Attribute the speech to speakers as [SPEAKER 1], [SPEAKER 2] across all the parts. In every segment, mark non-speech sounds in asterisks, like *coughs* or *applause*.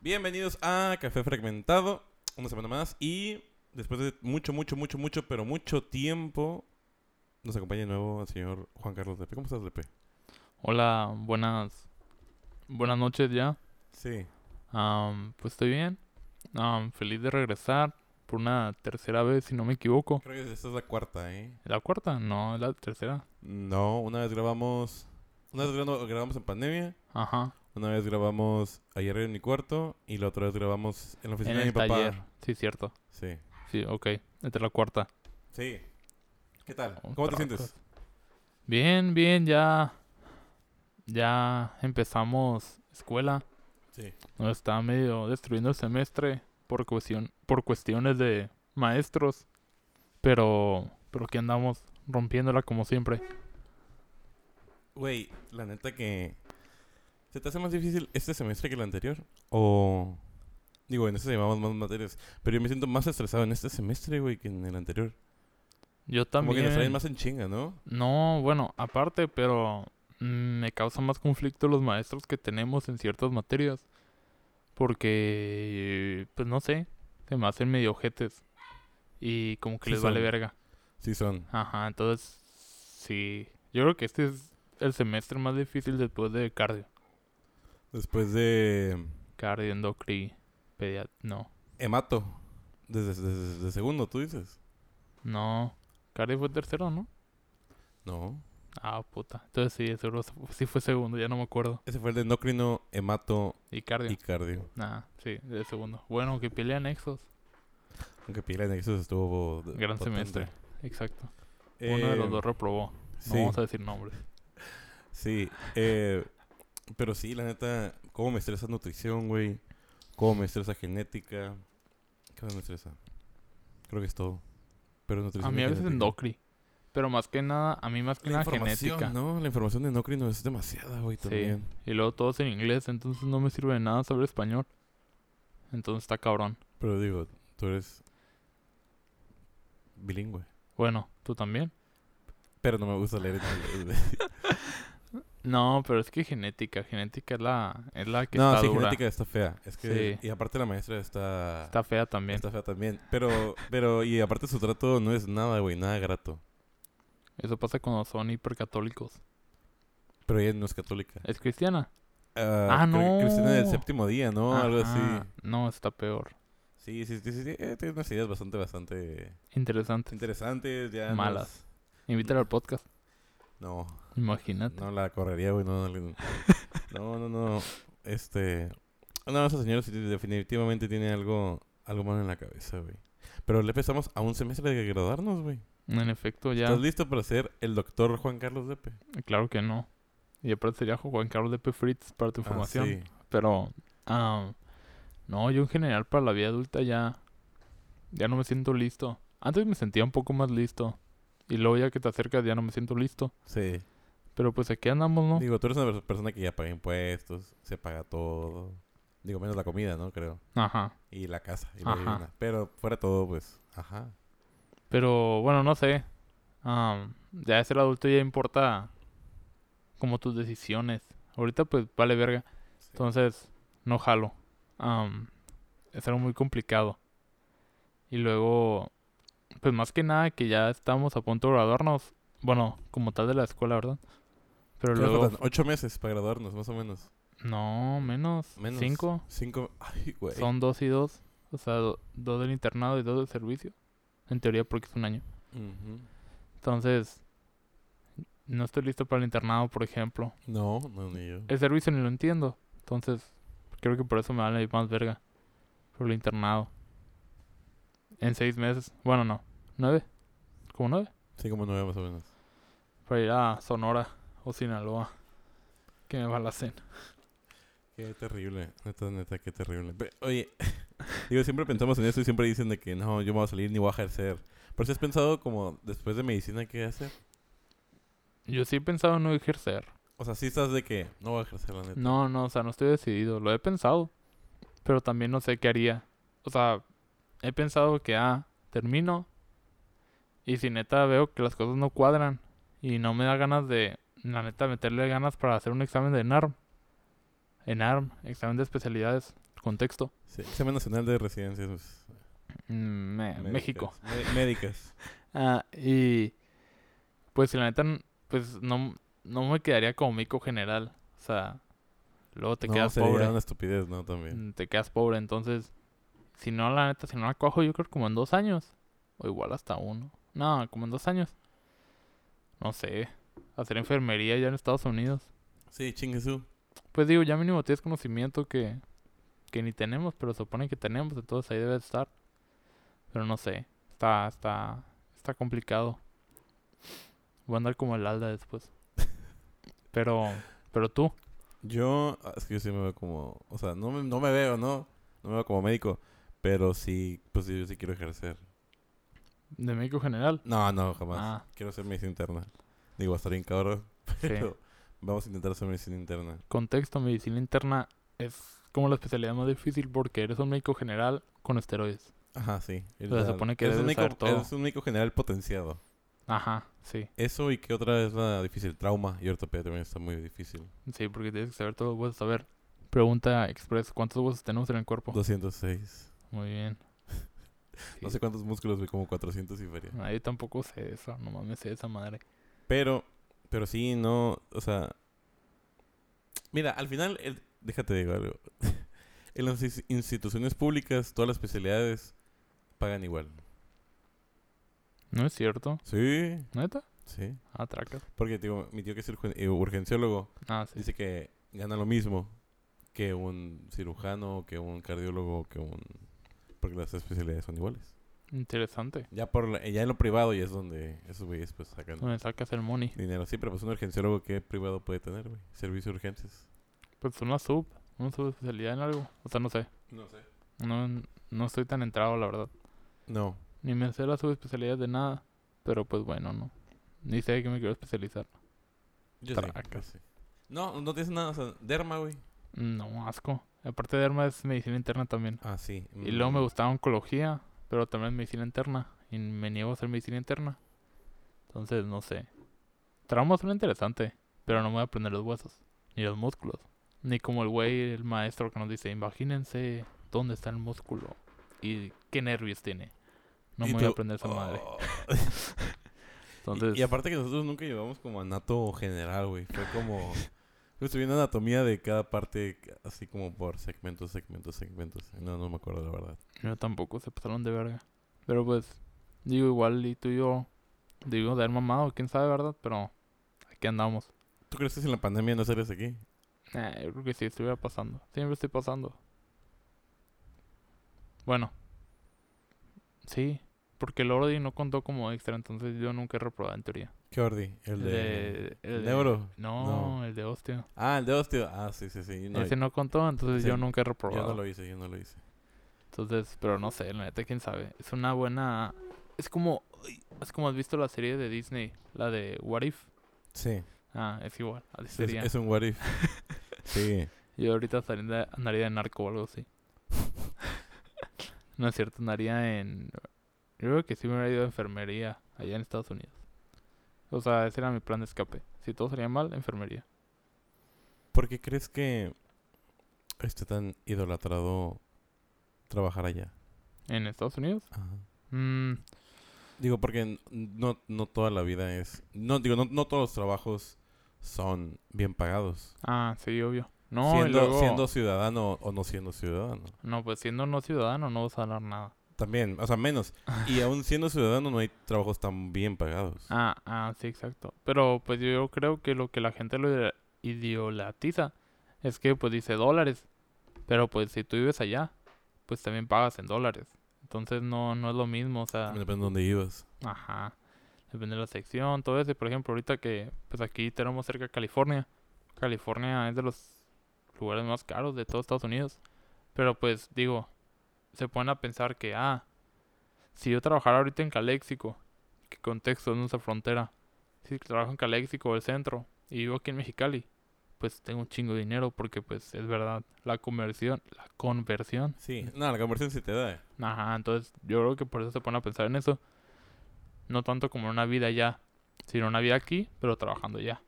[SPEAKER 1] Bienvenidos a Café Fragmentado, una semana más y después de mucho, mucho, mucho, mucho, pero mucho tiempo, nos acompaña de nuevo el señor Juan Carlos Lepe. ¿Cómo estás, Lepe?
[SPEAKER 2] Hola, buenas. Buenas noches ya.
[SPEAKER 1] Sí.
[SPEAKER 2] Am, pues estoy bien. Am, feliz de regresar por una tercera vez, si no me equivoco.
[SPEAKER 1] Creo que esta es la cuarta, ¿eh?
[SPEAKER 2] ¿La cuarta? No, la tercera.
[SPEAKER 1] No, una vez grabamos, una vez grabando- grabamos en pandemia,
[SPEAKER 2] Ajá.
[SPEAKER 1] una vez grabamos ayer en mi cuarto y la otra vez grabamos en la oficina
[SPEAKER 2] en
[SPEAKER 1] de Pues mi
[SPEAKER 2] el
[SPEAKER 1] papá.
[SPEAKER 2] taller. Sí, cierto.
[SPEAKER 1] Sí.
[SPEAKER 2] Sí, ok. Esta es la cuarta.
[SPEAKER 1] Sí. ¿Qué tal?
[SPEAKER 2] Oh,
[SPEAKER 1] ¿Cómo te
[SPEAKER 2] trocos.
[SPEAKER 1] sientes?
[SPEAKER 2] Bien, bien, ya. Ya empezamos escuela.
[SPEAKER 1] Sí.
[SPEAKER 2] Nos está medio destruyendo el semestre por cuestión, por cuestiones de maestros. Pero. Pero que andamos rompiéndola como siempre.
[SPEAKER 1] Güey, la neta que... ¿Se te hace más difícil este semestre que el anterior? O... Digo, en este llevamos más materias. Pero yo me siento más estresado en este semestre, güey, que en el anterior.
[SPEAKER 2] Yo
[SPEAKER 1] Como que
[SPEAKER 2] también.
[SPEAKER 1] nos traen más en chinga, ¿no?
[SPEAKER 2] No, bueno, aparte, pero mm, me causa más conflicto los maestros que tenemos en ciertas materias. Porque, pues no sé, se me hacen medio ojetes. Y como que
[SPEAKER 1] Sí
[SPEAKER 2] les vale
[SPEAKER 1] son.
[SPEAKER 2] verga.
[SPEAKER 1] Sí son.
[SPEAKER 2] Ajá, entonces, sí. Yo creo que este es el semestre más difícil después de cardio.
[SPEAKER 1] Después de...
[SPEAKER 2] Cardio, endocri, pediat... No,
[SPEAKER 1] Hemato. Desde, desde- desde segundo, ¿tú dices?
[SPEAKER 2] no. Cardio fue tercero, ¿no?
[SPEAKER 1] No.
[SPEAKER 2] Ah, puta. Entonces sí, seguro se- sí fue segundo, ya no me acuerdo.
[SPEAKER 1] Ese fue el de endocrino, hemato
[SPEAKER 2] Y cardio.
[SPEAKER 1] y cardio.
[SPEAKER 2] Nah, sí, de segundo. Bueno, que pelean nexos.
[SPEAKER 1] Aunque Pilar Nexus estuvo... de-
[SPEAKER 2] Gran
[SPEAKER 1] potente.
[SPEAKER 2] semestre. Exacto.
[SPEAKER 1] Eh,
[SPEAKER 2] Uno de los dos reprobó. No
[SPEAKER 1] sí.
[SPEAKER 2] vamos a decir nombres.
[SPEAKER 1] Sí, eh, pero sí, la neta, cómo me estresa nutrición, güey. Cómo me estresa genética. ¿Qué más me estresa? Creo que es todo. Pero nutrición.
[SPEAKER 2] A mí
[SPEAKER 1] y
[SPEAKER 2] a veces
[SPEAKER 1] genética.
[SPEAKER 2] endocri. Pero más que nada, a mí más que
[SPEAKER 1] La
[SPEAKER 2] nada
[SPEAKER 1] información,
[SPEAKER 2] genética.
[SPEAKER 1] ¿no? La información de endocrino es demasiada, güey,
[SPEAKER 2] Sí.
[SPEAKER 1] también.
[SPEAKER 2] Y luego todos en inglés, entonces no me sirve de nada saber español. Entonces está cabrón.
[SPEAKER 1] Pero digo, tú eres bilingüe.
[SPEAKER 2] Bueno, ¿tú también?
[SPEAKER 1] Pero no me gusta
[SPEAKER 2] *laughs*
[SPEAKER 1] leer en inglés.
[SPEAKER 2] No, pero es que genética. Genética es la, es la que
[SPEAKER 1] no,
[SPEAKER 2] está
[SPEAKER 1] sí,
[SPEAKER 2] dura.
[SPEAKER 1] genética está fea. Es que,
[SPEAKER 2] Sí.
[SPEAKER 1] y aparte la maestra está...
[SPEAKER 2] Está fea también.
[SPEAKER 1] está fea también. Pero, pero, y aparte su trato no es nada, güey, nada grato.
[SPEAKER 2] Eso pasa cuando son hipercatólicos.
[SPEAKER 1] Pero ella no es católica.
[SPEAKER 2] ¿Es cristiana?
[SPEAKER 1] ah,
[SPEAKER 2] Ah,
[SPEAKER 1] no. Cristina del
[SPEAKER 2] no.
[SPEAKER 1] séptimo día, ¿no? Algo
[SPEAKER 2] Ajá.
[SPEAKER 1] así.
[SPEAKER 2] Ah, No, está peor.
[SPEAKER 1] Sí, sí, sí. sí, sí. Eh, tiene unas ideas bastante, bastante
[SPEAKER 2] Interesante.
[SPEAKER 1] interesantes. Ya nos-
[SPEAKER 2] Malas. Invítala al podcast.
[SPEAKER 1] No,
[SPEAKER 2] Imagínate.
[SPEAKER 1] no la correría, güey. No, no,
[SPEAKER 2] *laughs*
[SPEAKER 1] le- no, no, no. Este. No, esa señora sí definitivamente tiene algo, algo malo en la cabeza, güey. Pero le estamos a un semestre de graduarnos, güey.
[SPEAKER 2] En efecto, ya.
[SPEAKER 1] ¿Estás listo para ser el doctor Juan Carlos Lepe?
[SPEAKER 2] Claro que no. Y aparte sería Juan Carlos de P. Fritz para tu
[SPEAKER 1] Ah,
[SPEAKER 2] información.
[SPEAKER 1] sí.
[SPEAKER 2] Pero, ah, no, yo en general para la vida adulta ya, ya no me siento listo. Antes me sentía un poco más listo. Y luego ya que te acercas ya no me siento listo.
[SPEAKER 1] Sí.
[SPEAKER 2] Pero pues aquí andamos, ¿no?
[SPEAKER 1] Digo, tú eres una persona que ya paga impuestos, se paga todo. Digo, menos la comida, ¿no? Creo.
[SPEAKER 2] Ajá.
[SPEAKER 1] Y la casa. Y la
[SPEAKER 2] Ajá.
[SPEAKER 1] vivienda. Pero fuera todo, pues. Ajá.
[SPEAKER 2] Pero bueno, no sé. Ah, ya de ser adulto ya importa como tus decisiones. Ahorita pues vale verga.
[SPEAKER 1] Sí.
[SPEAKER 2] Entonces, no jalo. Am, es algo muy complicado. Y luego, pues más que nada que ya estamos a punto de graduarnos. Bueno, como tal de la escuela, ¿verdad? Pero
[SPEAKER 1] ¿Qué nos
[SPEAKER 2] luego,
[SPEAKER 1] faltan? Ocho meses para graduarnos, más o menos.
[SPEAKER 2] no, menos,
[SPEAKER 1] Menos.
[SPEAKER 2] cinco.
[SPEAKER 1] Cinco. Ay, güey.
[SPEAKER 2] Son dos y dos. O sea, do- dos del internado y dos del servicio. En teoría, porque es un año.
[SPEAKER 1] Ujú.
[SPEAKER 2] Entonces, no estoy listo para el internado, por ejemplo.
[SPEAKER 1] No, no, ni yo.
[SPEAKER 2] El servicio ni lo entiendo. Entonces, creo que por eso me vale más verga. Por el internado. En seis meses. Bueno, no. ¿Nueve? ¿Como nueve?
[SPEAKER 1] Sí, como nueve, más o menos.
[SPEAKER 2] Para ir a Sonora o Sinaloa. Que me balacen.
[SPEAKER 1] Qué terrible. Neta, neta, qué terrible. Pe- oye, *laughs* digo, siempre pensamos en eso y siempre dicen de que no, yo me voy a salir ni voy a ejercer. Pero si has pensado, como, después de medicina, ¿qué hacer?
[SPEAKER 2] Yo sí he pensado en no ejercer.
[SPEAKER 1] O sea, sí estás de que no voy a ejercer, la neta.
[SPEAKER 2] No, no, o sea, no estoy decidido. Lo he pensado. Pero también no sé qué haría. O sea, he pensado que, ah, termino. Y si neta veo que las cosas no cuadran. Y no me da ganas de, la neta, meterle ganas para hacer un examen de NARM. En ARM, examen de especialidades. contexto.
[SPEAKER 1] Sí, Examen Nacional de Residencias pues,
[SPEAKER 2] Mm, me-
[SPEAKER 1] médicas.
[SPEAKER 2] México.
[SPEAKER 1] Mé- médicas.
[SPEAKER 2] Ah, y pues la neta, n- pues no, no me quedaría como mico general. O sea, luego te
[SPEAKER 1] no,
[SPEAKER 2] quedas
[SPEAKER 1] sería
[SPEAKER 2] pobre.
[SPEAKER 1] una estupidez, ¿no? También.
[SPEAKER 2] mm, Te quedas pobre. Entonces, si no, la neta, si no la cojo, yo creo como en dos años. O igual hasta uno. No, como en dos años. No sé. Hacer enfermería ya en Estados Unidos.
[SPEAKER 1] Sí, chingue su.
[SPEAKER 2] Pues digo, ya mínimo tienes conocimiento que, que ni tenemos, pero supone que tenemos, entonces ahí debe de estar. Pero no sé, está, está, está complicado. Voy a andar como el Alda después. Pero, pero tú,
[SPEAKER 1] Yo, ah, es que yo sí me veo como, o sea, no me, no me veo, ¿no? No me veo como médico, pero sí, pues sí, yo sí quiero ejercer.
[SPEAKER 2] de México general.
[SPEAKER 1] No, no, jamás.
[SPEAKER 2] Ah,
[SPEAKER 1] Quiero hacer medicina interna. Digo, estar bien cabrón,
[SPEAKER 2] sí.
[SPEAKER 1] pero vamos a intentar hacer medicina interna.
[SPEAKER 2] Contexto, medicina interna es como la especialidad más difícil porque eres un médico general con esteroides.
[SPEAKER 1] Ajá, sí.
[SPEAKER 2] Pero se supone que
[SPEAKER 1] eres
[SPEAKER 2] debes
[SPEAKER 1] un
[SPEAKER 2] de
[SPEAKER 1] médico-
[SPEAKER 2] saber todo.
[SPEAKER 1] Eres un médico general potenciado.
[SPEAKER 2] Ajá, sí.
[SPEAKER 1] Eso y que otra es la difícil. Trauma y ortopedia también está muy difícil.
[SPEAKER 2] Sí, porque tienes que saber todo los huesos. A ver, pregunta express, ¿cuántos huesos tenemos en el cuerpo?
[SPEAKER 1] 206.
[SPEAKER 2] Muy bien.
[SPEAKER 1] No
[SPEAKER 2] Sí.
[SPEAKER 1] sé cuántos músculos, güey, como 400 y feria.
[SPEAKER 2] Ah, yo tampoco sé eso, no mames, sé esa madre.
[SPEAKER 1] Pero, pero sí, no, o sea... Mira, al final, el- déjate digo algo. *laughs* en las ins- instituciones públicas, todas las especialidades pagan igual.
[SPEAKER 2] ¿No es cierto?
[SPEAKER 1] Sí,
[SPEAKER 2] ¿Neta?
[SPEAKER 1] sí.
[SPEAKER 2] Ah, traca.
[SPEAKER 1] Porque digo, mi tío que es cirujano- eh, urgenciólogo
[SPEAKER 2] Ah, sí.
[SPEAKER 1] dice que gana lo mismo que un cirujano, que un cardiólogo, que un... Porque las especialidades son iguales.
[SPEAKER 2] Interesante.
[SPEAKER 1] Ya por la- ya en lo privado ya es donde esos güeyes pues sacan
[SPEAKER 2] Donde sacas el money.
[SPEAKER 1] dinero. Sí, pero pues un urgenciólogo que privado puede tener, güey. Servicio de urgencias.
[SPEAKER 2] Pues una sub, una subespecialidad en algo. O sea, no sé.
[SPEAKER 1] No sé.
[SPEAKER 2] No, no estoy tan entrado, la verdad.
[SPEAKER 1] No.
[SPEAKER 2] Ni me sé la subespecialidad de nada. Pero pues bueno, no. Ni sé de qué me quiero especializar.
[SPEAKER 1] Yo sí,
[SPEAKER 2] Tracas.
[SPEAKER 1] yo sí. No, no tienes nada, o sea, derma, güey.
[SPEAKER 2] No, asco. Aparte de armas es medicina interna también.
[SPEAKER 1] Ah, sí.
[SPEAKER 2] Y luego me
[SPEAKER 1] mm,
[SPEAKER 2] gustaba oncología, pero también medicina interna. Y me niego a hacer medicina interna. Entonces, no sé. Trauma suena interesante, pero no me voy a aprender los huesos, ni los músculos. Ni como el güey, el maestro que nos dice, imagínense dónde está el músculo y qué nervios tiene. No
[SPEAKER 1] y
[SPEAKER 2] me voy a
[SPEAKER 1] tú-
[SPEAKER 2] aprender esa madre.
[SPEAKER 1] Oh.
[SPEAKER 2] Entonces,
[SPEAKER 1] Y, y aparte que nosotros nunca llevamos como anato general, güey. Fue
[SPEAKER 2] *laughs*
[SPEAKER 1] como... Yo estoy viendo anatomía de cada parte, así como por segmentos, segmentos, segmentos. No, no me acuerdo, la verdad.
[SPEAKER 2] yo tampoco se pasaron de verga. Pero pues, digo, igual y tú y yo, digo, de haber mamado, quién sabe, ¿verdad? Pero aquí andamos.
[SPEAKER 1] ¿Tú crees que sin la pandemia no sales aquí?
[SPEAKER 2] Nah, yo creo que sí, estuviera pasando. Siempre estoy pasando. Bueno. Sí, porque el Ordi no contó como extra, entonces yo nunca he reprobado en teoría.
[SPEAKER 1] ¿Qué Ordi? El de...
[SPEAKER 2] el de-
[SPEAKER 1] neuro?
[SPEAKER 2] No, el de hostia.
[SPEAKER 1] Ah, el de hostia. Ah, sí, sí, sí. No,
[SPEAKER 2] Ese no contó, entonces
[SPEAKER 1] ese
[SPEAKER 2] yo nunca he
[SPEAKER 1] yo
[SPEAKER 2] reprobado.
[SPEAKER 1] no lo hice, yo no lo hice.
[SPEAKER 2] Entonces, pero no sé, la neta, quién sabe. Es una buena... Es como... ay, Es como has visto la serie de Disney, la de What If.
[SPEAKER 1] Sí.
[SPEAKER 2] Ah, es igual, así
[SPEAKER 1] Es,
[SPEAKER 2] sería.
[SPEAKER 1] es un what
[SPEAKER 2] *laughs*
[SPEAKER 1] if. sí.
[SPEAKER 2] Yo ahorita estaría- andaría de narco o
[SPEAKER 1] *laughs*
[SPEAKER 2] algo así. no es cierto, andaría en... Yo creo que sí me hubiera ido a enfermería allá en Estados Unidos. O sea, ese era mi plan de escape. Si todo salía mal, enfermería.
[SPEAKER 1] ¿Por qué crees que esté tan idolatrado trabajar allá?
[SPEAKER 2] ¿En Estados Unidos? Mm,
[SPEAKER 1] Digo, porque n- no, no toda la vida es... No, digo, no, no todos los trabajos son bien pagados.
[SPEAKER 2] ah, sí, obvio. No, y
[SPEAKER 1] siendo,
[SPEAKER 2] luego-
[SPEAKER 1] siendo ciudadano o no siendo ciudadano.
[SPEAKER 2] No, pues siendo no ciudadano no vas a ganar nada.
[SPEAKER 1] También, o sea,
[SPEAKER 2] *laughs*
[SPEAKER 1] menos. Y aún siendo ciudadano no hay trabajos tan bien pagados.
[SPEAKER 2] Ah, ah, sí, exacto. Pero pues yo creo que lo que la gente lo ide- ideolatiza es que pues dice dólares. Pero pues si tú vives allá, pues también pagas en dólares. Entonces no, no es lo mismo, o sea,
[SPEAKER 1] Depende de dónde ibas.
[SPEAKER 2] ajá. Depende de la sección, todo eso. Y, Por ejemplo, ahorita que pues aquí tenemos cerca California. California es de los lugares más caros de todo Estados Unidos. Pero pues digo, se ponen a pensar que, ah, si yo trabajara ahorita en Caléxico, que contexto es nuestra frontera, si trabajo en Caléxico o el centro y vivo aquí en Mexicali, pues tengo un chingo de dinero porque pues es verdad, la conversión, la conversión.
[SPEAKER 1] Sí, no, la conversión sí te da.
[SPEAKER 2] Ajá, entonces yo creo que por eso se ponen a pensar en eso. No tanto como una vida allá, sino una vida aquí, pero trabajando ya.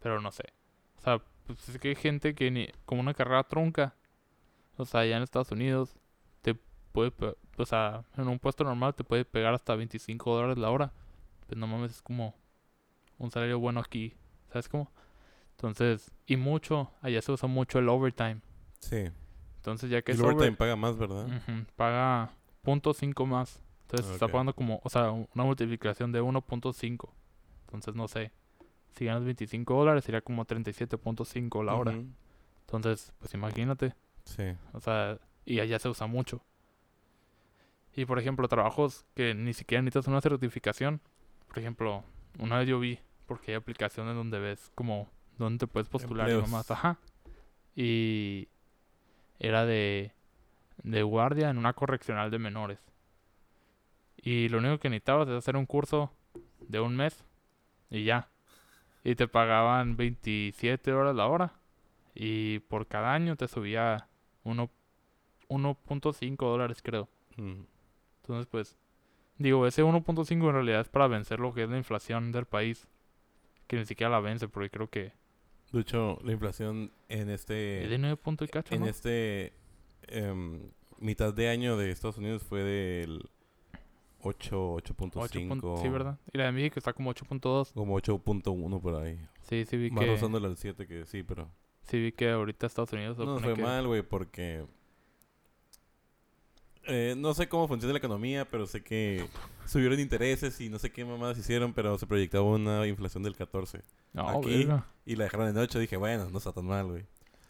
[SPEAKER 2] Pero no sé. O sea, pues es que hay gente que ni, como una carrera trunca. O O sea, allá en Estados Unidos te puede, pe- o sea, en un puesto normal te puede pegar hasta 25 dólares la hora. Pues no mames, es como un salario bueno aquí, ¿sabes cómo? Entonces, y mucho, allá se usa mucho el overtime.
[SPEAKER 1] Sí.
[SPEAKER 2] Entonces, ya que Mm,
[SPEAKER 1] Y
[SPEAKER 2] es
[SPEAKER 1] luego
[SPEAKER 2] over-
[SPEAKER 1] también paga más, ¿verdad?
[SPEAKER 2] Ujú, paga 0.5 más. Entonces está
[SPEAKER 1] Ok.
[SPEAKER 2] pagando como, o sea, una multiplicación de 1.5. Entonces no sé. Si ganas 25 dólares sería como 37.5 la hora.
[SPEAKER 1] Ujú.
[SPEAKER 2] Entonces, pues imagínate.
[SPEAKER 1] Sí.
[SPEAKER 2] O sea, y allá se usa mucho. Y por ejemplo, trabajos que ni siquiera necesitas una certificación. Por ejemplo, una vez yo vi, porque hay aplicaciones donde ves como dónde te puedes postular
[SPEAKER 1] Empleos.
[SPEAKER 2] y nomás, ajá. Y era de, de guardia en una correccional de menores. Y lo único que necesitabas es hacer un curso de un mes y ya. Y te pagaban 27 horas la hora. Y por cada año te subía uno- 1.5 dólares, creo.
[SPEAKER 1] Mm.
[SPEAKER 2] Entonces, pues, digo, ese 1.5 en realidad es para vencer lo que es la inflación del país. Que ni siquiera la vence, porque creo que
[SPEAKER 1] De hecho, la inflación en
[SPEAKER 2] es
[SPEAKER 1] este...
[SPEAKER 2] de 9 puntos y cacho,
[SPEAKER 1] en
[SPEAKER 2] ¿no?
[SPEAKER 1] este em, mitad de año de Estados Unidos fue del 8,
[SPEAKER 2] 8 pun-
[SPEAKER 1] 8.5.
[SPEAKER 2] Sí, ¿verdad? Y la de México está como 8.2.
[SPEAKER 1] Como 8.1 por ahí.
[SPEAKER 2] Sí, sí vi
[SPEAKER 1] Más
[SPEAKER 2] que...
[SPEAKER 1] rozando al 7 que sí, pero...
[SPEAKER 2] Sí vi que ahorita Estados Unidos se
[SPEAKER 1] No nos
[SPEAKER 2] supone
[SPEAKER 1] fue
[SPEAKER 2] que...
[SPEAKER 1] mal, güey, porque... eh, no sé cómo funciona la economía, pero sé que subieron intereses y no sé qué mamadas hicieron, pero se proyectaba una inflación del 14.
[SPEAKER 2] No,
[SPEAKER 1] aquí.
[SPEAKER 2] verga.
[SPEAKER 1] Y la dejaron en 8. Dije, bueno, no está tan mal, güey.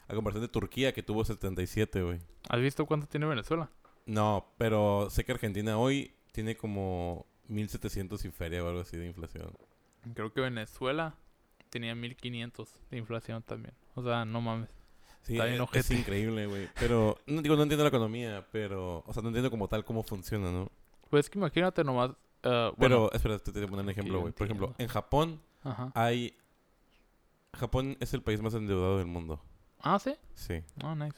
[SPEAKER 1] A comparación de Turquía, que tuvo 77, güey.
[SPEAKER 2] ¿Has visto cuánto tiene Venezuela?
[SPEAKER 1] No, pero sé que Argentina hoy tiene como 1700 y feria o algo así de inflación.
[SPEAKER 2] Creo que Venezuela tenía 1500 de inflación también. O sea, no mames.
[SPEAKER 1] Sí, e-,
[SPEAKER 2] Está
[SPEAKER 1] es,
[SPEAKER 2] bien
[SPEAKER 1] es
[SPEAKER 2] ojete.
[SPEAKER 1] increíble, güey. Pero, no, digo, no entiendo la economía, pero, o sea, no entiendo como tal cómo funciona, ¿no?
[SPEAKER 2] Pues es que imagínate nomás... eh, bueno,
[SPEAKER 1] Pero, espera, te te voy a poner un ejemplo,
[SPEAKER 2] yo
[SPEAKER 1] güey. Por ejemplo,
[SPEAKER 2] entiendo.
[SPEAKER 1] en Japón
[SPEAKER 2] ajá.
[SPEAKER 1] hay. Japón es el país más endeudado del mundo.
[SPEAKER 2] Ah, ¿sí?
[SPEAKER 1] Sí.
[SPEAKER 2] Ah, nice.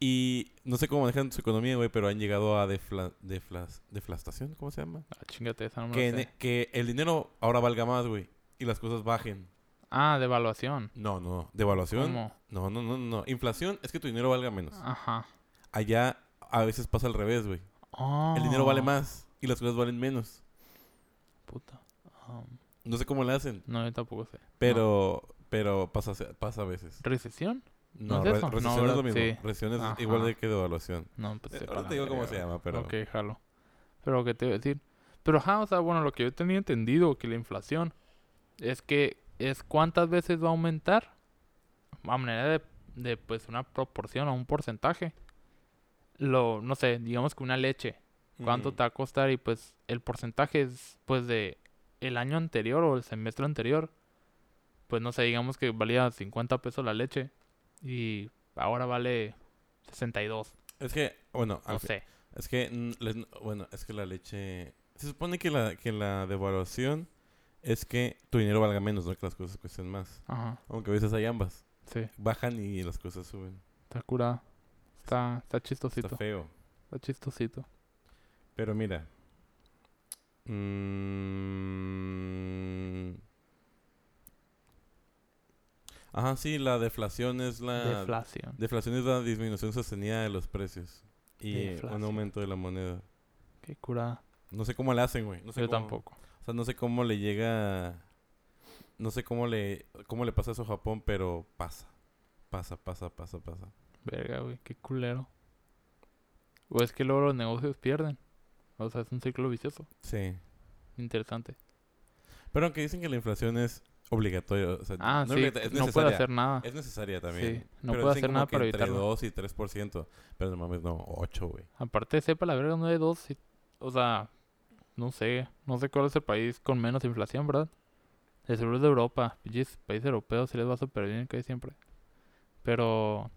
[SPEAKER 1] Y no sé cómo manejan su economía, güey, pero han llegado a defla... deflas... deflastación, ¿cómo se llama?
[SPEAKER 2] Ah, chingate, esa no me la
[SPEAKER 1] que, e-,
[SPEAKER 2] sé.
[SPEAKER 1] ne- que el dinero ahora valga más, güey, y las cosas bajen.
[SPEAKER 2] Ah, devaluación.
[SPEAKER 1] No, no, no. devaluación. Pues
[SPEAKER 2] ¿Cómo?
[SPEAKER 1] No, no, no, no. Inflación es que tu dinero valga menos.
[SPEAKER 2] Ajá.
[SPEAKER 1] Allá a veces pasa al revés, güey. El dinero vale
[SPEAKER 2] Ah,
[SPEAKER 1] más y las cosas valen menos.
[SPEAKER 2] Oh, Puta. Ah,
[SPEAKER 1] No sé cómo le hacen,
[SPEAKER 2] no, yo tampoco sé.
[SPEAKER 1] pero pero pasa, pasa a veces.
[SPEAKER 2] ¿Recesión?
[SPEAKER 1] No,
[SPEAKER 2] es
[SPEAKER 1] re-
[SPEAKER 2] eso? No,
[SPEAKER 1] recesión es lo
[SPEAKER 2] ¿verdad?
[SPEAKER 1] mismo.
[SPEAKER 2] Sí.
[SPEAKER 1] Recesión es
[SPEAKER 2] Ajá.
[SPEAKER 1] igual de que devaluación.
[SPEAKER 2] No, pues
[SPEAKER 1] Eh,
[SPEAKER 2] sepa
[SPEAKER 1] Ahora
[SPEAKER 2] la
[SPEAKER 1] te digo cómo
[SPEAKER 2] verga,
[SPEAKER 1] se llama, pero...
[SPEAKER 2] güey. Ok, jalo. Pero que te iba a decir. Pero ajá, o sea, bueno, lo que yo tenía entendido que la inflación es que es cuántas veces va a aumentar a manera de, de pues una proporción o un porcentaje. Lo, no sé, digamos que una leche. cuánto
[SPEAKER 1] Mm.
[SPEAKER 2] te va a costar y pues el porcentaje es pues de el año anterior o el semestre anterior pues no sé digamos que valía 50 pesos la leche y ahora vale 62
[SPEAKER 1] Es que, bueno, al
[SPEAKER 2] no
[SPEAKER 1] fi-
[SPEAKER 2] sé
[SPEAKER 1] es que, mm, les- bueno, es que la leche... Se supone que la, que la devaluación es que tu dinero valga menos, no que las cosas cuesten más.
[SPEAKER 2] ajá
[SPEAKER 1] Aunque a veces hay ambas.
[SPEAKER 2] sí
[SPEAKER 1] Bajan y las cosas suben.
[SPEAKER 2] está curada está está chistosito
[SPEAKER 1] Está
[SPEAKER 2] está,
[SPEAKER 1] feo.
[SPEAKER 2] chistosito
[SPEAKER 1] Pero mira. Mm. Ajá, sí, la deflación es
[SPEAKER 2] Ah.
[SPEAKER 1] la...
[SPEAKER 2] deflación
[SPEAKER 1] deflación es la disminución sostenida de los precios. Y eh,
[SPEAKER 2] Deflación.
[SPEAKER 1] un aumento de la moneda.
[SPEAKER 2] qué curada
[SPEAKER 1] No sé cómo la hacen, güey. No sé
[SPEAKER 2] yo
[SPEAKER 1] cómo-
[SPEAKER 2] tampoco
[SPEAKER 1] O sea, no sé cómo le llega... No sé cómo le, cómo le pasa eso a Japón, pero pasa. Pasa, pasa, pasa, pasa.
[SPEAKER 2] verga güey qué culero o es que luego los negocios pierden o sea es un ciclo vicioso
[SPEAKER 1] Sí.
[SPEAKER 2] interesante
[SPEAKER 1] Pero aunque dicen que la inflación es obligatoria. O sea,
[SPEAKER 2] ah
[SPEAKER 1] no
[SPEAKER 2] sí
[SPEAKER 1] obligatoria, es
[SPEAKER 2] no puede
[SPEAKER 1] necesaria.
[SPEAKER 2] hacer nada
[SPEAKER 1] Es necesaria también.
[SPEAKER 2] Sí, no
[SPEAKER 1] Pero
[SPEAKER 2] puedo
[SPEAKER 1] dicen
[SPEAKER 2] hacer
[SPEAKER 1] como
[SPEAKER 2] nada
[SPEAKER 1] que
[SPEAKER 2] para
[SPEAKER 1] entre
[SPEAKER 2] evitarlo.
[SPEAKER 1] 2 y 3%. Pero no mames, no, 8, güey.
[SPEAKER 2] Aparte, sepa la verga, no hay dos. sí. O sea, no sé. No sé cuál es el país con menos inflación, ¿verdad? El seguro es de Europa. Pinches países europeos se les va súper bien que siempre. Pero.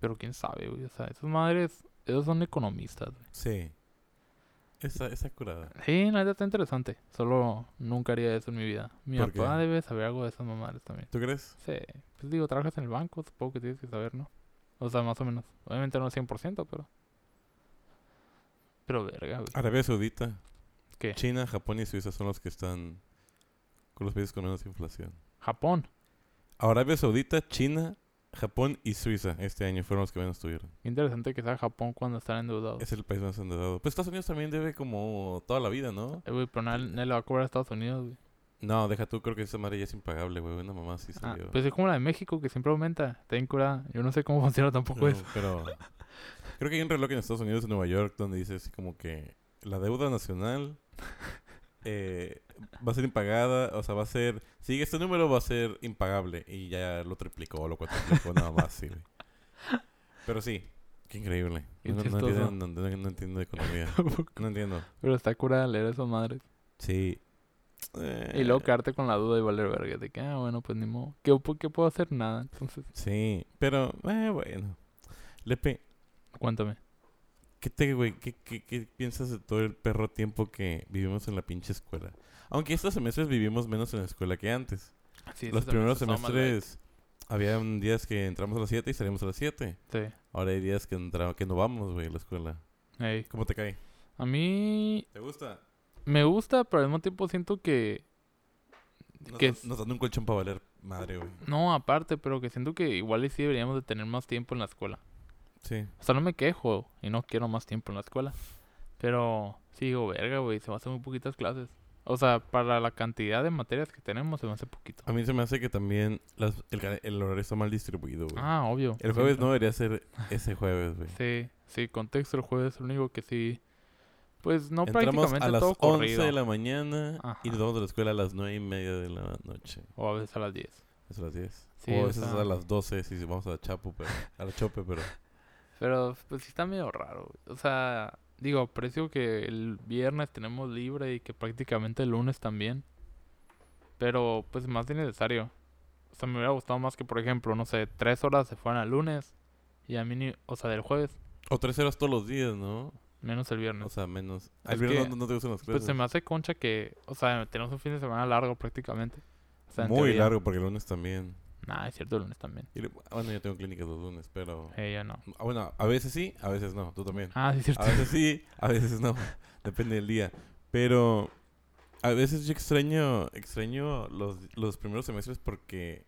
[SPEAKER 2] Pero quién sabe, güey. O sea, esas madres. Esos son economistas, güey.
[SPEAKER 1] Sí. Esa, esa curada.
[SPEAKER 2] Sí, la verdad está interesante. Solo nunca haría eso en mi vida. Mi
[SPEAKER 1] ¿Por
[SPEAKER 2] papá
[SPEAKER 1] qué?
[SPEAKER 2] debe saber algo de esas mamadas también.
[SPEAKER 1] ¿Tú crees?
[SPEAKER 2] Sí. Pues digo, trabajas en el banco, supongo que tienes que saber, ¿no? O sea, más o menos. Obviamente no al 100%, pero. Pero verga, güey.
[SPEAKER 1] Arabia Saudita.
[SPEAKER 2] ¿Qué?
[SPEAKER 1] China, Japón y Suiza son los que están con los países con menos inflación.
[SPEAKER 2] Japón.
[SPEAKER 1] Arabia Saudita, China, Japón y Suiza este año fueron los que menos tuvieron.
[SPEAKER 2] Qué interesante que sea Japón cuando están endeudados.
[SPEAKER 1] Es el país más endeudado. Pues Estados Unidos también debe como toda la vida, ¿no?
[SPEAKER 2] Eh, güey, pero nadie nadie le va a cobrar a Estados Unidos, güey.
[SPEAKER 1] No, deja tú, creo que esa madre ya es impagable, güey. Una mamá sí
[SPEAKER 2] Ah,
[SPEAKER 1] salió.
[SPEAKER 2] pues es como la de México, que siempre aumenta. Está bien curada. Yo no sé cómo *laughs* funciona tampoco
[SPEAKER 1] No,
[SPEAKER 2] eso.
[SPEAKER 1] Pero creo que hay un reloj en Estados Unidos, en Nueva York, donde dice así como que la deuda
[SPEAKER 2] *laughs*
[SPEAKER 1] nacional eh, va a ser impagada, o sea, va a ser, sigue este número, va a ser impagable. Y ya lo triplicó, lo cuatriplicó, nada más, sí, güey. Pero sí, qué increíble.
[SPEAKER 2] Qué
[SPEAKER 1] no, no
[SPEAKER 2] chistoso.
[SPEAKER 1] entiendo, no- no- no entiendo de
[SPEAKER 2] *laughs*
[SPEAKER 1] economía. No entiendo.
[SPEAKER 2] Pero está curada leer esas madres.
[SPEAKER 1] Sí.
[SPEAKER 2] Y luego
[SPEAKER 1] Eh,
[SPEAKER 2] quedarte con la duda y valer verga. De que, ah, bueno, pues ni modo. ¿Qué, pu- qué puedo hacer? Nada. Entonces,
[SPEAKER 1] Eh, Sí, pero, eh, bueno. Lepe,
[SPEAKER 2] cuéntame.
[SPEAKER 1] ¿Qué te, güey? ¿Qué, qué, qué piensas de todo el perro tiempo que vivimos en la pinche escuela? Aunque estos semestres vivimos menos en la escuela que antes.
[SPEAKER 2] Sí,
[SPEAKER 1] Los
[SPEAKER 2] ese
[SPEAKER 1] primeros
[SPEAKER 2] semestre estaba mal,
[SPEAKER 1] semestres había un días que entramos a las 7 y salimos a las 7.
[SPEAKER 2] güey. Sí.
[SPEAKER 1] Ahora hay días que, entra- que no vamos, güey, a la escuela.
[SPEAKER 2] Ey.
[SPEAKER 1] ¿Cómo te cae?
[SPEAKER 2] A mí
[SPEAKER 1] ¿Te gusta?
[SPEAKER 2] me gusta, pero al mismo tiempo siento que
[SPEAKER 1] Nos,
[SPEAKER 2] ¿Qué
[SPEAKER 1] dan-
[SPEAKER 2] es?
[SPEAKER 1] nos dan un colchón para valer madre, güey.
[SPEAKER 2] No, aparte, pero que siento que igual y sí deberíamos de tener más tiempo en la escuela.
[SPEAKER 1] Sí.
[SPEAKER 2] O sea, no me quejo y no quiero más tiempo en la escuela. Pero sí digo, verga, güey, se me hacen muy poquitas clases. O sea, para la cantidad de materias que tenemos se me hace poquito.
[SPEAKER 1] A mí se me hace que también las- el, ca- el horario está mal distribuido, güey.
[SPEAKER 2] Ah, obvio.
[SPEAKER 1] el jueves no
[SPEAKER 2] siempre.
[SPEAKER 1] debería ser ese jueves, güey.
[SPEAKER 2] Sí, sí, contexto, el jueves es lo único que sí. Pues no
[SPEAKER 1] Entramos
[SPEAKER 2] prácticamente
[SPEAKER 1] a las
[SPEAKER 2] todo
[SPEAKER 1] 11
[SPEAKER 2] corrido.
[SPEAKER 1] de la mañana y
[SPEAKER 2] Ajá.
[SPEAKER 1] nos vamos a la escuela a las 9 y media de la noche.
[SPEAKER 2] O a veces a las 10.
[SPEAKER 1] Es a las 10.
[SPEAKER 2] Sí,
[SPEAKER 1] o a
[SPEAKER 2] o
[SPEAKER 1] veces
[SPEAKER 2] sea-
[SPEAKER 1] a las 12 si vamos a la Chapo, pero, a la Chope,
[SPEAKER 2] *laughs*
[SPEAKER 1] pero...
[SPEAKER 2] Pero pues sí está medio raro. güey. O sea, digo, aprecio que el viernes tenemos libre y que prácticamente el lunes también. Pero pues más de necesario. O sea, me hubiera gustado más que, por ejemplo, no sé, tres horas se fueran al lunes y a mí, ni- o sea, del jueves,
[SPEAKER 1] O 3 horas todos los días, ¿no?
[SPEAKER 2] menos el
[SPEAKER 1] O
[SPEAKER 2] viernes.
[SPEAKER 1] sea, menos...
[SPEAKER 2] Mm. Es
[SPEAKER 1] Al viernes
[SPEAKER 2] que,
[SPEAKER 1] no, no te gustan las clases.
[SPEAKER 2] Pues se me hace concha que, o sea, tenemos un fin de semana largo prácticamente. O sea, en
[SPEAKER 1] Muy
[SPEAKER 2] teoría.
[SPEAKER 1] largo porque el lunes también.
[SPEAKER 2] Nah, es cierto, el lunes también.
[SPEAKER 1] Y le- ah, bueno, yo tengo clínicas los lunes, pero...
[SPEAKER 2] Eh, yo no.
[SPEAKER 1] Ah, Bueno, a veces sí, a veces no. Tú también.
[SPEAKER 2] Ah, sí, es
[SPEAKER 1] *laughs*
[SPEAKER 2] cierto.
[SPEAKER 1] A veces sí, a veces no. *laughs* Depende del día. Pero a veces yo extraño, extraño los, los primeros semestres porque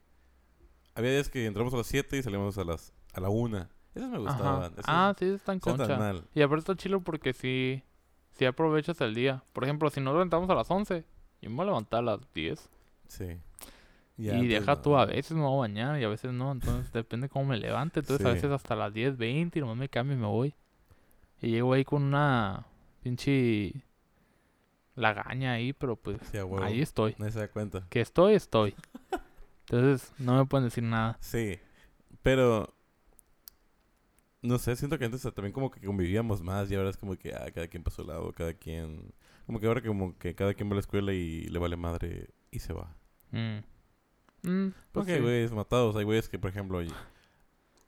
[SPEAKER 1] había días que entramos a las 7 y salíamos a las a la 1. Esas me
[SPEAKER 2] Ajá.
[SPEAKER 1] gustaban. Esas
[SPEAKER 2] Ah, sí, es tan
[SPEAKER 1] no están
[SPEAKER 2] concha.
[SPEAKER 1] tan mal.
[SPEAKER 2] Y aparte está chilo porque si, si aprovechas el día. Por ejemplo, si nos levantamos a las 11, yo me voy a levantar a las 10.
[SPEAKER 1] Sí.
[SPEAKER 2] y
[SPEAKER 1] antes
[SPEAKER 2] deja
[SPEAKER 1] no.
[SPEAKER 2] tú, a veces me voy a bañar y a veces no. Entonces depende cómo me levante. Entonces a
[SPEAKER 1] Sí.
[SPEAKER 2] veces hasta las 10, 20 y nomás me cambio y me voy. Y llego ahí con una pinche lagaña ahí, pero pues
[SPEAKER 1] Sí, a huevo.
[SPEAKER 2] ahí estoy.
[SPEAKER 1] Nadie se da cuenta.
[SPEAKER 2] Que estoy, estoy. Entonces no me pueden decir nada.
[SPEAKER 1] Sí. Pero. No sé, siento que antes también como que convivíamos más y ahora es como que ah, cada quien pasó su lado, cada quien. Como que ahora como que cada quien va a la escuela y le vale madre y se va.
[SPEAKER 2] Mm. Mm, pues
[SPEAKER 1] Porque hay
[SPEAKER 2] sí.
[SPEAKER 1] güeyes matados, hay güeyes que, por ejemplo, y-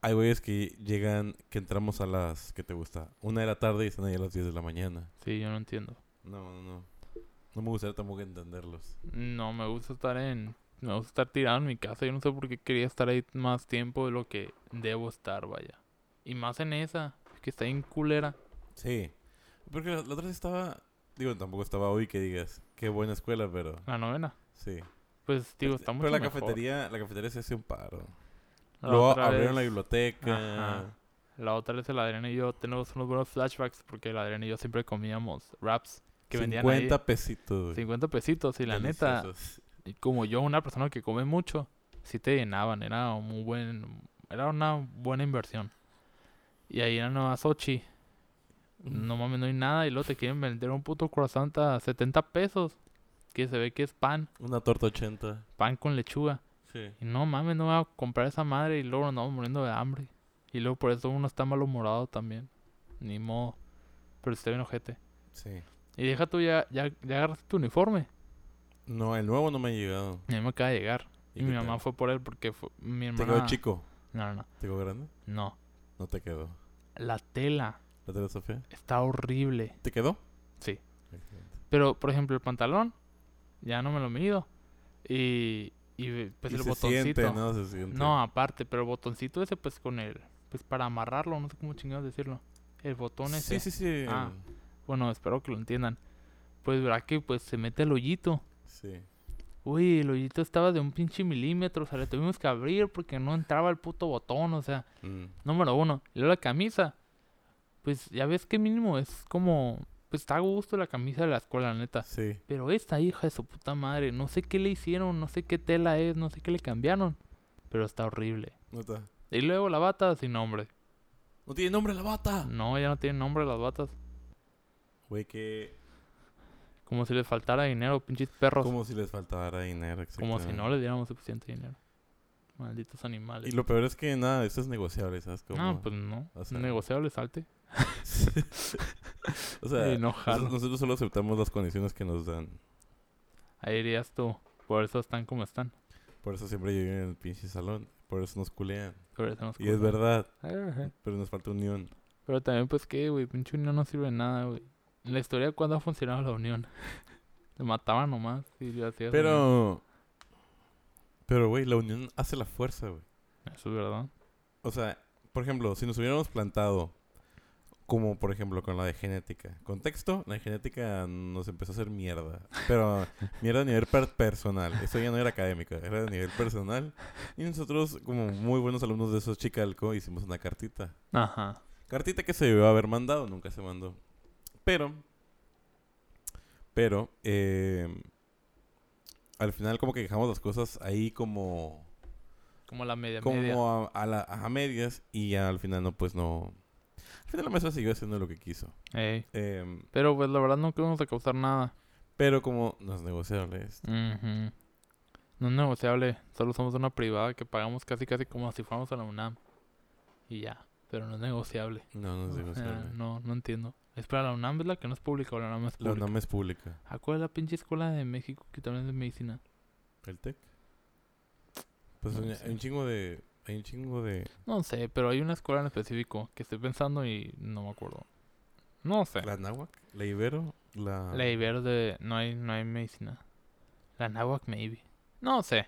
[SPEAKER 1] hay güeyes que llegan, que entramos a las, ¿qué te gusta? Una de la tarde y están ahí a las 10 de la mañana.
[SPEAKER 2] sí, yo no entiendo.
[SPEAKER 1] No, no, no. No me gustaría tampoco entenderlos.
[SPEAKER 2] No, me gusta estar en... Me gusta estar tirado en mi casa. Yo no sé por qué quería estar ahí más tiempo de lo que debo estar, vaya. Y más en esa, que está en culera.
[SPEAKER 1] Sí. Porque la, la otra vez estaba, digo, tampoco estaba hoy que digas, qué buena escuela, pero
[SPEAKER 2] La novena.
[SPEAKER 1] sí.
[SPEAKER 2] Pues, digo,
[SPEAKER 1] Este,
[SPEAKER 2] está mucho
[SPEAKER 1] pero la
[SPEAKER 2] mejor.
[SPEAKER 1] cafetería, la cafetería se hace un paro.
[SPEAKER 2] La
[SPEAKER 1] Luego
[SPEAKER 2] otra
[SPEAKER 1] abrieron la
[SPEAKER 2] vez-
[SPEAKER 1] biblioteca.
[SPEAKER 2] Ajá. La otra vez el Adrián y yo tenemos unos buenos flashbacks porque el Adrián y yo siempre comíamos wraps que vendían ahí.
[SPEAKER 1] 50 pesitos. güey.
[SPEAKER 2] 50 pesitos y la neta,
[SPEAKER 1] Deliciosos.
[SPEAKER 2] y como yo, una persona que come mucho, sí te llenaban, era un muy buen, era una buena inversión. Y ahí eran a Sochi, no mames, no hay nada, y luego te quieren vender un puto croissant a 70 pesos, que se ve que es pan,
[SPEAKER 1] Una torta 80.
[SPEAKER 2] pan con lechuga.
[SPEAKER 1] Sí.
[SPEAKER 2] Y no mames, no voy a comprar esa madre y luego nos andamos muriendo de hambre. Y luego por eso uno está malhumorado también. Ni modo. Pero está bien ojete.
[SPEAKER 1] Sí.
[SPEAKER 2] Y deja tú ya, ya, ya agarraste tu uniforme.
[SPEAKER 1] No, el nuevo no me ha llegado.
[SPEAKER 2] A mí me acaba de llegar. Y
[SPEAKER 1] qué
[SPEAKER 2] mi
[SPEAKER 1] tal?
[SPEAKER 2] mamá fue por él porque fue- mi
[SPEAKER 1] Te
[SPEAKER 2] hermana...
[SPEAKER 1] quedó chico.
[SPEAKER 2] No, no, no.
[SPEAKER 1] ¿Te quedó grande?
[SPEAKER 2] No.
[SPEAKER 1] No te quedó.
[SPEAKER 2] La tela
[SPEAKER 1] ¿La tela está fea?
[SPEAKER 2] está horrible.
[SPEAKER 1] ¿Te quedó?
[SPEAKER 2] Sí.
[SPEAKER 1] Excelente.
[SPEAKER 2] Pero, por ejemplo, el pantalón, ya no me lo mido. Y, y pues
[SPEAKER 1] Y
[SPEAKER 2] el
[SPEAKER 1] se
[SPEAKER 2] botoncito.
[SPEAKER 1] siente,
[SPEAKER 2] ¿no?
[SPEAKER 1] ¿no? Se siente.
[SPEAKER 2] aparte, pero el botoncito ese, pues con el. Pues para amarrarlo, no sé cómo chingados decirlo. El botón ese.
[SPEAKER 1] Sí, sí, sí.
[SPEAKER 2] Ah. Bueno, espero que lo entiendan. Pues verá que pues se mete el hoyito.
[SPEAKER 1] Sí.
[SPEAKER 2] uy, el hoyito estaba de un pinche milímetro, o sea, le tuvimos que abrir porque no entraba el puto botón, o sea,
[SPEAKER 1] Mm,
[SPEAKER 2] número uno. Y luego la camisa, pues ya ves que mínimo es como, pues está a gusto la camisa de la escuela, la neta.
[SPEAKER 1] Sí.
[SPEAKER 2] Pero esta hija de su puta madre, no sé qué le hicieron, no sé qué tela es, no sé qué le cambiaron, pero está horrible.
[SPEAKER 1] No, está.
[SPEAKER 2] Y luego la bata sin nombre.
[SPEAKER 1] no tiene nombre la bata.
[SPEAKER 2] No, ya no tienen nombre las batas.
[SPEAKER 1] Güey, que
[SPEAKER 2] Como si les faltara dinero, pinches perros.
[SPEAKER 1] como si les faltara dinero.
[SPEAKER 2] Como si no
[SPEAKER 1] exactamente.
[SPEAKER 2] les diéramos suficiente dinero. Malditos animales.
[SPEAKER 1] Y lo peor es que nada, eso es negociable, ¿sabes? Como...
[SPEAKER 2] No, pues no.
[SPEAKER 1] o sea-
[SPEAKER 2] Negociable, salte.
[SPEAKER 1] o sea,
[SPEAKER 2] y no
[SPEAKER 1] nosotros, *laughs*
[SPEAKER 2] jalo.
[SPEAKER 1] nosotros solo aceptamos las condiciones que nos dan.
[SPEAKER 2] Ahí irías tú. Por eso están como están.
[SPEAKER 1] Por eso siempre yo en el pinche salón. Por eso nos culean.
[SPEAKER 2] Por eso nos
[SPEAKER 1] Y es
[SPEAKER 2] corren.
[SPEAKER 1] verdad,
[SPEAKER 2] Ajá.
[SPEAKER 1] pero nos falta unión.
[SPEAKER 2] Pero también, pues, ¿qué, güey? Pinche unión no sirve de nada, güey. En la historia, ¿cuándo ha funcionado la unión? *laughs* Te mataban nomás. Y yo hacía
[SPEAKER 1] Pero... Pero, güey, la unión hace la fuerza, güey.
[SPEAKER 2] Eso es verdad.
[SPEAKER 1] O sea, por ejemplo, si nos hubiéramos plantado, como por ejemplo con la de genética, contexto, la de genética nos empezó a hacer mierda. Pero mierda a nivel per- personal. Eso ya no era académico, era a nivel personal. Y nosotros, como muy buenos alumnos de esos Chicalco, hicimos una cartita.
[SPEAKER 2] Ajá.
[SPEAKER 1] Cartita que se debió haber mandado, nunca se mandó. Pero, pero, eh, al final como que dejamos las cosas ahí como
[SPEAKER 2] Como la media media.
[SPEAKER 1] como a, a la- a medias y al final no, pues no. Al final la maestra siguió haciendo lo que quiso.
[SPEAKER 2] Ey.
[SPEAKER 1] Em,
[SPEAKER 2] Pero, pues, la verdad, no queremos causar nada.
[SPEAKER 1] pero como no es negociable es-
[SPEAKER 2] Ujú. No es negociable. Solo somos una privada que pagamos casi, casi como si fuéramos a la UNAM. Y ya. Pero no es negociable.
[SPEAKER 1] No, no es
[SPEAKER 2] O sea,
[SPEAKER 1] negociable.
[SPEAKER 2] no, no entiendo. Espera, la UNAM es la que no es pública o la UNAM es
[SPEAKER 1] La
[SPEAKER 2] pública.
[SPEAKER 1] UNAM es pública.
[SPEAKER 2] ¿A cuál es la pinche escuela de México que también es de medicina?
[SPEAKER 1] ¿El TEC? Pues
[SPEAKER 2] No
[SPEAKER 1] hay-
[SPEAKER 2] sé.
[SPEAKER 1] hay un chingo de... Hay un chingo de...
[SPEAKER 2] No sé, pero hay una escuela en específico que estoy pensando y no me acuerdo. No sé.
[SPEAKER 1] La Nahuac, la Ibero, la...
[SPEAKER 2] La Ibero de... No hay, no hay medicina. La Nahuac, maybe. No sé.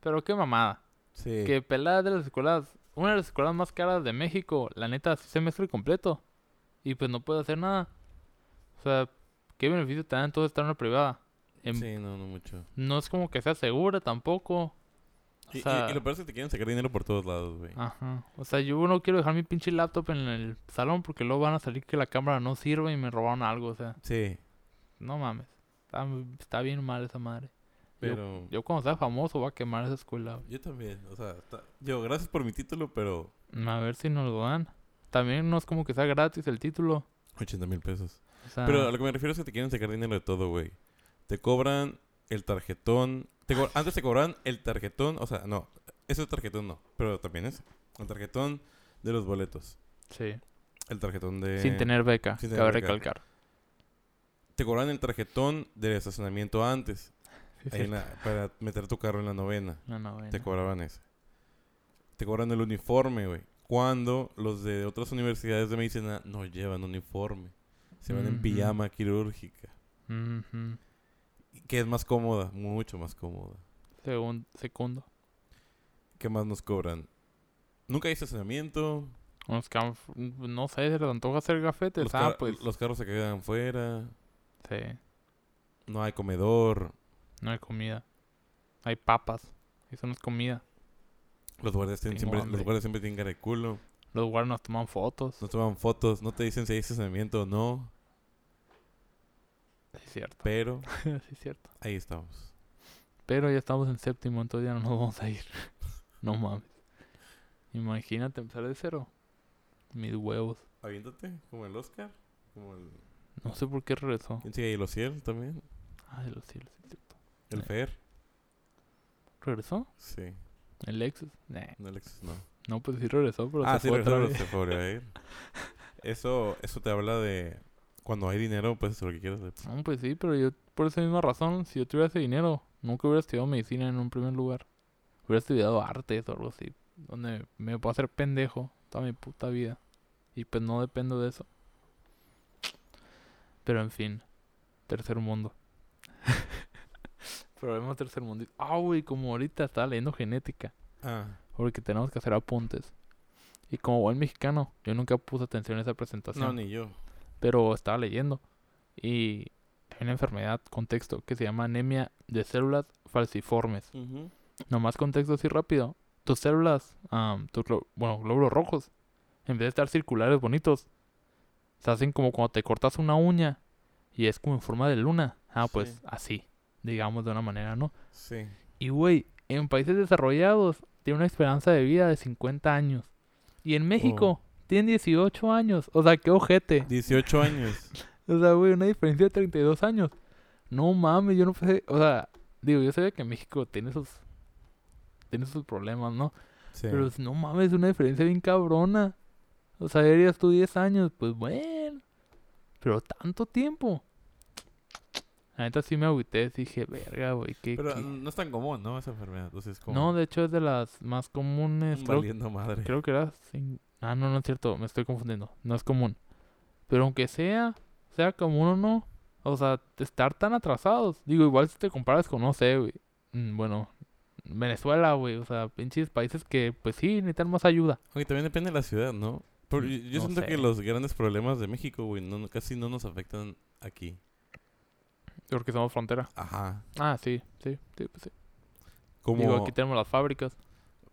[SPEAKER 2] Pero qué mamada.
[SPEAKER 1] Sí.
[SPEAKER 2] Que pelada de las escuelas... Una de las escuelas más caras de México. La neta, sí, semestre completo. Y pues no puede hacer nada. O sea, ¿qué beneficio te da entonces estar en una privada? En-
[SPEAKER 1] Sí, no, no mucho.
[SPEAKER 2] No es como que sea segura tampoco. O
[SPEAKER 1] Y, y-
[SPEAKER 2] sea, Ah.
[SPEAKER 1] y lo peor es que te quieren sacar dinero por todos lados, güey.
[SPEAKER 2] Ajá. O sea, yo no quiero dejar mi pinche laptop en el salón porque luego van a salir que la cámara no sirve y me robaron algo. O sea,
[SPEAKER 1] Sí,
[SPEAKER 2] no mames. Está, está bien mal esa madre.
[SPEAKER 1] pero... Yo,
[SPEAKER 2] Yo cuando sea famoso voy a quemar esa escuela. güey.
[SPEAKER 1] también, o sea... está- Yo, gracias por mi título, pero...
[SPEAKER 2] A ver si nos lo dan. También no es como que sea gratis el título.
[SPEAKER 1] 80 mil pesos.
[SPEAKER 2] O sea,
[SPEAKER 1] Pero a lo que me refiero es que te quieren sacar dinero de todo, güey. Te cobran el tarjetón. te co- antes te cobraban el tarjetón, o sea, no, ese tarjetón no, pero también es el tarjetón de los boletos.
[SPEAKER 2] sí.
[SPEAKER 1] El tarjetón de.
[SPEAKER 2] sin tener beca,
[SPEAKER 1] sin tener
[SPEAKER 2] cabe
[SPEAKER 1] beca.
[SPEAKER 2] recalcar.
[SPEAKER 1] Te cobraban el tarjetón del estacionamiento antes,
[SPEAKER 2] Sí,
[SPEAKER 1] ahí en
[SPEAKER 2] cierto.
[SPEAKER 1] la- para meter tu carro en la novena.
[SPEAKER 2] No, no, bueno.
[SPEAKER 1] Te cobraban ese. Te cobran el uniforme, güey. Cuando los de otras universidades de medicina no llevan uniforme. Se van en
[SPEAKER 2] Ujú.
[SPEAKER 1] pijama quirúrgica.
[SPEAKER 2] Ujú.
[SPEAKER 1] Que es más cómoda, mucho más cómoda.
[SPEAKER 2] Segun- segundo.
[SPEAKER 1] ¿Qué más nos cobran? Nunca hay estacionamiento.
[SPEAKER 2] Unos cam- No sé, se les antoja hacer gafetes.
[SPEAKER 1] Los,
[SPEAKER 2] ah,
[SPEAKER 1] car-
[SPEAKER 2] pues.
[SPEAKER 1] los carros se quedan fuera.
[SPEAKER 2] Sí.
[SPEAKER 1] No hay comedor.
[SPEAKER 2] No hay comida. Hay papas. Eso no es comida.
[SPEAKER 1] Los guardias, tienen
[SPEAKER 2] Tengo
[SPEAKER 1] siempre, los
[SPEAKER 2] hambre.
[SPEAKER 1] guardias siempre tienen cara de culo.
[SPEAKER 2] Los guardias nos toman fotos.
[SPEAKER 1] No toman fotos. No te dicen si hay estacionamiento o no.
[SPEAKER 2] Sí, es cierto.
[SPEAKER 1] Pero
[SPEAKER 2] *laughs* sí, es cierto.
[SPEAKER 1] ahí estamos.
[SPEAKER 2] Pero ya estamos en séptimo, entonces ya no nos vamos a ir. *laughs* no mames. Imagínate empezar de cero. Mis huevos.
[SPEAKER 1] Aviéntate, como el Oscar. Como el...
[SPEAKER 2] No sé por qué regresó.
[SPEAKER 1] ¿Quién sigue ahí? ¿Los Ciel también?
[SPEAKER 2] Ay, lo cielos, es cierto.
[SPEAKER 1] ¿El
[SPEAKER 2] Eh.
[SPEAKER 1] Fer?
[SPEAKER 2] ¿Regresó?
[SPEAKER 1] Sí.
[SPEAKER 2] ¿El Lexus? Nah.
[SPEAKER 1] No, Alexis, no.
[SPEAKER 2] No, pues sí regresó, pero
[SPEAKER 1] ah, sí,
[SPEAKER 2] se fue
[SPEAKER 1] regresó,
[SPEAKER 2] otra
[SPEAKER 1] pero
[SPEAKER 2] vez.
[SPEAKER 1] se fue a ir. ¿eh?
[SPEAKER 2] *laughs*
[SPEAKER 1] Eso, eso te habla de... Cuando hay dinero, pues hacer lo que quieras.
[SPEAKER 2] No, pues sí, pero yo, por esa misma razón, si yo tuviera ese dinero, nunca hubiera estudiado medicina en un primer lugar. Hubiera estudiado artes o algo así, donde me puedo hacer pendejo toda mi puta vida. Y pues no dependo de eso. Pero en fin, tercer mundo. *laughs* Problemas tercer mundo. Ah, güey, como ahorita estaba leyendo genética,
[SPEAKER 1] Ah,
[SPEAKER 2] porque tenemos que hacer apuntes. Y como buen mexicano, yo nunca puse atención a esa presentación
[SPEAKER 1] no, ni yo.
[SPEAKER 2] pero estaba leyendo y hay una enfermedad, contexto, que se llama anemia de células falciformes.
[SPEAKER 1] Ujú.
[SPEAKER 2] Nomás contexto así rápido. Tus células, am, tus glo- bueno, glóbulos rojos, en vez de estar circulares bonitos, se hacen como cuando te cortas una uña y es como en forma de luna. Ah, pues
[SPEAKER 1] Sí.
[SPEAKER 2] así, digamos de una manera, ¿no?
[SPEAKER 1] Sí.
[SPEAKER 2] Y güey, en países desarrollados tiene una esperanza de vida de 50 años. Y en México tiene 18 años. O sea, qué ojete.
[SPEAKER 1] 18 años.
[SPEAKER 2] O sea, güey, una diferencia de 32 años. No mames, yo no pensé. O sea, digo, yo sabía que México tiene sus. Tiene sus problemas, ¿no?
[SPEAKER 1] Sí.
[SPEAKER 2] Pero es- no mames, una diferencia bien cabrona. O sea, eres tú 10 años, pues bueno. Pero tanto tiempo. La neta sí me agüité, sí dije, verga, güey, qué.
[SPEAKER 3] Pero
[SPEAKER 1] mm,
[SPEAKER 2] qué-
[SPEAKER 3] no es tan común, ¿no? Esa enfermedad. Entonces, como.
[SPEAKER 2] No, de hecho es de las más comunes. Creo,
[SPEAKER 1] valiendo madre.
[SPEAKER 2] creo que era. cin- Ah, no, no es cierto, me estoy confundiendo. No es común. Pero aunque sea, sea común o no, o sea, estar tan atrasados. Digo, igual si te comparas con, no sé, güey. mm, Bueno, Venezuela, güey. O sea, pinches países que, pues sí, necesitan más ayuda.
[SPEAKER 1] Oye, también depende de la ciudad, ¿no? Pero yo, yo
[SPEAKER 2] no
[SPEAKER 1] siento
[SPEAKER 2] sé.
[SPEAKER 1] que los grandes problemas de México, güey, no- no- casi no nos afectan aquí.
[SPEAKER 2] Porque somos frontera.
[SPEAKER 1] Ajá.
[SPEAKER 2] Ah, sí, sí, sí, pues sí.
[SPEAKER 1] Como,
[SPEAKER 2] Digo, aquí tenemos las fábricas.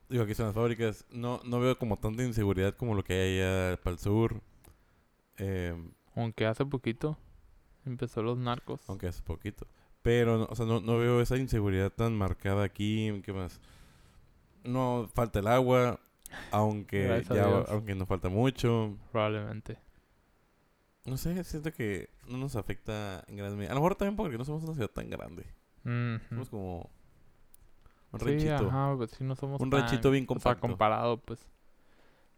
[SPEAKER 1] Digo, aquí son las fábricas. No, no veo como tanta inseguridad como lo que hay allá para el sur. Eh,
[SPEAKER 2] Aunque hace poquito empezó los narcos.
[SPEAKER 1] aunque hace poquito. Pero, no- o sea, no, no veo esa inseguridad tan marcada aquí. ¿Qué más? No falta el agua. Aunque,
[SPEAKER 2] Gracias a
[SPEAKER 1] ya,
[SPEAKER 2] Dios.
[SPEAKER 1] aunque no falta mucho.
[SPEAKER 2] Probablemente.
[SPEAKER 1] No sé, siento que no nos afecta en gran medida. A lo mejor también porque no somos una ciudad tan grande.
[SPEAKER 2] Ujú.
[SPEAKER 1] Somos como un
[SPEAKER 2] Mm. Sí,
[SPEAKER 1] ranchito.
[SPEAKER 2] ajá, pues sí, no somos
[SPEAKER 1] Un ranchito bien
[SPEAKER 2] O sea,
[SPEAKER 1] compacto.
[SPEAKER 2] comparado, pues.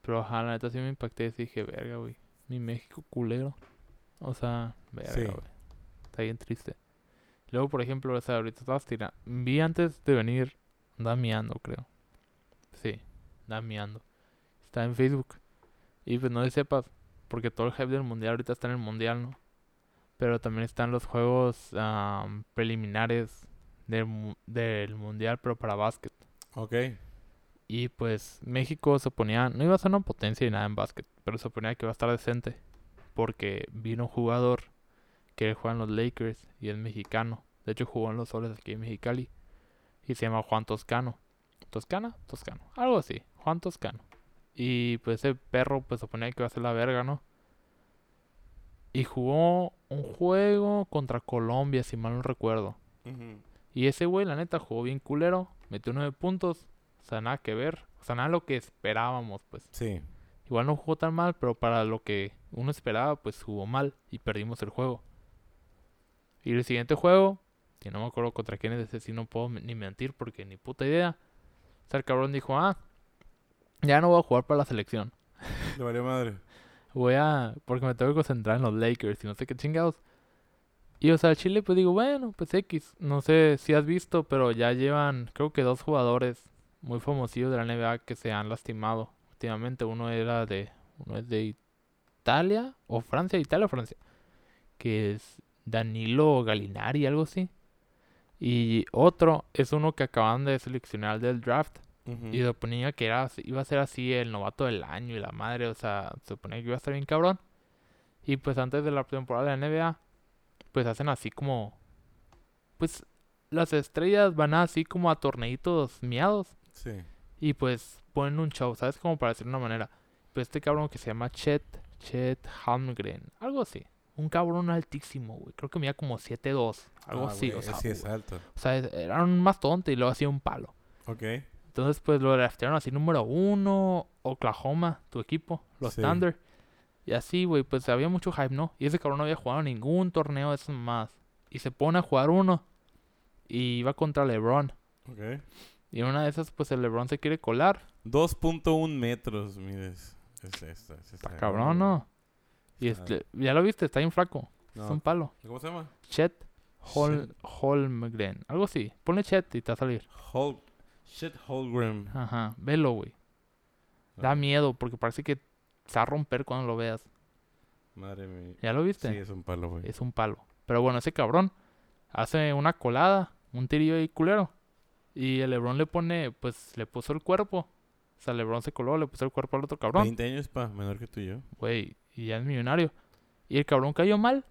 [SPEAKER 2] Pero ajá, la neta sí me impacté y dije, verga, güey. Mi México culero. O sea, verga,
[SPEAKER 1] Sí.
[SPEAKER 2] güey. Está bien triste. Luego, por ejemplo, o sea, ahorita estabas tirando. Vi antes de venir, andaba miando, creo. Sí, andaba miando. Está en Facebook. Y pues no le sepas, porque todo el hype del mundial ahorita está en el mundial, ¿no? Pero también están los juegos am, preliminares del, mu- del mundial, pero para básquet.
[SPEAKER 1] Ok.
[SPEAKER 2] Y pues México se ponía, no iba a ser una potencia ni nada en básquet, pero se ponía que iba a estar decente. Porque vino un jugador que juega en los Lakers y es mexicano. De hecho jugó en los Soles aquí en Mexicali. Y se llama Juan Toscano. ¿Toscana? Toscano. Algo así. Juan Toscano. Y pues ese perro pues se ponía que iba a ser la verga, ¿no? Y jugó un juego contra Colombia, si mal no recuerdo. Y ese güey, la neta, jugó bien culero. Metió nueve puntos. O sea, nada que ver. O sea, nada lo que esperábamos, pues.
[SPEAKER 1] Sí.
[SPEAKER 2] Igual no jugó tan mal, pero para lo que uno esperaba, pues jugó mal. Y perdimos el juego. Y el siguiente juego, que no me acuerdo contra quién es ese, si no puedo me- ni mentir porque ni puta idea. O sea, el cabrón dijo, ah, ya no voy a jugar para la selección.
[SPEAKER 1] Le valió madre.
[SPEAKER 2] Voy a. Porque me tengo que concentrar en los Lakers y no sé qué chingados. Y o sea, Chile, pues digo, bueno, pues X. No sé si has visto, pero ya llevan, creo que dos jugadores muy famosillos de la NBA que se han lastimado últimamente. Uno era de. Uno es de Italia o Francia, Italia o Francia. Que es Danilo Galinari, algo así. Y otro es uno que acaban de seleccionar del draft.
[SPEAKER 1] Ujú.
[SPEAKER 2] Y se suponía que era, así- iba a ser así el novato del año y la madre, o sea, se suponía que iba a estar bien cabrón. Y pues antes de la temporada de la NBA, pues hacen así como. Pues las estrellas van así como a torneitos miados.
[SPEAKER 1] Sí.
[SPEAKER 2] Y pues ponen un show, ¿sabes? Como para decir una manera. Pues este cabrón que se llama Chet, Chet Hamgren, algo así. Un cabrón altísimo, güey. Creo que medía como 7'2, algo
[SPEAKER 1] Ah,
[SPEAKER 2] así.
[SPEAKER 1] güey,
[SPEAKER 2] O sea,
[SPEAKER 1] sí, es alto.
[SPEAKER 2] o sea, era un mastodonte y luego hacía un palo.
[SPEAKER 1] Ok.
[SPEAKER 2] Entonces, pues lo draftearon así número uno, Oklahoma, tu equipo, los
[SPEAKER 1] Sí.
[SPEAKER 2] Thunder. Y así, güey, pues había mucho hype, ¿no? Y ese cabrón no había jugado ningún torneo de esas más. Y se pone a jugar uno. Y va contra LeBron.
[SPEAKER 1] Ok.
[SPEAKER 2] Y en una de esas, pues el LeBron se quiere colar.
[SPEAKER 1] 2.1 metros, mides. Es esta. es
[SPEAKER 2] Está
[SPEAKER 1] esta.
[SPEAKER 2] cabrón, ¿no? Y
[SPEAKER 1] Ah, Está-
[SPEAKER 2] este, ya lo viste, está bien flaco. Es
[SPEAKER 1] No.
[SPEAKER 2] un palo.
[SPEAKER 1] ¿Cómo se llama?
[SPEAKER 2] Chet Hol Holmgren. Algo así. Ponle Chet y te va a salir.
[SPEAKER 1] Hol Shit Holgram.
[SPEAKER 2] Ajá. Velo, güey.
[SPEAKER 1] Ah.
[SPEAKER 2] Da miedo porque parece que se va a romper cuando lo veas.
[SPEAKER 1] Madre mía.
[SPEAKER 2] ¿Ya lo
[SPEAKER 1] Sí,
[SPEAKER 2] viste?
[SPEAKER 1] es un palo, güey.
[SPEAKER 2] Este. es un palo. Pero bueno, ese cabrón hace una colada, un tirillo ahí culero. Y el Lebron le pone, pues le puso el cuerpo. O sea, Lebron se coló, le puso el cuerpo al otro cabrón.
[SPEAKER 1] 20 años, pa, menor que tú y yo.
[SPEAKER 2] Güey, y ya es millonario. Y el cabrón cayó mal.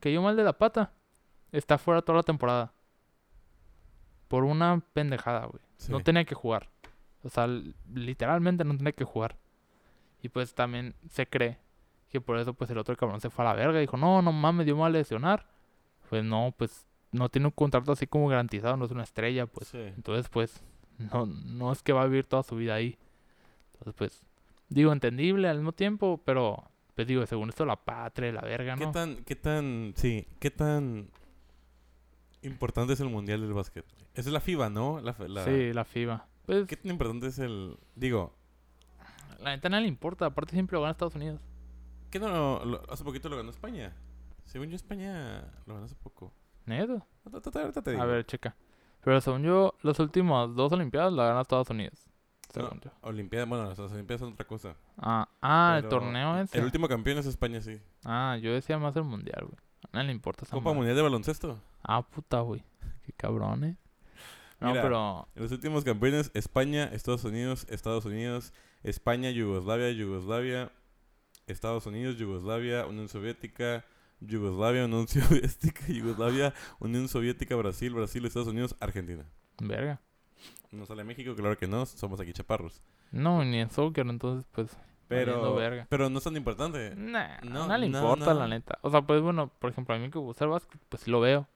[SPEAKER 2] Cayó mal de la pata. está fuera toda la temporada. Por una pendejada, güey.
[SPEAKER 1] Sí.
[SPEAKER 2] No tenía que jugar. O sea, l- literalmente no tenía que jugar. Y pues también se cree que por eso pues el otro cabrón se fue a la verga y dijo, no, no mames, yo me voy a lesionar. Pues no, pues no tiene un contrato así como garantizado, no es una estrella, pues.
[SPEAKER 1] Sí.
[SPEAKER 2] Entonces, pues, *laughs* no, no es que va a vivir toda su vida ahí. Entonces, pues, digo, entendible al mismo tiempo, pero, pues digo, según esto, la patria, la verga,
[SPEAKER 1] ¿Qué
[SPEAKER 2] Ah, ¿no?
[SPEAKER 1] tan, qué tan, sí, qué tan importante es el mundial del básquet? Esa es la FIBA, ¿no? La, fe- la-
[SPEAKER 2] Sí, la FIBA. Pues,
[SPEAKER 1] ¿Qué tan importante es el, digo,
[SPEAKER 2] la neta no le importa, aparte siempre lo gana Estados Unidos.
[SPEAKER 1] ¿qué no, lo- lo- hace poquito lo ganó España? Según yo España lo ganó hace poco.
[SPEAKER 2] Neto.
[SPEAKER 1] Ahorita te- ahorita te digo.
[SPEAKER 2] A ver, checa. Pero según yo, las últimas dos Olimpiadas la gana Estados Unidos.
[SPEAKER 1] No,
[SPEAKER 2] Según yo.
[SPEAKER 1] Olimpiada, bueno, las las Olimpiadas son otra cosa.
[SPEAKER 2] Ah, ah el
[SPEAKER 1] Pero
[SPEAKER 2] torneo ese.
[SPEAKER 1] El último campeón es España, sí.
[SPEAKER 2] Ah, yo decía más el mundial, güey. No le importa esa
[SPEAKER 1] Copa
[SPEAKER 2] madre.
[SPEAKER 1] Mundial de Baloncesto.
[SPEAKER 2] Ah, puta, güey. *laughs* Qué cabrón, eh. No,
[SPEAKER 1] Mira,
[SPEAKER 2] pero.
[SPEAKER 1] Los últimos campeones, España, Estados Unidos, Estados Unidos, España, Yugoslavia, Yugoslavia, Estados Unidos, Yugoslavia, Unión Soviética, Yugoslavia, Unión *laughs* Soviética, Yugoslavia, Unión Soviética, Brasil, Brasil, Estados Unidos, Argentina.
[SPEAKER 2] Verga.
[SPEAKER 1] No sale México, claro que no, somos aquí chaparros.
[SPEAKER 2] No, ni en soccer, entonces, pues. Valiendo
[SPEAKER 1] Pero,
[SPEAKER 2] verga.
[SPEAKER 1] pero no es tan importante.
[SPEAKER 2] Nah,
[SPEAKER 1] No,
[SPEAKER 2] no, le
[SPEAKER 1] no,
[SPEAKER 2] importa,
[SPEAKER 1] no.
[SPEAKER 2] la neta. O sea, pues bueno, por ejemplo, a mí que me gusta el básquet, pues lo veo.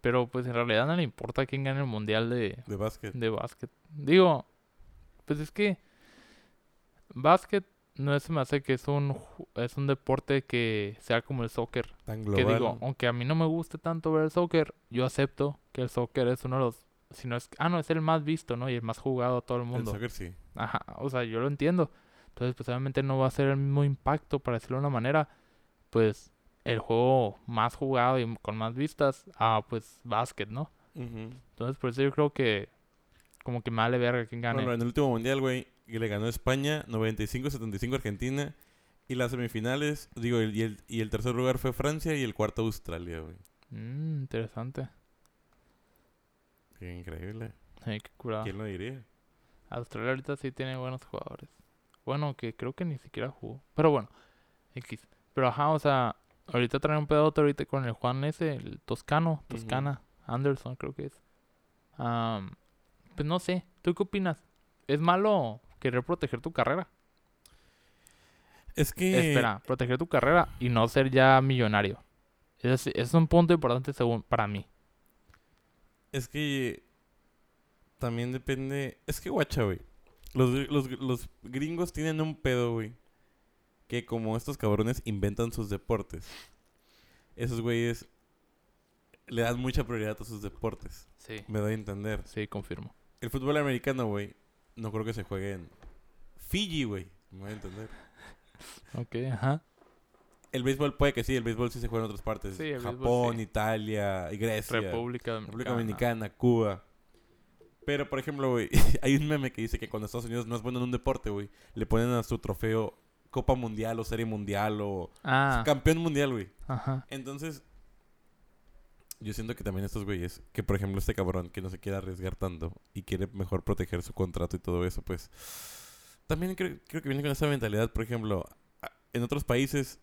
[SPEAKER 2] Pero pues en realidad no le importa quién gane el mundial de,
[SPEAKER 1] De básquet.
[SPEAKER 2] de básquet. Digo, pues es que básquet no se me hace que es un, ju- es un deporte que sea como el soccer.
[SPEAKER 1] Tan
[SPEAKER 2] Que
[SPEAKER 1] global.
[SPEAKER 2] digo, aunque a mí no me guste tanto ver el soccer, yo acepto que el soccer es uno de los... Si no es, ah, no, es el más visto, ¿no? Y el más jugado a todo el
[SPEAKER 1] el
[SPEAKER 2] mundo.
[SPEAKER 1] soccer sí.
[SPEAKER 2] Ajá, o sea, yo lo entiendo. Entonces, pues obviamente no va a ser el mismo impacto, para decirlo de una manera. Pues el juego más jugado y con más vistas, ah, pues básquet, ¿no?
[SPEAKER 1] Ujú.
[SPEAKER 2] Entonces, por eso yo creo que como que me vale verga quién gane.
[SPEAKER 1] Bueno, en el último mundial, güey, que le ganó España 95-75 Argentina. Y las semifinales, digo, el- y, el, y el tercer lugar fue Francia y el cuarto Australia, güey.
[SPEAKER 2] Mm, interesante.
[SPEAKER 1] Qué increíble.
[SPEAKER 2] Ay, qué curado.
[SPEAKER 1] ¿Quién lo diría?
[SPEAKER 2] Australia ahorita sí tiene buenos jugadores. Bueno, que creo que ni siquiera jugó. Pero bueno, X. Pero ajá, o sea, ahorita trae un pedote ahorita con el Juan ese, el Toscano,
[SPEAKER 1] Ujú.
[SPEAKER 2] Toscana, Anderson creo que es. Am, pues no sé, ¿tú qué opinas? ¿Es malo querer proteger tu carrera?
[SPEAKER 1] Es que.
[SPEAKER 2] Espera, proteger tu carrera y no ser ya millonario. Es, es un punto importante según para mí.
[SPEAKER 1] Es que. También depende. Es que, guacha, güey. Los, gr- los, gr- los gringos tienen un pedo, güey. Que como estos cabrones inventan sus deportes. Esos güeyes. Le dan mucha prioridad a sus deportes.
[SPEAKER 2] Sí.
[SPEAKER 1] Me doy a entender.
[SPEAKER 2] Sí, confirmo.
[SPEAKER 1] El fútbol americano, güey, no creo que se juegue en Fiji, güey. Me voy a entender.
[SPEAKER 2] Ok, ajá.
[SPEAKER 1] El béisbol puede que sí, el béisbol sí se juega en otras partes.
[SPEAKER 2] Sí, el béisbol
[SPEAKER 1] Japón,
[SPEAKER 2] sí.
[SPEAKER 1] Italia, y Grecia, eh, República,
[SPEAKER 2] República Dominicana.
[SPEAKER 1] Dominicana, Cuba. Pero, por ejemplo, güey, *laughs* hay un meme que dice que cuando Estados Unidos no es bueno en un deporte, güey, le ponen a su trofeo Copa Mundial o Serie Mundial o
[SPEAKER 2] Ah,
[SPEAKER 1] Campeón Mundial, güey.
[SPEAKER 2] ajá.
[SPEAKER 1] Entonces, yo siento que también estos güeyes, que por ejemplo este cabrón que no se quiere arriesgar tanto y quiere mejor proteger su contrato y todo eso, pues también creo, creo que viene con esa mentalidad. Por ejemplo, a- en otros países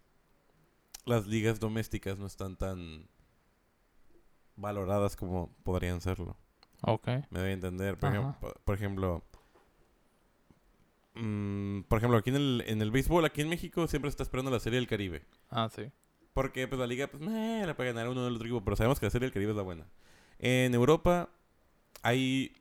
[SPEAKER 1] las ligas domésticas no están tan valoradas como podrían serlo.
[SPEAKER 2] Ok.
[SPEAKER 1] Me doy a entender. Por,
[SPEAKER 2] Ajá.
[SPEAKER 1] ejem- po- por ejemplo, mm, por ejemplo, aquí en el, en el béisbol, aquí en México siempre se está esperando la Serie del Caribe.
[SPEAKER 2] Ah, sí.
[SPEAKER 1] Porque pues la liga, pues, meh, la puede ganar uno del otro equipo, pero sabemos que la serie del Caribe es la buena. En Europa hay...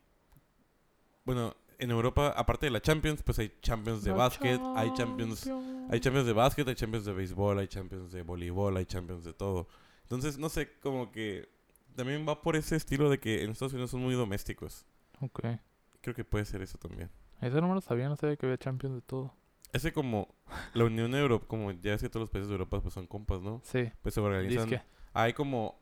[SPEAKER 1] Bueno, en Europa, aparte de la Champions, pues hay Champions de básquet, hay Champions... Hay Champions de básquet, hay Champions de béisbol, hay Champions de voleibol, hay Champions de todo. Entonces, no sé, como que... También va por ese estilo de que en Estados Unidos son muy domésticos.
[SPEAKER 2] Ok.
[SPEAKER 1] Creo que puede ser eso también.
[SPEAKER 2] Eso no me lo sabía, no sabía que había Champions de todo.
[SPEAKER 1] Ese como la Unión Europea, como ya es que todos los países de Europa pues son compas, ¿no?
[SPEAKER 2] Sí,
[SPEAKER 1] Pues se organizan
[SPEAKER 2] disque.
[SPEAKER 1] hay como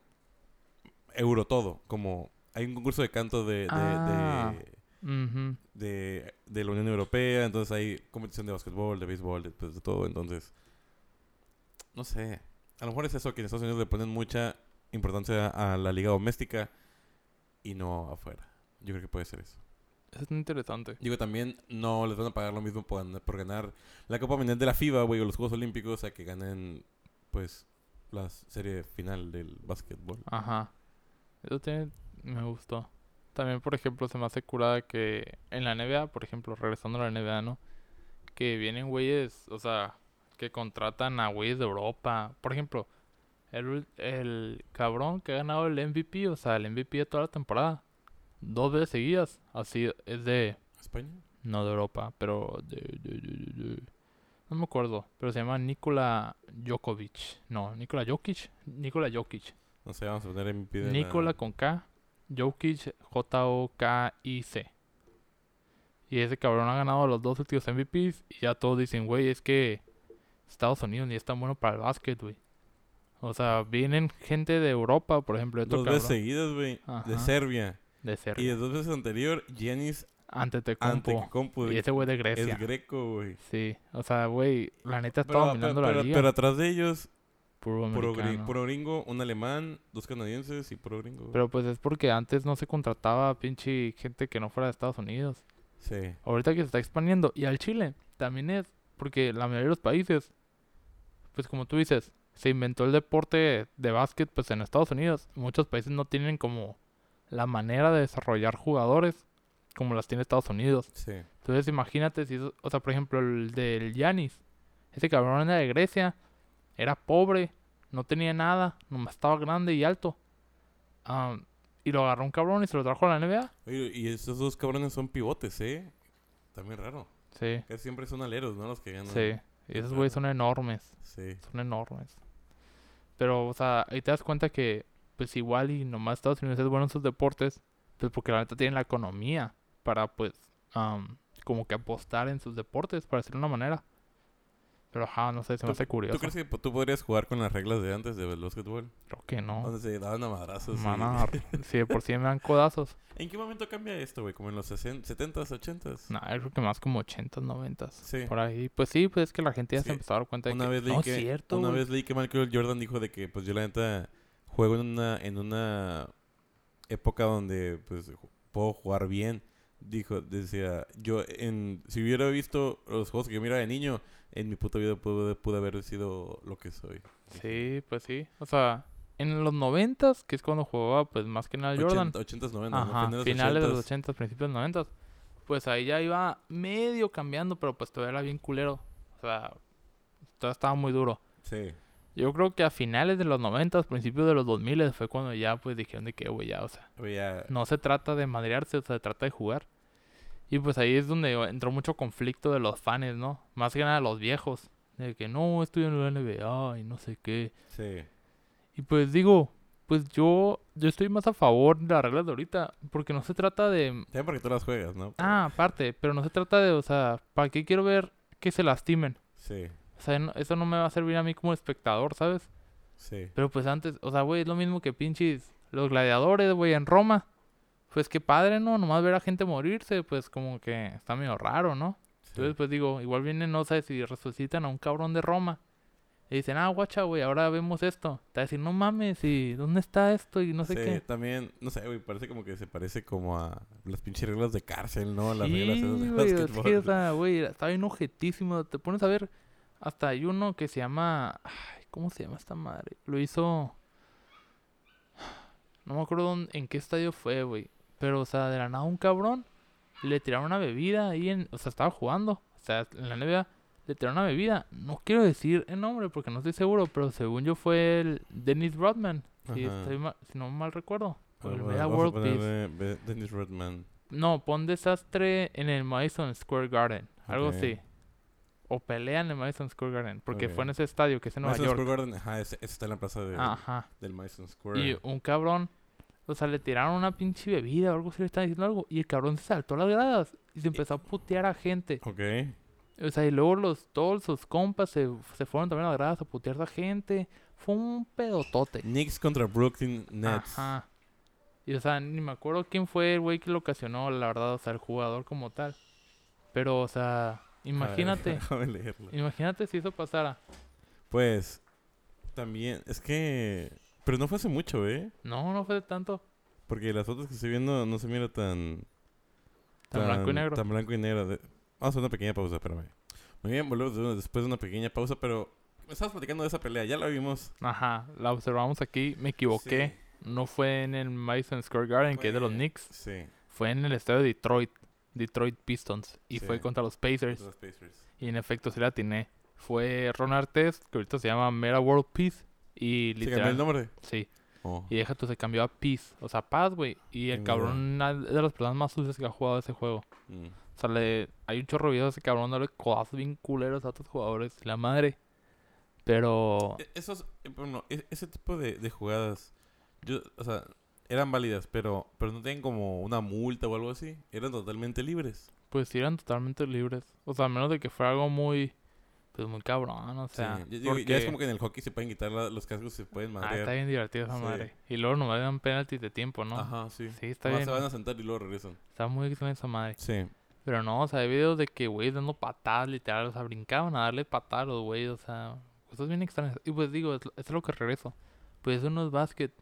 [SPEAKER 1] Eurotodo, como hay un concurso de canto de, de,
[SPEAKER 2] Ah. Ujú.
[SPEAKER 1] de, de- de la Unión Europea, entonces hay competición de básquetbol, de béisbol, de, pues, de todo, entonces no sé, a lo mejor es eso que en Estados Unidos le ponen mucha importancia a la liga doméstica y no afuera. Yo creo que puede ser eso.
[SPEAKER 2] Es interesante.
[SPEAKER 1] Digo, también no les van a pagar lo mismo por, por ganar la Copa Mundial de la FIBA, güey, o los Juegos Olímpicos, a que ganen, pues, la serie final del básquetbol.
[SPEAKER 2] Ajá. Eso tiene, me gustó. También, por ejemplo, se me hace curada que en la NBA, por ejemplo, regresando a la NBA, ¿no? Que vienen güeyes, o sea, que contratan a güeyes de Europa. Por ejemplo, el, ul- el cabrón que ha ganado el MVP, o sea, el MVP de toda la temporada. Dos veces seguidas. Así es de...
[SPEAKER 1] ¿España?
[SPEAKER 2] No de Europa, pero... De, de- de- de- de- No me acuerdo, pero se llama Nikola Jokovic. No, Nikola Jokic. Nikola Jokic.
[SPEAKER 1] No sé, vamos a poner MVP de la-
[SPEAKER 2] Nicola con K, Jokic J-O-K-I-C. Y ese cabrón ha ganado los dos últimos MVPs. Y ya todos dicen, güey, es que Estados Unidos ni es tan bueno para el básquet, güey. O sea, vienen gente de Europa, por ejemplo, otro
[SPEAKER 1] Dos
[SPEAKER 2] cabrón
[SPEAKER 1] veces seguidas, güey. De
[SPEAKER 2] Ajá.
[SPEAKER 1] Serbia.
[SPEAKER 2] de
[SPEAKER 1] Y
[SPEAKER 2] Serbia.
[SPEAKER 1] de dos veces anterior, Giannis
[SPEAKER 2] Antetokounmpo.
[SPEAKER 1] Antetokounmpo.
[SPEAKER 2] Y ese güey de Grecia.
[SPEAKER 1] Es greco, güey.
[SPEAKER 2] Sí, o sea, güey, la neta está
[SPEAKER 1] Pero,
[SPEAKER 2] dominando
[SPEAKER 1] pero-
[SPEAKER 2] la liga.
[SPEAKER 1] pero atrás de ellos,
[SPEAKER 2] puro
[SPEAKER 1] puro, gri-
[SPEAKER 2] americano.
[SPEAKER 1] puro gringo, un alemán, dos canadienses y puro gringo. güey.
[SPEAKER 2] Pero pues es porque antes no se contrataba a pinche gente que no fuera de Estados Unidos.
[SPEAKER 1] Sí.
[SPEAKER 2] ahorita que se está expandiendo. Y al Chile también es, porque la mayoría de los países, pues como tú dices, se inventó el deporte de básquet pues en Estados Unidos. Muchos países no tienen como la manera de desarrollar jugadores como las tiene Estados Unidos.
[SPEAKER 1] Sí.
[SPEAKER 2] Entonces imagínate si, eso- o sea, por ejemplo, el del Yanis. Ese cabrón era de Grecia, era pobre, no tenía nada, nomás estaba grande y alto. Ah, y lo agarró un cabrón y se lo trajo a la NBA.
[SPEAKER 1] Oye, y esos dos cabrones son pivotes, ¿eh? También raro.
[SPEAKER 2] Sí,
[SPEAKER 1] Casi siempre son aleros, ¿no? Los que ganan.
[SPEAKER 2] sí. Y esos güeyes son enormes.
[SPEAKER 1] Sí.
[SPEAKER 2] son enormes. Pero, o sea, ahí te das cuenta que, pues igual y nomás Estados Unidos es bueno en sus deportes, pues porque la neta tienen la economía para, pues, am, como que apostar en sus deportes, para decirlo de una manera. Pero, ajá, no sé, se me hace curioso.
[SPEAKER 1] ¿Tú crees que po- tú podrías jugar con las reglas de antes del básquetbol?
[SPEAKER 2] Creo que no.
[SPEAKER 1] Donde se daban a madrazos. y-
[SPEAKER 2] Manar, si de por sí me dan codazos.
[SPEAKER 1] *laughs* ¿En qué momento cambia esto, güey? ¿Como en los 60, 70s, 80s?
[SPEAKER 2] Nah, yo creo que más como 80, 90.
[SPEAKER 1] Sí.
[SPEAKER 2] Por ahí. Pues sí, pues es que la gente ya
[SPEAKER 1] Sí.
[SPEAKER 2] se empezó a dar cuenta de
[SPEAKER 1] Una
[SPEAKER 2] que.
[SPEAKER 1] vez leí
[SPEAKER 2] no, es
[SPEAKER 1] que
[SPEAKER 2] cierto.
[SPEAKER 1] una
[SPEAKER 2] güey.
[SPEAKER 1] vez leí que Michael Jordan dijo de que pues yo la neta juego en una en una época donde pues ju- puedo jugar bien. Dijo, decía, yo en si hubiera visto los juegos que yo miraba de niño, en mi puta vida pude, pude haber sido lo que soy.
[SPEAKER 2] Sí, pues sí. O sea, en los 90 que es cuando jugaba, pues más que nada Jordan.
[SPEAKER 1] 80, 90, ¿no?
[SPEAKER 2] Ajá, finales de los
[SPEAKER 1] 80s.
[SPEAKER 2] 80, principios de los 90. Pues ahí ya iba medio cambiando, pero pues todavía era bien culero. O sea, todavía estaba muy duro.
[SPEAKER 1] Sí.
[SPEAKER 2] Yo creo que a finales de los 90, principios de los 2000 fue cuando ya pues dijeron de que, güey, ya, o sea,
[SPEAKER 1] Oye, ya-
[SPEAKER 2] no se trata de madrearse, o sea, se trata de jugar. Y pues ahí es donde entró mucho conflicto de los fans, ¿no? Más que nada los viejos. De que no, estoy en la NBA y no sé qué.
[SPEAKER 1] sí.
[SPEAKER 2] Y pues digo, pues yo, yo estoy más a favor de las reglas de ahorita, porque no se trata de
[SPEAKER 1] También porque tú las juegas, ¿no?
[SPEAKER 2] Ah, aparte, pero no se trata de, o sea, ¿para qué quiero ver que se lastimen?
[SPEAKER 1] Sí,
[SPEAKER 2] O sea, no- eso no me va a servir a mí como espectador, ¿sabes?
[SPEAKER 1] sí.
[SPEAKER 2] Pero pues antes, o sea, güey, es lo mismo que pinches los gladiadores, güey, en Roma. Pues qué padre, ¿no? Nomás ver a gente morirse, pues como que está medio raro, ¿no?
[SPEAKER 1] sí.
[SPEAKER 2] Entonces, pues digo, igual vienen, no sé, si resucitan a un cabrón de Roma. Y dicen, ah, guacha, güey, ahora vemos esto. Te va a decir, no mames, ¿y dónde está esto? Y no sé
[SPEAKER 1] Sí,
[SPEAKER 2] qué.
[SPEAKER 1] también, no sé, güey, parece como que se parece como a las pinches reglas de cárcel, ¿no? Las reglas esas
[SPEAKER 2] Sí,
[SPEAKER 1] de
[SPEAKER 2] güey, es que, o
[SPEAKER 1] básquetbol.
[SPEAKER 2] sea, güey, está bien objetísimo. Te pones a ver, hasta hay uno que se llama... Ay, ¿cómo se llama esta madre? Lo hizo... No me acuerdo dónde- en qué estadio fue, güey. Pero, o sea, de la nada un cabrón le tiraron una bebida ahí en... O sea, estaba jugando. O sea, en la NBA le tiraron una bebida. No quiero decir el nombre porque no estoy seguro, pero según yo fue el Dennis Rodman. Si,
[SPEAKER 1] Ajá.
[SPEAKER 2] estoy ma- si no mal recuerdo.
[SPEAKER 1] Ah,
[SPEAKER 2] O el
[SPEAKER 1] bueno,
[SPEAKER 2] Mega
[SPEAKER 1] vamos a
[SPEAKER 2] World Peace.
[SPEAKER 1] ponerle Be- Dennis Rodman.
[SPEAKER 2] No, pon desastre en el Madison Square Garden. Algo
[SPEAKER 1] Ok.
[SPEAKER 2] así. O pelea en el Madison Square Garden. Porque fue en
[SPEAKER 1] Ok.
[SPEAKER 2] ese estadio que es en Nueva
[SPEAKER 1] Madison
[SPEAKER 2] York.
[SPEAKER 1] Square Garden, ajá, ese- ese está en la plaza de-
[SPEAKER 2] Ajá.
[SPEAKER 1] del Madison Square.
[SPEAKER 2] Y un cabrón. O sea, le tiraron una pinche bebida o algo así, le estaban diciendo algo. Y el cabrón se saltó a las gradas y se empezó a putear a gente.
[SPEAKER 1] Ok.
[SPEAKER 2] O sea, y luego los, todos sus compas se, se fueron también a las gradas a putear a gente. Fue un pedotote.
[SPEAKER 1] Knicks contra Brooklyn Nets.
[SPEAKER 2] Ajá. Y o sea, ni me acuerdo quién fue el güey que lo ocasionó, la verdad, o sea, el jugador como tal. Pero, o sea, imagínate,
[SPEAKER 1] *laughs* Déjame leerlo.
[SPEAKER 2] imagínate si eso pasara.
[SPEAKER 1] Pues, también, es que... Pero no fue hace mucho, ¿eh?
[SPEAKER 2] No, no fue de tanto.
[SPEAKER 1] Porque las fotos que estoy viendo no se mira tan...
[SPEAKER 2] Tan blanco y negro.
[SPEAKER 1] Tan blanco y negro. De- Vamos a hacer una pequeña pausa, espérame. Muy bien, volvemos de- después de una pequeña pausa, pero me estabas platicando de esa pelea, ya la vimos.
[SPEAKER 2] Ajá, la observamos aquí. Me equivoqué. No fue en el Madison Square Garden, que es de los
[SPEAKER 1] Fue-
[SPEAKER 2] Knicks.
[SPEAKER 1] Sí,
[SPEAKER 2] Fue en el estadio de Detroit. Detroit Pistons. Y
[SPEAKER 1] Sí.
[SPEAKER 2] fue contra los Pacers.
[SPEAKER 1] los Pacers.
[SPEAKER 2] Y en efecto sí la atiné. Fue Ron Artest, que ahorita se llama Mera World Peace. Y
[SPEAKER 1] ¿Se cambió el
[SPEAKER 2] literal.
[SPEAKER 1] nombre?
[SPEAKER 2] Sí.
[SPEAKER 1] Oh.
[SPEAKER 2] Y deja tú, se cambió a Peace. O sea, paz, güey. Y el
[SPEAKER 1] Qué
[SPEAKER 2] cabrón na- es de las personas más sucias que ha jugado ese juego.
[SPEAKER 1] Mm.
[SPEAKER 2] O sea, le- hay un chorro de videos de ese cabrón dándole codazos bien culeros a otros jugadores. La madre. Pero.
[SPEAKER 1] E- Esos, eh, bueno, e- ese tipo de, de jugadas, yo, o sea, eran válidas, pero, pero no tenían como una multa o algo así. Eran totalmente libres.
[SPEAKER 2] Pues sí eran totalmente libres. O sea, a menos de que fuera algo muy... Pues muy cabrón, o
[SPEAKER 1] Sí.
[SPEAKER 2] sea...
[SPEAKER 1] Ya- digo,
[SPEAKER 2] porque-
[SPEAKER 1] Ya es como que en el hockey se pueden quitar la- los cascos, se pueden
[SPEAKER 2] Ah, está
[SPEAKER 1] madrear.
[SPEAKER 2] bien divertido esa
[SPEAKER 1] Sí.
[SPEAKER 2] madre. Y luego nomás dan penaltis de tiempo, ¿no?
[SPEAKER 1] Ajá, sí.
[SPEAKER 2] Sí, está
[SPEAKER 1] Nomás se
[SPEAKER 2] bien.
[SPEAKER 1] van a sentar y luego regresan.
[SPEAKER 2] Está muy extraña esa madre.
[SPEAKER 1] Sí.
[SPEAKER 2] Pero no, o sea, hay videos de que güeyes dando patadas, literal. O sea, brincaban a darle patadas a los güeyes, o sea... Cosas bien extrañas. Y pues digo, es, lo- es lo que regreso. Pues eso no es básquet.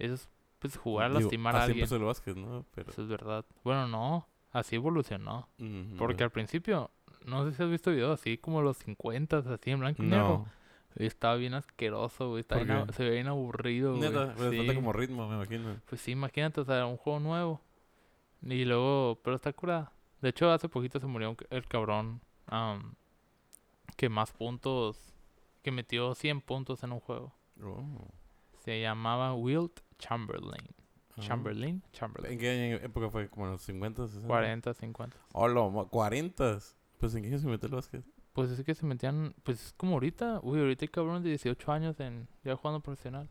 [SPEAKER 2] Eso es, pues, jugar a
[SPEAKER 1] Digo,
[SPEAKER 2] lastimar a
[SPEAKER 1] así
[SPEAKER 2] alguien.
[SPEAKER 1] empezó el básquet, ¿no? Pero,
[SPEAKER 2] Eso es verdad. Bueno, no. Así evolucionó.
[SPEAKER 1] Ujú.
[SPEAKER 2] Porque al principio... No sé si has visto videos así como los 50, así en blanco y negro.
[SPEAKER 1] No.
[SPEAKER 2] Estaba bien asqueroso, güey. Está
[SPEAKER 1] ¿Por
[SPEAKER 2] bien a-
[SPEAKER 1] qué?
[SPEAKER 2] se ve bien aburrido, güey.
[SPEAKER 1] Neta, pero les falta
[SPEAKER 2] Sí.
[SPEAKER 1] como ritmo, me imagino.
[SPEAKER 2] Pues sí, imagínate, o sea, un juego nuevo. Y luego, pero está curada. De hecho, hace poquito se murió un c- el cabrón am, que más puntos, que metió 100 puntos en un juego.
[SPEAKER 1] Oh.
[SPEAKER 2] Se llamaba Wilt Chamberlain.
[SPEAKER 1] Ah.
[SPEAKER 2] Chamberlain,
[SPEAKER 1] ¿En
[SPEAKER 2] Chamberlain.
[SPEAKER 1] qué año- época fue? ¿Como en los 50, 60?
[SPEAKER 2] 40, 50.
[SPEAKER 1] Hola, ma- 40. Pues en qué año se metió el básquet.
[SPEAKER 2] Pues es que se metían, pues es como ahorita, uy, ahorita hay cabrones de 18 años en ya jugando profesional.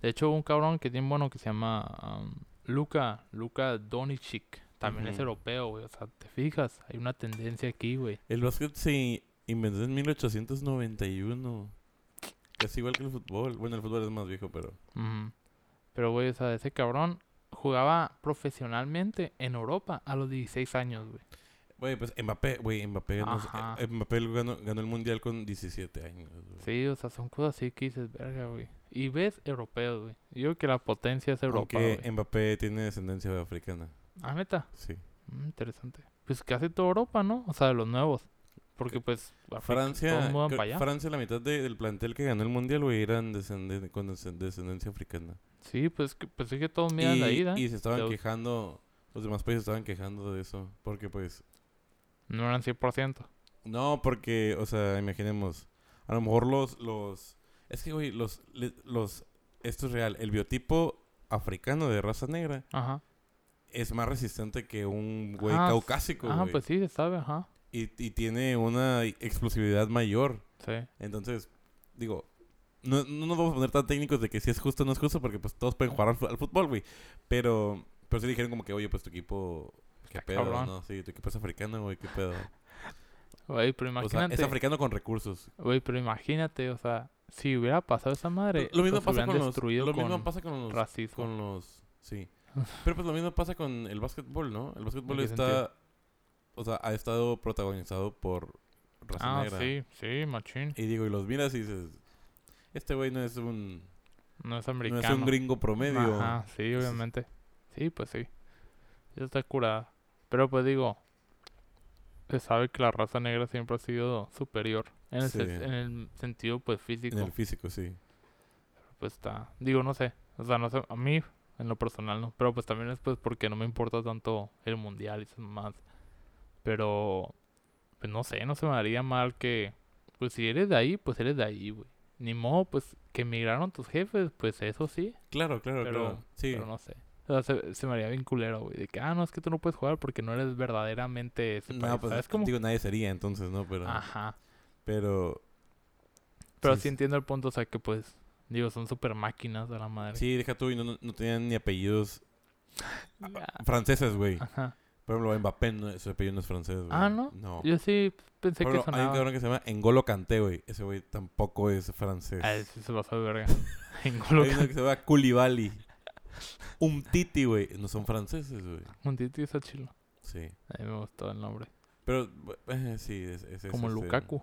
[SPEAKER 2] De hecho, hubo un cabrón que tiene bueno que se llama am, Luca, Luca Doncic, también es
[SPEAKER 1] Ujú.
[SPEAKER 2] europeo, güey, o sea, te fijas, hay una tendencia aquí, güey.
[SPEAKER 1] El básquet se inventó en 1891. Casi igual que el fútbol. Bueno, el fútbol es más viejo, pero.
[SPEAKER 2] Ujú. Pero güey, o sea, ese cabrón jugaba profesionalmente en Europa a los 16 años, güey.
[SPEAKER 1] Güey, pues Mbappé, güey, Mbappé, ganó,
[SPEAKER 2] Ajá.
[SPEAKER 1] eh, Mbappé ganó, ganó el mundial con 17 años. güey.
[SPEAKER 2] Sí, o sea, son cosas así que dices, verga, güey. Y ves europeos, güey. Yo creo que la potencia es Europa,
[SPEAKER 1] Aunque
[SPEAKER 2] güey.
[SPEAKER 1] Mbappé tiene descendencia africana.
[SPEAKER 2] Ah, neta.
[SPEAKER 1] Sí.
[SPEAKER 2] Mm, interesante. Pues casi toda Europa, ¿no? O sea, de los nuevos. Porque
[SPEAKER 1] Que-
[SPEAKER 2] pues a
[SPEAKER 1] Francia,
[SPEAKER 2] todos mudan
[SPEAKER 1] creo-
[SPEAKER 2] para allá.
[SPEAKER 1] Francia, la mitad de- del plantel que ganó el mundial, güey, eran descenden- con descen- descendencia africana.
[SPEAKER 2] Sí, pues, que- pues es que todos miran la ida.
[SPEAKER 1] y se estaban
[SPEAKER 2] Pero-
[SPEAKER 1] quejando, los demás países estaban quejando de eso. Porque, pues,
[SPEAKER 2] No eran 100%.
[SPEAKER 1] no, porque, o sea, imaginemos, a lo mejor los, los, es que, güey, los, le- los, esto es real, el biotipo africano de raza negra
[SPEAKER 2] Ajá.
[SPEAKER 1] es más resistente que un güey
[SPEAKER 2] Ah,
[SPEAKER 1] caucásico,
[SPEAKER 2] Ah,
[SPEAKER 1] güey.
[SPEAKER 2] pues sí, se sabe, ajá.
[SPEAKER 1] Y, y tiene una explosividad mayor.
[SPEAKER 2] Sí.
[SPEAKER 1] Entonces, digo, no, no nos vamos a poner tan técnicos de que si es justo o no es justo, porque pues todos pueden jugar al, fu- al fútbol, güey. Pero, pero sí dijeron como que, oye, pues tu equipo, qué
[SPEAKER 2] Está
[SPEAKER 1] pedo,
[SPEAKER 2] Ah, cabrón.
[SPEAKER 1] ¿no? Sí, tu equipo es africano, güey, qué pedo.
[SPEAKER 2] Güey, pero
[SPEAKER 1] O sea,
[SPEAKER 2] imagínate.
[SPEAKER 1] es africano con recursos.
[SPEAKER 2] Güey, pero imagínate, o sea, si hubiera pasado esa madre,
[SPEAKER 1] Lo mismo pasa
[SPEAKER 2] los pues, hubieran
[SPEAKER 1] con los,
[SPEAKER 2] destruido
[SPEAKER 1] lo mismo
[SPEAKER 2] con
[SPEAKER 1] pasa con los,
[SPEAKER 2] racismo.
[SPEAKER 1] con los, sí. Pero pues lo mismo pasa con el básquetbol, ¿no? El básquetbol
[SPEAKER 2] ¿En qué
[SPEAKER 1] está,
[SPEAKER 2] sentido?
[SPEAKER 1] o sea, ha estado protagonizado por raza
[SPEAKER 2] ah,
[SPEAKER 1] negra.
[SPEAKER 2] sí, sí, machín.
[SPEAKER 1] Y digo, y los miras y dices, este güey no es un,
[SPEAKER 2] No es
[SPEAKER 1] no
[SPEAKER 2] americano.
[SPEAKER 1] es un gringo promedio.
[SPEAKER 2] Ajá, sí,
[SPEAKER 1] Entonces-
[SPEAKER 2] obviamente. Sí, pues sí. Eso está curada. Pero pues digo, se sabe que la raza negra siempre ha sido superior. En el, sen-
[SPEAKER 1] Sí.
[SPEAKER 2] en el sentido, pues, físico.
[SPEAKER 1] En el físico, sí.
[SPEAKER 2] Pues está... Digo, no sé. O sea, no sé. A mí, en lo personal, no. Pero pues también es pues porque no me importa tanto el mundial y más. Pero... Pues no sé, no se me haría mal que... Pues si eres de ahí, pues eres de ahí, güey. Ni modo, pues que emigraron tus jefes, pues eso sí.
[SPEAKER 1] Claro, claro,
[SPEAKER 2] Pero-
[SPEAKER 1] claro. Sí.
[SPEAKER 2] Pero no sé. O sea, se, se me haría bien culero, güey. De que, ah, no, es que tú no puedes jugar porque no eres verdaderamente ese
[SPEAKER 1] No,
[SPEAKER 2] país",
[SPEAKER 1] pues
[SPEAKER 2] ¿sabes cómo?
[SPEAKER 1] digo, nadie sería entonces, ¿no? Pero,
[SPEAKER 2] Ajá.
[SPEAKER 1] pero
[SPEAKER 2] Pero
[SPEAKER 1] sí,
[SPEAKER 2] sí,
[SPEAKER 1] sí.
[SPEAKER 2] entiendo el punto, o sea, que pues, digo, son super máquinas de la madre.
[SPEAKER 1] sí, deja tú y no, no, no tenían ni apellidos
[SPEAKER 2] *laughs* Ya.
[SPEAKER 1] franceses, güey.
[SPEAKER 2] Ajá.
[SPEAKER 1] Por ejemplo, Mbappé, no, su apellido no es francés, güey.
[SPEAKER 2] Ah, ¿no?
[SPEAKER 1] No.
[SPEAKER 2] Yo sí pensé
[SPEAKER 1] Por ejemplo, hay
[SPEAKER 2] que
[SPEAKER 1] un
[SPEAKER 2] sonaba.
[SPEAKER 1] cabrón que se llama Engolo Kanté, güey. Ese güey tampoco es francés.
[SPEAKER 2] Ah, sí se pasó
[SPEAKER 1] *laughs*
[SPEAKER 2] de verga. *laughs* En
[SPEAKER 1] Hay uno que se llama Koulibaly. Un Titi, güey. No son franceses, güey.
[SPEAKER 2] Un titi está chilo.
[SPEAKER 1] Sí.
[SPEAKER 2] A mí me gustó el nombre.
[SPEAKER 1] Pero, eh, sí, es, es- es
[SPEAKER 2] Como
[SPEAKER 1] este,
[SPEAKER 2] Lukaku.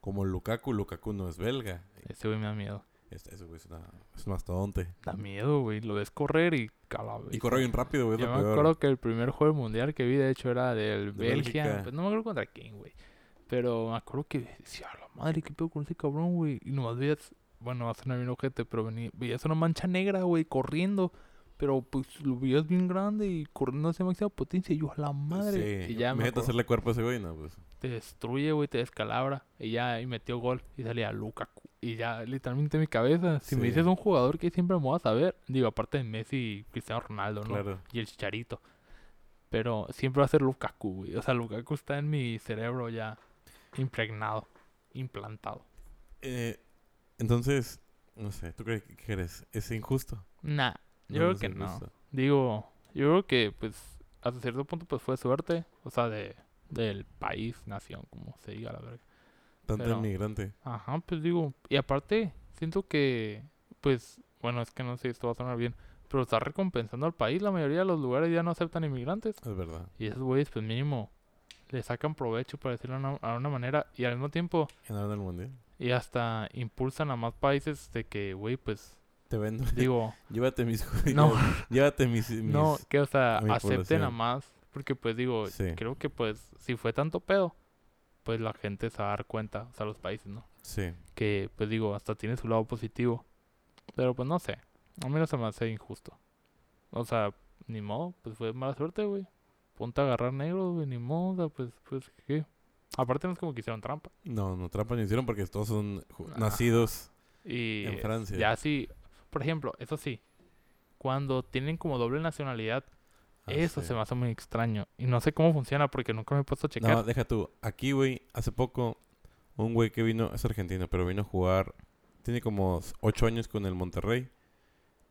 [SPEAKER 1] Como Lukaku. Lukaku no es belga.
[SPEAKER 2] Ese güey me da miedo.
[SPEAKER 1] Este, ese güey es, una, es un mastodonte.
[SPEAKER 2] Da miedo, güey. Lo ves correr y calabé.
[SPEAKER 1] Y corre bien rápido, güey. es
[SPEAKER 2] Yo
[SPEAKER 1] lo
[SPEAKER 2] Pues me
[SPEAKER 1] peor.
[SPEAKER 2] acuerdo que el primer juego mundial que vi, de hecho, era del
[SPEAKER 1] De Bélgica.
[SPEAKER 2] Belgia. Pues, no me acuerdo contra quién, güey. Pero me acuerdo que decía, a la madre, ¿qué pedo con ese cabrón, güey? Y nomás veías, bueno, va a sonar bien ojete, pero venía, veías una mancha negra, güey, corriendo. Pero pues lo veías bien grande y corriendo a esa máxima potencia. Y yo, a la madre.
[SPEAKER 1] Sí.
[SPEAKER 2] Y ya me
[SPEAKER 1] Imagínate
[SPEAKER 2] acuerdo,
[SPEAKER 1] hacerle cuerpo a ese güey, no, pues.
[SPEAKER 2] te destruye, güey, te descalabra. Y ya, y metió gol. Y salía Lukaku. Y ya, literalmente en mi cabeza. Si me
[SPEAKER 1] Sí.
[SPEAKER 2] dices un jugador que siempre me voy a saber, digo, aparte de Messi y Cristiano Ronaldo, ¿no?
[SPEAKER 1] Claro.
[SPEAKER 2] y el Chicharito. Pero siempre va a ser Lukaku, güey. O sea, Lukaku está en mi cerebro ya impregnado, implantado.
[SPEAKER 1] Eh, entonces, no sé, ¿tú crees que crees? ¿Es injusto?
[SPEAKER 2] Nah,
[SPEAKER 1] No,
[SPEAKER 2] yo creo
[SPEAKER 1] no es
[SPEAKER 2] que no.
[SPEAKER 1] injusto.
[SPEAKER 2] Digo, yo creo que pues hasta cierto punto pues fue suerte, o sea, de del país, nación, como se diga la verga.
[SPEAKER 1] Tanto
[SPEAKER 2] Pero-
[SPEAKER 1] inmigrante.
[SPEAKER 2] Ajá, pues digo, y aparte siento que pues bueno, es que no sé, esto va a sonar bien, pero está recompensando al país, la mayoría de los lugares ya no aceptan inmigrantes.
[SPEAKER 1] Es verdad.
[SPEAKER 2] Y esos güeyes, pues mínimo, le sacan provecho, para decirlo de una, a una manera, y al mismo tiempo,
[SPEAKER 1] Ganaron el mundial.
[SPEAKER 2] y hasta impulsan a más países de que,
[SPEAKER 1] *laughs*
[SPEAKER 2] güey, pues,
[SPEAKER 1] Te vendo.
[SPEAKER 2] digo,
[SPEAKER 1] Llévate mis judíos.
[SPEAKER 2] no,
[SPEAKER 1] Llévate mis. mis-
[SPEAKER 2] no, que, o sea,
[SPEAKER 1] a mi
[SPEAKER 2] acepten a
[SPEAKER 1] población.
[SPEAKER 2] más, porque, pues, digo,
[SPEAKER 1] Sí.
[SPEAKER 2] creo que, pues, si fue tanto pedo, pues la gente se va a dar cuenta, o sea, los países, ¿no?
[SPEAKER 1] Sí.
[SPEAKER 2] Que, pues, digo, hasta tiene su lado positivo, pero, pues, no sé, a mí no se me hace injusto. O sea, ni modo, pues fue mala suerte, güey. Ponte a agarrar negro, güey, ni modo, o sea, pues, pues, ¿qué? Aparte no es como que hicieron trampa.
[SPEAKER 1] No, no trampa ni hicieron porque todos son ju-
[SPEAKER 2] Nah.
[SPEAKER 1] nacidos
[SPEAKER 2] Y
[SPEAKER 1] en Francia.
[SPEAKER 2] Ah, ya sí, por ejemplo, eso sí, cuando tienen como doble nacionalidad,
[SPEAKER 1] Ah,
[SPEAKER 2] eso
[SPEAKER 1] sí.
[SPEAKER 2] se me hace muy extraño. Y no sé cómo funciona porque nunca me he puesto a checar.
[SPEAKER 1] No, deja tú. Aquí, güey, hace poco, un güey que vino, es argentino, pero vino a jugar, tiene como 8 años con el Monterrey.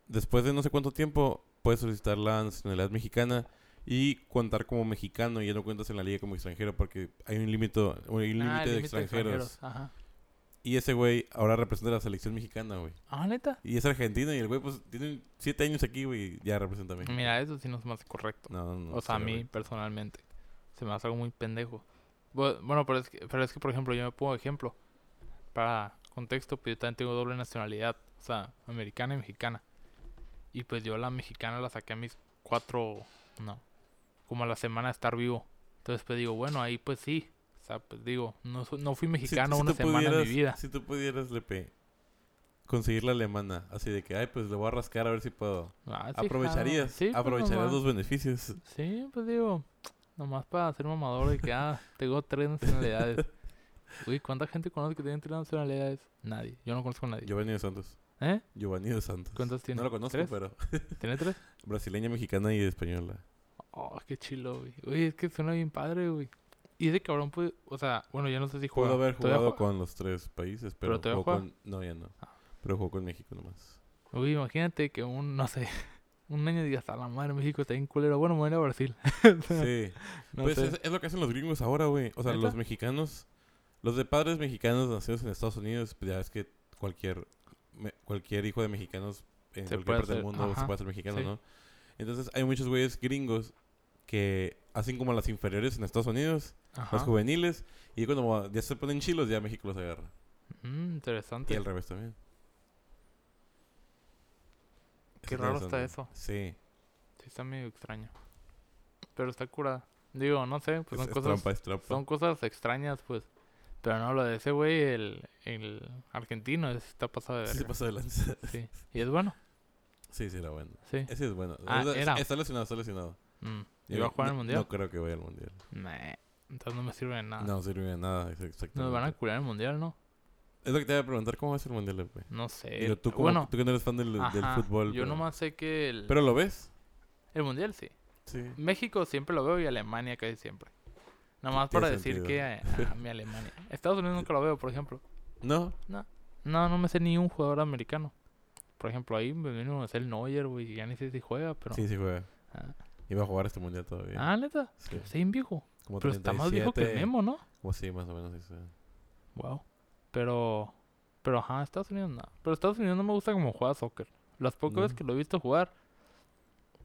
[SPEAKER 1] Después de no sé cuánto tiempo, puedes solicitar la nacionalidad mexicana y contar como mexicano y ya no cuentas en la liga como extranjero porque hay un límite hay un límite
[SPEAKER 2] Ah, el
[SPEAKER 1] de
[SPEAKER 2] límite de
[SPEAKER 1] extranjeros.
[SPEAKER 2] Ajá.
[SPEAKER 1] Y ese güey ahora representa a la selección mexicana, güey.
[SPEAKER 2] Ah, neta.
[SPEAKER 1] Y es argentino y el güey, pues, tiene 7 años aquí, güey, y ya representa a México.
[SPEAKER 2] Mira, eso sí no es más correcto.
[SPEAKER 1] No, no, no,
[SPEAKER 2] o sea, a
[SPEAKER 1] sí,
[SPEAKER 2] mí
[SPEAKER 1] güey.
[SPEAKER 2] personalmente se me hace algo muy pendejo. Bu- Bueno, pero es que, pero es que por ejemplo, yo me pongo ejemplo para contexto, pues yo también tengo doble nacionalidad, o sea, americana y mexicana. Y pues yo la mexicana la saqué a mis cuatro, no, como a la semana de estar vivo. Entonces pues digo, bueno, ahí pues sí. O sea, pues digo, no, so- no fui
[SPEAKER 1] Si-
[SPEAKER 2] mexicano
[SPEAKER 1] si
[SPEAKER 2] una
[SPEAKER 1] tú
[SPEAKER 2] semana en mi
[SPEAKER 1] pudieras-
[SPEAKER 2] vida.
[SPEAKER 1] Si tú pudieras, Lepe, conseguir la alemana, así de que, ay, pues le voy a rascar a ver si puedo.
[SPEAKER 2] Ah, sí,
[SPEAKER 1] Aprovecharías,
[SPEAKER 2] jalo. Sí, pues,
[SPEAKER 1] aprovecharías
[SPEAKER 2] nomás.
[SPEAKER 1] los beneficios.
[SPEAKER 2] Sí, pues digo, nomás para ser mamador de que, ah, *laughs* tengo tres nacionalidades. Uy, ¿cuánta gente conoce que tiene tres nacionalidades? Nadie. Yo no conozco a nadie.
[SPEAKER 1] Giovanni de Santos.
[SPEAKER 2] ¿Eh?
[SPEAKER 1] Giovanni de Santos.
[SPEAKER 2] ¿Cuántos tiene?
[SPEAKER 1] No lo conozco,
[SPEAKER 2] ¿Tres?
[SPEAKER 1] pero
[SPEAKER 2] ¿Tiene tres?
[SPEAKER 1] brasileña, mexicana y española.
[SPEAKER 2] Oh, qué chilo, güey. Uy, es que suena bien padre, güey. Y ese cabrón, pues, o sea, bueno, yo no sé si juega.
[SPEAKER 1] Pudo haber
[SPEAKER 2] ¿Todavía
[SPEAKER 1] jugado
[SPEAKER 2] juega?
[SPEAKER 1] con los tres países, pero,
[SPEAKER 2] ¿Pero todavía
[SPEAKER 1] jugó
[SPEAKER 2] juega?
[SPEAKER 1] con... No, ya no.
[SPEAKER 2] Ah.
[SPEAKER 1] Pero jugó con México
[SPEAKER 2] *laughs*
[SPEAKER 1] nomás.
[SPEAKER 2] Uy, imagínate que un, no sé, *laughs* un año digas, a la madre, México está bien culero. Bueno, me voy a ir a Brasil.
[SPEAKER 1] Sí.
[SPEAKER 2] No
[SPEAKER 1] pues
[SPEAKER 2] sé.
[SPEAKER 1] es, es lo que hacen los gringos ahora, güey. O sea,
[SPEAKER 2] ¿Neta?
[SPEAKER 1] los mexicanos, los de padres mexicanos nacidos en Estados Unidos, pues ya ves que cualquier, me- cualquier hijo de mexicanos en
[SPEAKER 2] Se puede
[SPEAKER 1] cualquier parte
[SPEAKER 2] hacer,
[SPEAKER 1] del mundo
[SPEAKER 2] ajá,
[SPEAKER 1] se puede hacer mexicano,
[SPEAKER 2] sí.
[SPEAKER 1] ¿no? Entonces hay muchos güeyes gringos que hacen como las inferiores en Estados Unidos,
[SPEAKER 2] Ajá.
[SPEAKER 1] las juveniles, y cuando va- ya se ponen chilos, ya México los agarra.
[SPEAKER 2] Mm, interesante.
[SPEAKER 1] Y al revés también.
[SPEAKER 2] Qué raro está
[SPEAKER 1] interesante. Sí,
[SPEAKER 2] Sí, está medio extraño. Pero está curada. Digo, no sé, pues
[SPEAKER 1] es,
[SPEAKER 2] son
[SPEAKER 1] es
[SPEAKER 2] cosas
[SPEAKER 1] trampa, es trampa.
[SPEAKER 2] Son cosas extrañas, pues. Pero no, lo de ese güey, el, el argentino, ese está pasado de
[SPEAKER 1] Sí se
[SPEAKER 2] verga.
[SPEAKER 1] pasa de lanza. *laughs*
[SPEAKER 2] Sí. Y es bueno,
[SPEAKER 1] Sí, sí, era bueno.
[SPEAKER 2] sí.
[SPEAKER 1] Ese es bueno.
[SPEAKER 2] Ah,
[SPEAKER 1] O sea,
[SPEAKER 2] era.
[SPEAKER 1] Está lesionado, está lesionado.
[SPEAKER 2] Mm.
[SPEAKER 1] Yo
[SPEAKER 2] ¿Y va a jugar
[SPEAKER 1] no,
[SPEAKER 2] al mundial?
[SPEAKER 1] No creo que vaya al mundial.
[SPEAKER 2] Nah, Entonces no me sirve de nada.
[SPEAKER 1] No sirve de nada, ex- exactamente.
[SPEAKER 2] Nos van a curar el mundial, ¿no?
[SPEAKER 1] Es lo que te iba a preguntar, ¿cómo va a ser el mundial, güey?
[SPEAKER 2] No sé.
[SPEAKER 1] Digo, tú, como-
[SPEAKER 2] Eh, bueno,
[SPEAKER 1] tú que no eres fan del, del
[SPEAKER 2] ajá,
[SPEAKER 1] fútbol.
[SPEAKER 2] Yo
[SPEAKER 1] pero...
[SPEAKER 2] nomás sé que el,
[SPEAKER 1] ¿Pero lo ves?
[SPEAKER 2] el mundial sí.
[SPEAKER 1] Sí.
[SPEAKER 2] México siempre lo veo y Alemania casi siempre. Nomás
[SPEAKER 1] Tiene
[SPEAKER 2] para decir que
[SPEAKER 1] sentido. *laughs*
[SPEAKER 2] a, a mi Alemania. Estados Unidos nunca lo veo, por ejemplo.
[SPEAKER 1] ¿No?
[SPEAKER 2] No, no me sé ni un jugador americano. Por ejemplo, ahí me vino a hacer el Neuer, güey. y Ya ni sé si juega, pero.
[SPEAKER 1] Sí, sí juega.
[SPEAKER 2] Ah.
[SPEAKER 1] Iba a jugar este mundial todavía.
[SPEAKER 2] Ah, neta.
[SPEAKER 1] Sí.
[SPEAKER 2] Está bien viejo.
[SPEAKER 1] Como
[SPEAKER 2] Pero está más viejo que
[SPEAKER 1] 37,
[SPEAKER 2] Memo, ¿no?
[SPEAKER 1] Como sí, más o menos. eso.
[SPEAKER 2] Wow. Pero. Pero ajá, Estados Unidos no. Pero Estados Unidos no me gusta como juega soccer. Las pocas veces
[SPEAKER 1] No.
[SPEAKER 2] que lo he visto jugar.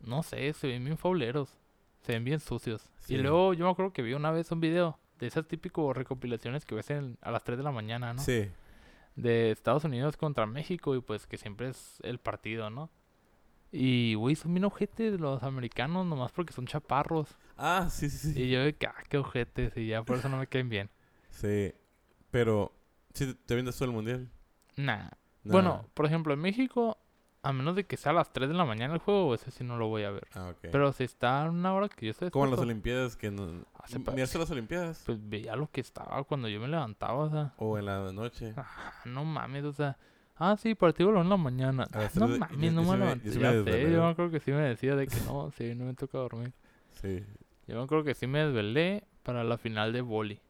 [SPEAKER 2] No sé, se ven bien fauleros. Se ven bien sucios.
[SPEAKER 1] Sí.
[SPEAKER 2] Y luego yo me acuerdo que vi una vez un video de esas típicas recopilaciones que ves en- a las 3 de la mañana, ¿no?
[SPEAKER 1] Sí.
[SPEAKER 2] de Estados Unidos contra México y pues que siempre es el partido, ¿no? Y, güey, son bien ojetes los americanos nomás porque son chaparros.
[SPEAKER 1] Ah, sí, sí, sí.
[SPEAKER 2] Y yo de que, ah, qué ojetes y ya por eso no me caen bien.
[SPEAKER 1] Sí, pero si te vendes todo el mundial.
[SPEAKER 2] Nah.
[SPEAKER 1] Nah.
[SPEAKER 2] Bueno, por ejemplo, en México, a menos de que sea a las 3 de la mañana el juego, ese sí no lo voy a ver.
[SPEAKER 1] Ah, ok.
[SPEAKER 2] Pero si está a una hora que yo sé.
[SPEAKER 1] Como en las Olimpiadas, que no...
[SPEAKER 2] Hace pa-
[SPEAKER 1] Mirarse las Olimpiadas.
[SPEAKER 2] Pues veía lo que estaba cuando yo me levantaba, o sea.
[SPEAKER 1] O en la noche.
[SPEAKER 2] ah, No mames, o sea. Ah, sí, partido a la una de la mañana.
[SPEAKER 1] A las
[SPEAKER 2] No
[SPEAKER 1] tres Ah, de-
[SPEAKER 2] mames,
[SPEAKER 1] yo-
[SPEAKER 2] no
[SPEAKER 1] yo
[SPEAKER 2] me
[SPEAKER 1] sí me-
[SPEAKER 2] levanté.
[SPEAKER 1] yo sí me
[SPEAKER 2] ya sé,
[SPEAKER 1] desvelé.
[SPEAKER 2] yo me acuerdo que sí me decía de que no, sí, no me toca dormir.
[SPEAKER 1] Sí.
[SPEAKER 2] Yo me acuerdo que sí me desvelé para la final de boli.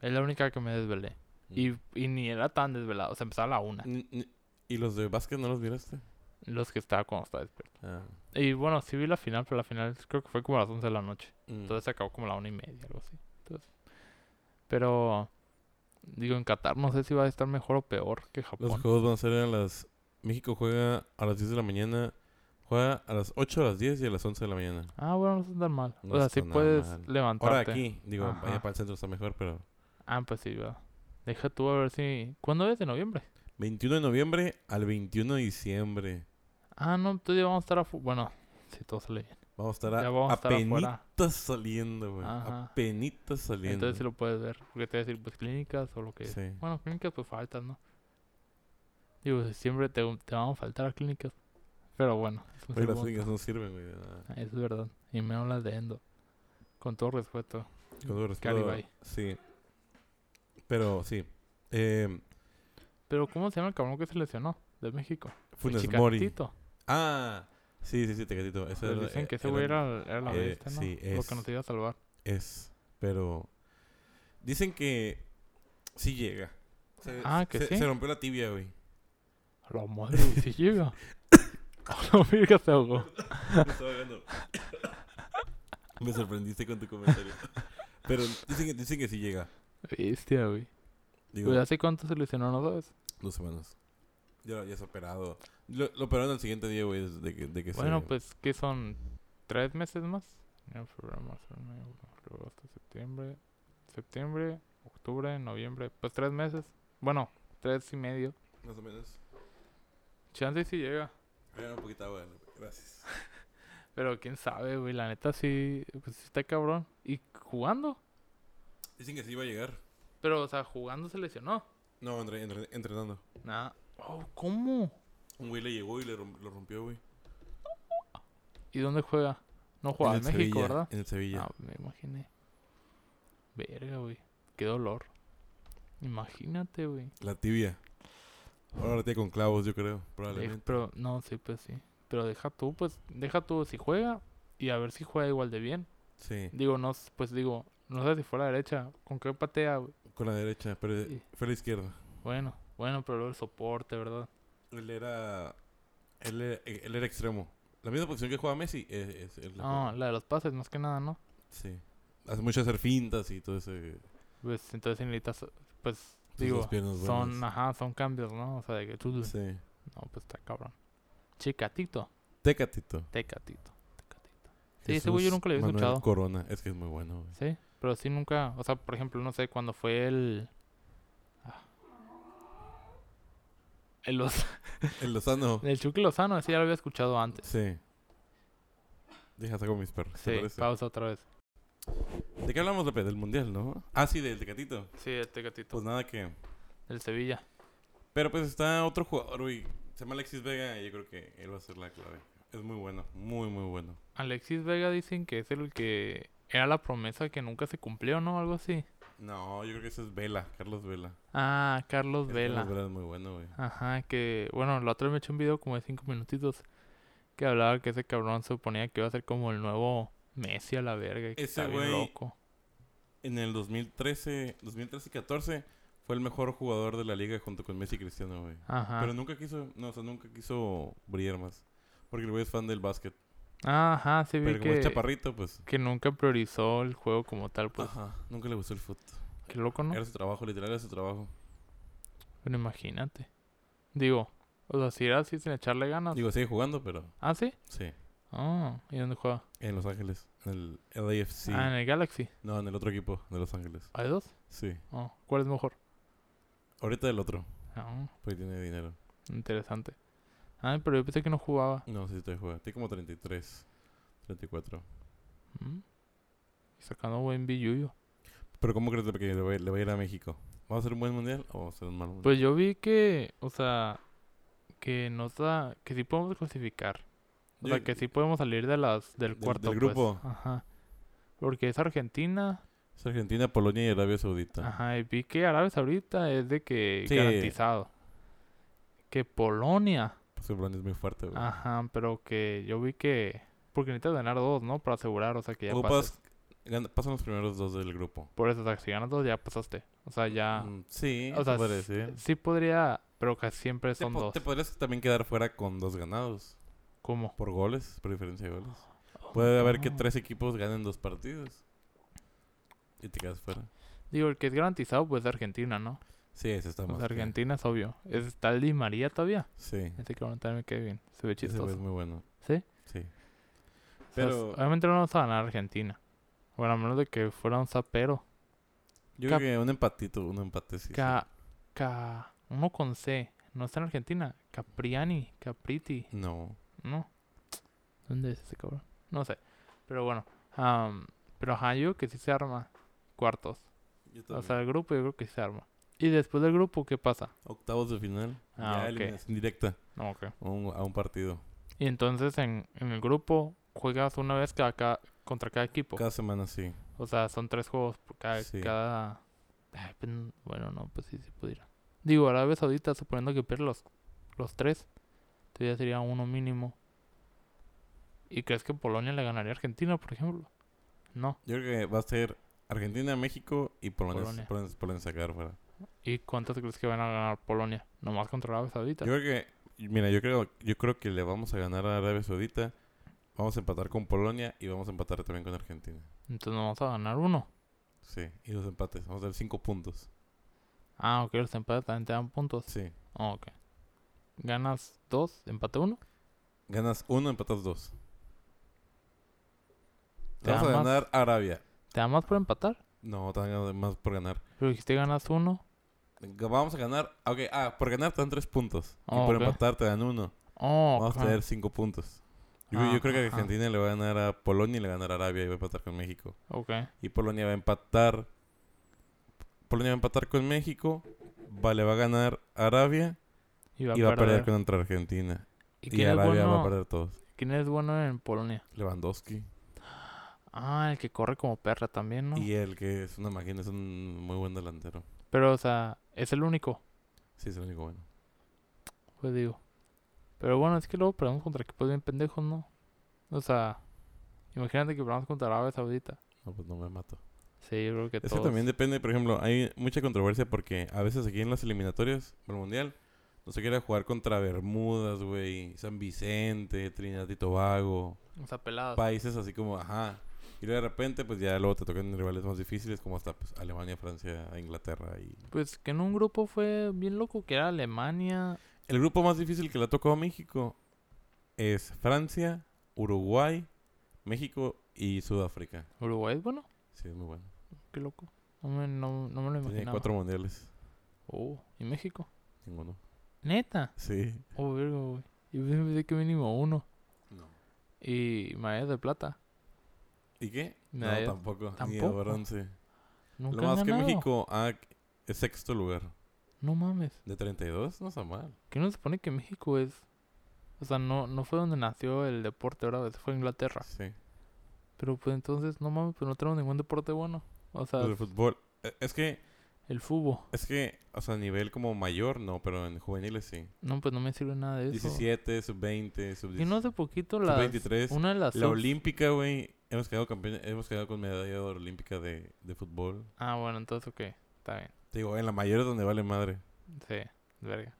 [SPEAKER 2] Es la única que me desvelé.
[SPEAKER 1] Mm.
[SPEAKER 2] Y, y ni era tan desvelado, o sea, empezaba a la una.
[SPEAKER 1] N- n- ¿Y los de básquet no los miraste?
[SPEAKER 2] Los que estaba cuando estaba despierto.
[SPEAKER 1] Ah.
[SPEAKER 2] Y bueno, sí vi la final, pero la final creo que fue como a las 11 de la noche.
[SPEAKER 1] Mm.
[SPEAKER 2] Entonces se acabó como a la una y media, algo así. Entonces, pero, digo, en Qatar no sé si va a estar mejor o peor que
[SPEAKER 1] Los
[SPEAKER 2] Japón.
[SPEAKER 1] juegos van a ser a las... México juega a las 10 de la mañana. Juega a las 8, a las 10 y a las 11 de la mañana.
[SPEAKER 2] Ah, bueno, no está tan mal.
[SPEAKER 1] No
[SPEAKER 2] o sea,
[SPEAKER 1] está
[SPEAKER 2] sí
[SPEAKER 1] nada
[SPEAKER 2] puedes
[SPEAKER 1] mal.
[SPEAKER 2] levantarte.
[SPEAKER 1] Ahora aquí, digo,
[SPEAKER 2] Ajá.
[SPEAKER 1] vaya para el centro está mejor, pero...
[SPEAKER 2] Ah, pues sí, va. Deja tú a ver si... ¿Cuándo es? ¿De noviembre?
[SPEAKER 1] 21 de noviembre al 21 de diciembre.
[SPEAKER 2] Ah, no, entonces ya vamos a estar afu- Bueno, si todo sale bien.
[SPEAKER 1] Vamos a estar
[SPEAKER 2] Ya
[SPEAKER 1] a,
[SPEAKER 2] vamos a estar
[SPEAKER 1] apenitas
[SPEAKER 2] afuera.
[SPEAKER 1] saliendo, güey.
[SPEAKER 2] Ajá.
[SPEAKER 1] Apenitas saliendo.
[SPEAKER 2] Entonces sí lo puedes ver. Porque te voy a decir, pues clínicas o lo que
[SPEAKER 1] Sí.
[SPEAKER 2] Bueno, clínicas pues faltan, ¿no? Digo, siempre te, te van a faltar las clínicas. Pero bueno. es un
[SPEAKER 1] Güey, las
[SPEAKER 2] segundo.
[SPEAKER 1] ligas no sirven, güey. de nada.
[SPEAKER 2] Ah, Eso es verdad. Y menos las de Endo. Con todo respeto.
[SPEAKER 1] Con todo respeto,
[SPEAKER 2] Garibay.
[SPEAKER 1] Sí. Pero sí. Eh,
[SPEAKER 2] Pero ¿cómo se llama el cabrón que se lesionó? De México. El
[SPEAKER 1] Funes Mori.
[SPEAKER 2] Chicatito.
[SPEAKER 1] Ah, sí, sí, sí, te gatito. Ese
[SPEAKER 2] Pues
[SPEAKER 1] era- e-,
[SPEAKER 2] dicen que ese
[SPEAKER 1] era-
[SPEAKER 2] güey era, era la
[SPEAKER 1] eh,
[SPEAKER 2] bestia, ¿no?
[SPEAKER 1] sí,
[SPEAKER 2] Lo
[SPEAKER 1] es.
[SPEAKER 2] que nos iba a salvar.
[SPEAKER 1] Es, pero. Dicen que. Sí llega. Se-
[SPEAKER 2] Ah, que
[SPEAKER 1] se-
[SPEAKER 2] sí.
[SPEAKER 1] Se rompió la tibia, güey.
[SPEAKER 2] A la madre, si llega. *coughs* A la verga se ahogó.
[SPEAKER 1] Me estaba ahogando. *coughs* Me sorprendiste con tu comentario. Pero dicen que, dicen que sí llega.
[SPEAKER 2] Bestia, güey.
[SPEAKER 1] Digo,
[SPEAKER 2] Güey, ¿Hace cuánto se lesionó? ¿No sabes?
[SPEAKER 1] dos semanas. Ya, ya es operado. Lo, lo operaron el siguiente día, güey, de que, de que se-
[SPEAKER 2] Bueno, pues, ¿qué son? ¿Tres meses más? Enero, febrero, marzo, mayo, junio, luego hasta septiembre. Septiembre, octubre, noviembre. Pues tres meses. Bueno, tres y medio.
[SPEAKER 1] Más o menos.
[SPEAKER 2] Chance si llega.
[SPEAKER 1] Era un poquito agua, güey. Gracias.
[SPEAKER 2] Pero quién sabe, güey. La neta sí. Pues sí está cabrón. ¿Y jugando?
[SPEAKER 1] Dicen que sí iba a llegar.
[SPEAKER 2] Pero, o sea, jugando se lesionó.
[SPEAKER 1] No, entre- entre- entrenando.
[SPEAKER 2] Nada. Oh, ¿cómo?
[SPEAKER 1] Un güey le llegó y le rom- lo rompió, güey.
[SPEAKER 2] ¿Y dónde juega? No juega
[SPEAKER 1] el
[SPEAKER 2] en, México,
[SPEAKER 1] Sevilla,
[SPEAKER 2] ¿verdad?
[SPEAKER 1] En el Sevilla.
[SPEAKER 2] Ah, me imaginé. Verga, güey. Qué dolor. Imagínate, güey.
[SPEAKER 1] La tibia. Ahora la tibia con clavos, yo creo.
[SPEAKER 2] Dej-
[SPEAKER 1] Probablemente.
[SPEAKER 2] Pero, no, sí, pues sí. Pero deja tú, pues, deja tú si juega y a ver si juega igual de bien.
[SPEAKER 1] Sí.
[SPEAKER 2] Digo, no, s- pues digo, no sé si fue la derecha, con qué patea, güey?
[SPEAKER 1] Con la derecha, pero
[SPEAKER 2] Sí.
[SPEAKER 1] fue la izquierda.
[SPEAKER 2] Bueno, bueno, pero luego el soporte, ¿verdad?
[SPEAKER 1] Él era. Él era, él era extremo. La misma posición que juega Messi es, es- él la
[SPEAKER 2] No,
[SPEAKER 1] juega.
[SPEAKER 2] la de los pases, más que nada, ¿no?
[SPEAKER 1] Sí. Hace mucho hacer fintas y todo ese.
[SPEAKER 2] Pues entonces sí necesitas, pues,
[SPEAKER 1] Sus
[SPEAKER 2] digo,
[SPEAKER 1] dos piernas
[SPEAKER 2] son,
[SPEAKER 1] buenas.
[SPEAKER 2] ajá, son cambios, ¿no? O sea, de que tú,
[SPEAKER 1] Sí.
[SPEAKER 2] no, pues está cabrón. Chicatito,
[SPEAKER 1] Tecatito.
[SPEAKER 2] tecatito, tecatito. Sí, ese güey yo
[SPEAKER 1] Jesús
[SPEAKER 2] nunca lo había
[SPEAKER 1] Manuel
[SPEAKER 2] escuchado.
[SPEAKER 1] Corona. Es que es muy bueno, güey.
[SPEAKER 2] Sí, pero sí nunca, o sea, por ejemplo, no sé, cuando fue el... ah. El, Loz-
[SPEAKER 1] El
[SPEAKER 2] *laughs*
[SPEAKER 1] Lozano.
[SPEAKER 2] el Chucky Lozano, ese ya lo había escuchado antes.
[SPEAKER 1] Sí. Deja saco mis perros. ¿te
[SPEAKER 2] Sí,
[SPEAKER 1] parece?
[SPEAKER 2] pausa otra vez.
[SPEAKER 1] ¿De qué hablamos, Lepe? Del mundial, ¿no? Ah, sí, del Tecatito.
[SPEAKER 2] Sí, este gatito.
[SPEAKER 1] Pues nada que.
[SPEAKER 2] El Sevilla.
[SPEAKER 1] Pero pues está otro jugador, güey. Se llama Alexis Vega y yo creo que él va a ser la clave. Es muy bueno, muy, muy bueno.
[SPEAKER 2] Alexis Vega dicen que es el que era la promesa que nunca se cumplió, ¿no? Algo así.
[SPEAKER 1] No, yo creo que ese es Vela, Carlos Vela.
[SPEAKER 2] Ah, Carlos
[SPEAKER 1] Es-
[SPEAKER 2] Vela.
[SPEAKER 1] Carlos Vela es muy bueno, güey.
[SPEAKER 2] Ajá, que bueno, la otra vez me eché un video como de cinco minutitos que hablaba que ese cabrón se suponía que iba a ser como el nuevo Messi a la verga. y que
[SPEAKER 1] Ese
[SPEAKER 2] está bien
[SPEAKER 1] güey-
[SPEAKER 2] loco.
[SPEAKER 1] En el 2013, 2013 y 14 fue el mejor jugador de la liga junto con Messi y Cristiano, güey.
[SPEAKER 2] Ajá.
[SPEAKER 1] Pero nunca quiso, no, o sea, nunca quiso brillar más. Porque el güey es fan del básquet.
[SPEAKER 2] Ajá, sí vi
[SPEAKER 1] Pero como es
[SPEAKER 2] que,
[SPEAKER 1] chaparrito, pues...
[SPEAKER 2] que nunca priorizó el juego como tal, pues
[SPEAKER 1] Ajá, nunca le gustó el fútbol.
[SPEAKER 2] qué loco, ¿no?
[SPEAKER 1] Era su trabajo, literal, era su trabajo.
[SPEAKER 2] Pero imagínate. Digo, o sea, si era así sin echarle ganas.
[SPEAKER 1] Digo, sigue jugando, pero
[SPEAKER 2] ¿Ah, sí?
[SPEAKER 1] sí.
[SPEAKER 2] Ah, ¿y dónde juega?
[SPEAKER 1] En Los Ángeles, en el LAFC.
[SPEAKER 2] Ah, en el Galaxy.
[SPEAKER 1] No, en el otro equipo de Los Ángeles.
[SPEAKER 2] ¿Hay dos?
[SPEAKER 1] Sí.
[SPEAKER 2] Oh, ¿Cuál es mejor?
[SPEAKER 1] Ahorita el otro,
[SPEAKER 2] Ah,
[SPEAKER 1] porque tiene dinero.
[SPEAKER 2] interesante. Ah, pero yo pensé que no jugaba.
[SPEAKER 1] No, sí, te juega. Tiene como 33, 34.
[SPEAKER 2] Mm. Y Sacando buen billuyo.
[SPEAKER 1] Pero ¿cómo crees que le va, a ir- le va a ir a México? ¿Va a ser un buen mundial o va a ser un mal mundial?
[SPEAKER 2] Pues yo vi que, o sea, que nos da, que sí podemos clasificar. O sea,
[SPEAKER 1] Yo-
[SPEAKER 2] que sí podemos salir de las, del
[SPEAKER 1] Del-
[SPEAKER 2] cuarto.
[SPEAKER 1] del
[SPEAKER 2] pues.
[SPEAKER 1] grupo.
[SPEAKER 2] Ajá. Porque es Argentina.
[SPEAKER 1] Es Argentina, Polonia y Arabia Saudita.
[SPEAKER 2] Ajá. Y vi que Arabia ahorita es de que
[SPEAKER 1] Sí.
[SPEAKER 2] garantizado. Que Polonia.
[SPEAKER 1] Pues que Polonia es muy fuerte, güey.
[SPEAKER 2] Ajá. Pero que yo vi que. Porque necesitas ganar dos, ¿no? Para asegurar, o sea, que ya pases.
[SPEAKER 1] Ocupas- gan- pasan los primeros dos del grupo.
[SPEAKER 2] Por eso, o sea, si ganas dos, ya pasaste. O sea, ya.
[SPEAKER 1] Mm, Sí,
[SPEAKER 2] o sea,
[SPEAKER 1] se podría
[SPEAKER 2] s-
[SPEAKER 1] decir.
[SPEAKER 2] sí podría. Pero que siempre
[SPEAKER 1] Te,
[SPEAKER 2] son
[SPEAKER 1] po-
[SPEAKER 2] dos.
[SPEAKER 1] te podrías también quedar fuera con dos ganados.
[SPEAKER 2] ¿Cómo?
[SPEAKER 1] Por goles, por diferencia de goles. Puede haber que
[SPEAKER 2] Oh, no.
[SPEAKER 1] tres equipos ganen dos partidos. Y te quedas fuera.
[SPEAKER 2] Digo, el que es garantizado, pues de Argentina, ¿no?
[SPEAKER 1] Sí, ese está
[SPEAKER 2] O
[SPEAKER 1] más.
[SPEAKER 2] sea,
[SPEAKER 1] que-
[SPEAKER 2] Argentina es obvio. Es- Está el Di María todavía.
[SPEAKER 1] Sí.
[SPEAKER 2] Este cabrón también me cae bien. Se ve
[SPEAKER 1] Ese güey es
[SPEAKER 2] chistoso.
[SPEAKER 1] muy bueno.
[SPEAKER 2] ¿Sí?
[SPEAKER 1] Sí.
[SPEAKER 2] O sea, ah,
[SPEAKER 1] Pero-
[SPEAKER 2] obviamente no vamos a ganar a Argentina. Bueno, a menos de que fuera un zapero.
[SPEAKER 1] Yo
[SPEAKER 2] Cap-
[SPEAKER 1] creo que un empatito, un empate sí. sí.
[SPEAKER 2] Ca... Ca... Uno con C. No está en Argentina. Capriani. Capriti.
[SPEAKER 1] No.
[SPEAKER 2] No. ¿Dónde es ese cabrón? No sé. Pero bueno. am, pero ajá, yo creo que sí se arma. Cuartos.
[SPEAKER 1] Yo
[SPEAKER 2] O sea, el grupo yo creo que sí se arma. Y después del grupo, ¿qué pasa?
[SPEAKER 1] Octavos de final.
[SPEAKER 2] Ah,
[SPEAKER 1] ya
[SPEAKER 2] ok.
[SPEAKER 1] eliminación directa
[SPEAKER 2] No, ok.
[SPEAKER 1] a un, a un partido.
[SPEAKER 2] Y entonces en, en el grupo juegas una vez cada, cada- contra cada equipo.
[SPEAKER 1] Cada semana sí.
[SPEAKER 2] O sea, son tres juegos por cada...
[SPEAKER 1] Sí.
[SPEAKER 2] cada... Ay, pues, n- bueno, no, pues sí, sí pudiera. Digo, Arabia Saudita, suponiendo que pierde los, los tres, todavía sería uno mínimo. ¿Y crees que Polonia le ganaría a Argentina, por ejemplo? No.
[SPEAKER 1] Yo creo que va a ser Argentina, México y Polonia.
[SPEAKER 2] Polonia.
[SPEAKER 1] Polonia, Polonia sacar fuera.
[SPEAKER 2] ¿Y cuántos crees que van a ganar Polonia? Nomás contra Arabia Saudita.
[SPEAKER 1] Yo creo que, y mira, yo creo, yo creo que le vamos a ganar a Arabia Saudita. Vamos a empatar con Polonia y vamos a empatar también con Argentina.
[SPEAKER 2] Entonces nos vamos a ganar uno.
[SPEAKER 1] Sí, y dos empates. Vamos a dar cinco puntos.
[SPEAKER 2] Ah, ok, los empates también te dan puntos.
[SPEAKER 1] Sí.
[SPEAKER 2] Ah, ok. Ganas dos, empate uno.
[SPEAKER 1] Ganas uno, empatas dos.
[SPEAKER 2] Te
[SPEAKER 1] Le vamos a
[SPEAKER 2] dan más.
[SPEAKER 1] ganar a Arabia.
[SPEAKER 2] ¿Te da más por empatar?
[SPEAKER 1] No, te van a dar más por ganar.
[SPEAKER 2] Pero dijiste ganas uno.
[SPEAKER 1] Ga- Vamos a ganar. Ok, ah, por ganar te dan tres puntos.
[SPEAKER 2] Ah,
[SPEAKER 1] y por
[SPEAKER 2] ok.
[SPEAKER 1] empatar te dan uno.
[SPEAKER 2] Oh,
[SPEAKER 1] Vamos a
[SPEAKER 2] ok.
[SPEAKER 1] tener cinco puntos. Yo,
[SPEAKER 2] Ah,
[SPEAKER 1] yo creo que
[SPEAKER 2] ajá.
[SPEAKER 1] Argentina le va a ganar a Polonia y le va a ganar a Arabia y va a empatar con México.
[SPEAKER 2] Ok.
[SPEAKER 1] Y Polonia va a empatar. Polonia va a empatar con México. Vale, va a ganar Arabia.
[SPEAKER 2] Y va,
[SPEAKER 1] y va a perder
[SPEAKER 2] perder.
[SPEAKER 1] contra Argentina.
[SPEAKER 2] ¿Y
[SPEAKER 1] Y,
[SPEAKER 2] quién, es
[SPEAKER 1] Arabia va a
[SPEAKER 2] bueno,
[SPEAKER 1] perder todos.
[SPEAKER 2] quién es bueno en Polonia?
[SPEAKER 1] Lewandowski.
[SPEAKER 2] Ah, el que corre como perra también, ¿no?
[SPEAKER 1] Y él, que es una máquina, es un muy buen delantero.
[SPEAKER 2] Pero, o sea, es el único,
[SPEAKER 1] Sí, es el único bueno.
[SPEAKER 2] pues digo. Pero bueno, es que luego perdemos contra equipos bien pendejos, ¿no? O sea, imagínate que perdamos contra Arabia Saudita.
[SPEAKER 1] No, pues no me mato.
[SPEAKER 2] Sí, yo creo que
[SPEAKER 1] Es
[SPEAKER 2] todos.
[SPEAKER 1] que también depende, por ejemplo, hay mucha controversia porque a veces aquí en las eliminatorias para el Mundial no se quiere jugar contra Bermudas, güey, San Vicente, Trinidad y Tobago.
[SPEAKER 2] O sea, pelados.
[SPEAKER 1] países así como, ajá. Y luego de repente, pues ya luego te tocan rivales más difíciles, como hasta pues, Alemania, Francia, Inglaterra. y
[SPEAKER 2] Pues que en un grupo fue bien loco, que era Alemania.
[SPEAKER 1] El grupo más difícil que le ha tocado a México es Francia, Uruguay, México y Sudáfrica.
[SPEAKER 2] Uruguay es bueno.
[SPEAKER 1] Sí, es muy bueno.
[SPEAKER 2] Qué loco. No me, no, no me lo
[SPEAKER 1] Tiene
[SPEAKER 2] imaginaba.
[SPEAKER 1] cuatro mundiales.
[SPEAKER 2] Oh, ¿y México?
[SPEAKER 1] Ninguno.
[SPEAKER 2] ¿Neta?
[SPEAKER 1] Sí.
[SPEAKER 2] Oh, verga, güey. Yo pensé que mínimo uno.
[SPEAKER 1] No.
[SPEAKER 2] Y medallas de plata.
[SPEAKER 1] ¿Y qué?
[SPEAKER 2] Medallas.
[SPEAKER 1] No, tampoco. Ni de
[SPEAKER 2] Tampoco.
[SPEAKER 1] bronce.
[SPEAKER 2] Nunca
[SPEAKER 1] Lo
[SPEAKER 2] han
[SPEAKER 1] más que
[SPEAKER 2] ganado.
[SPEAKER 1] México ah, es sexto lugar.
[SPEAKER 2] No mames.
[SPEAKER 1] De 32, no está mal.
[SPEAKER 2] ¿Qué no se supone que México es? O sea, no, no fue donde nació el deporte, ¿verdad? Se fue a Inglaterra.
[SPEAKER 1] Sí.
[SPEAKER 2] Pero pues entonces, no mames, pues no tenemos ningún deporte bueno. O sea,
[SPEAKER 1] Pero el fútbol. eh, Es que
[SPEAKER 2] el fútbol.
[SPEAKER 1] Es que, o sea, a nivel como mayor, no, pero en juveniles sí.
[SPEAKER 2] No, pues no me sirve nada de eso.
[SPEAKER 1] 17, sub-20, sub-23.
[SPEAKER 2] Y no hace poquito
[SPEAKER 1] sub
[SPEAKER 2] las...
[SPEAKER 1] 23,
[SPEAKER 2] Una de las...
[SPEAKER 1] La
[SPEAKER 2] subs-
[SPEAKER 1] olímpica, güey, hemos quedado campeón, hemos quedado con medalla olímpica de, de fútbol.
[SPEAKER 2] Ah, bueno, entonces ok. Está bien.
[SPEAKER 1] Te digo, en la mayor es donde vale madre.
[SPEAKER 2] Sí, verga.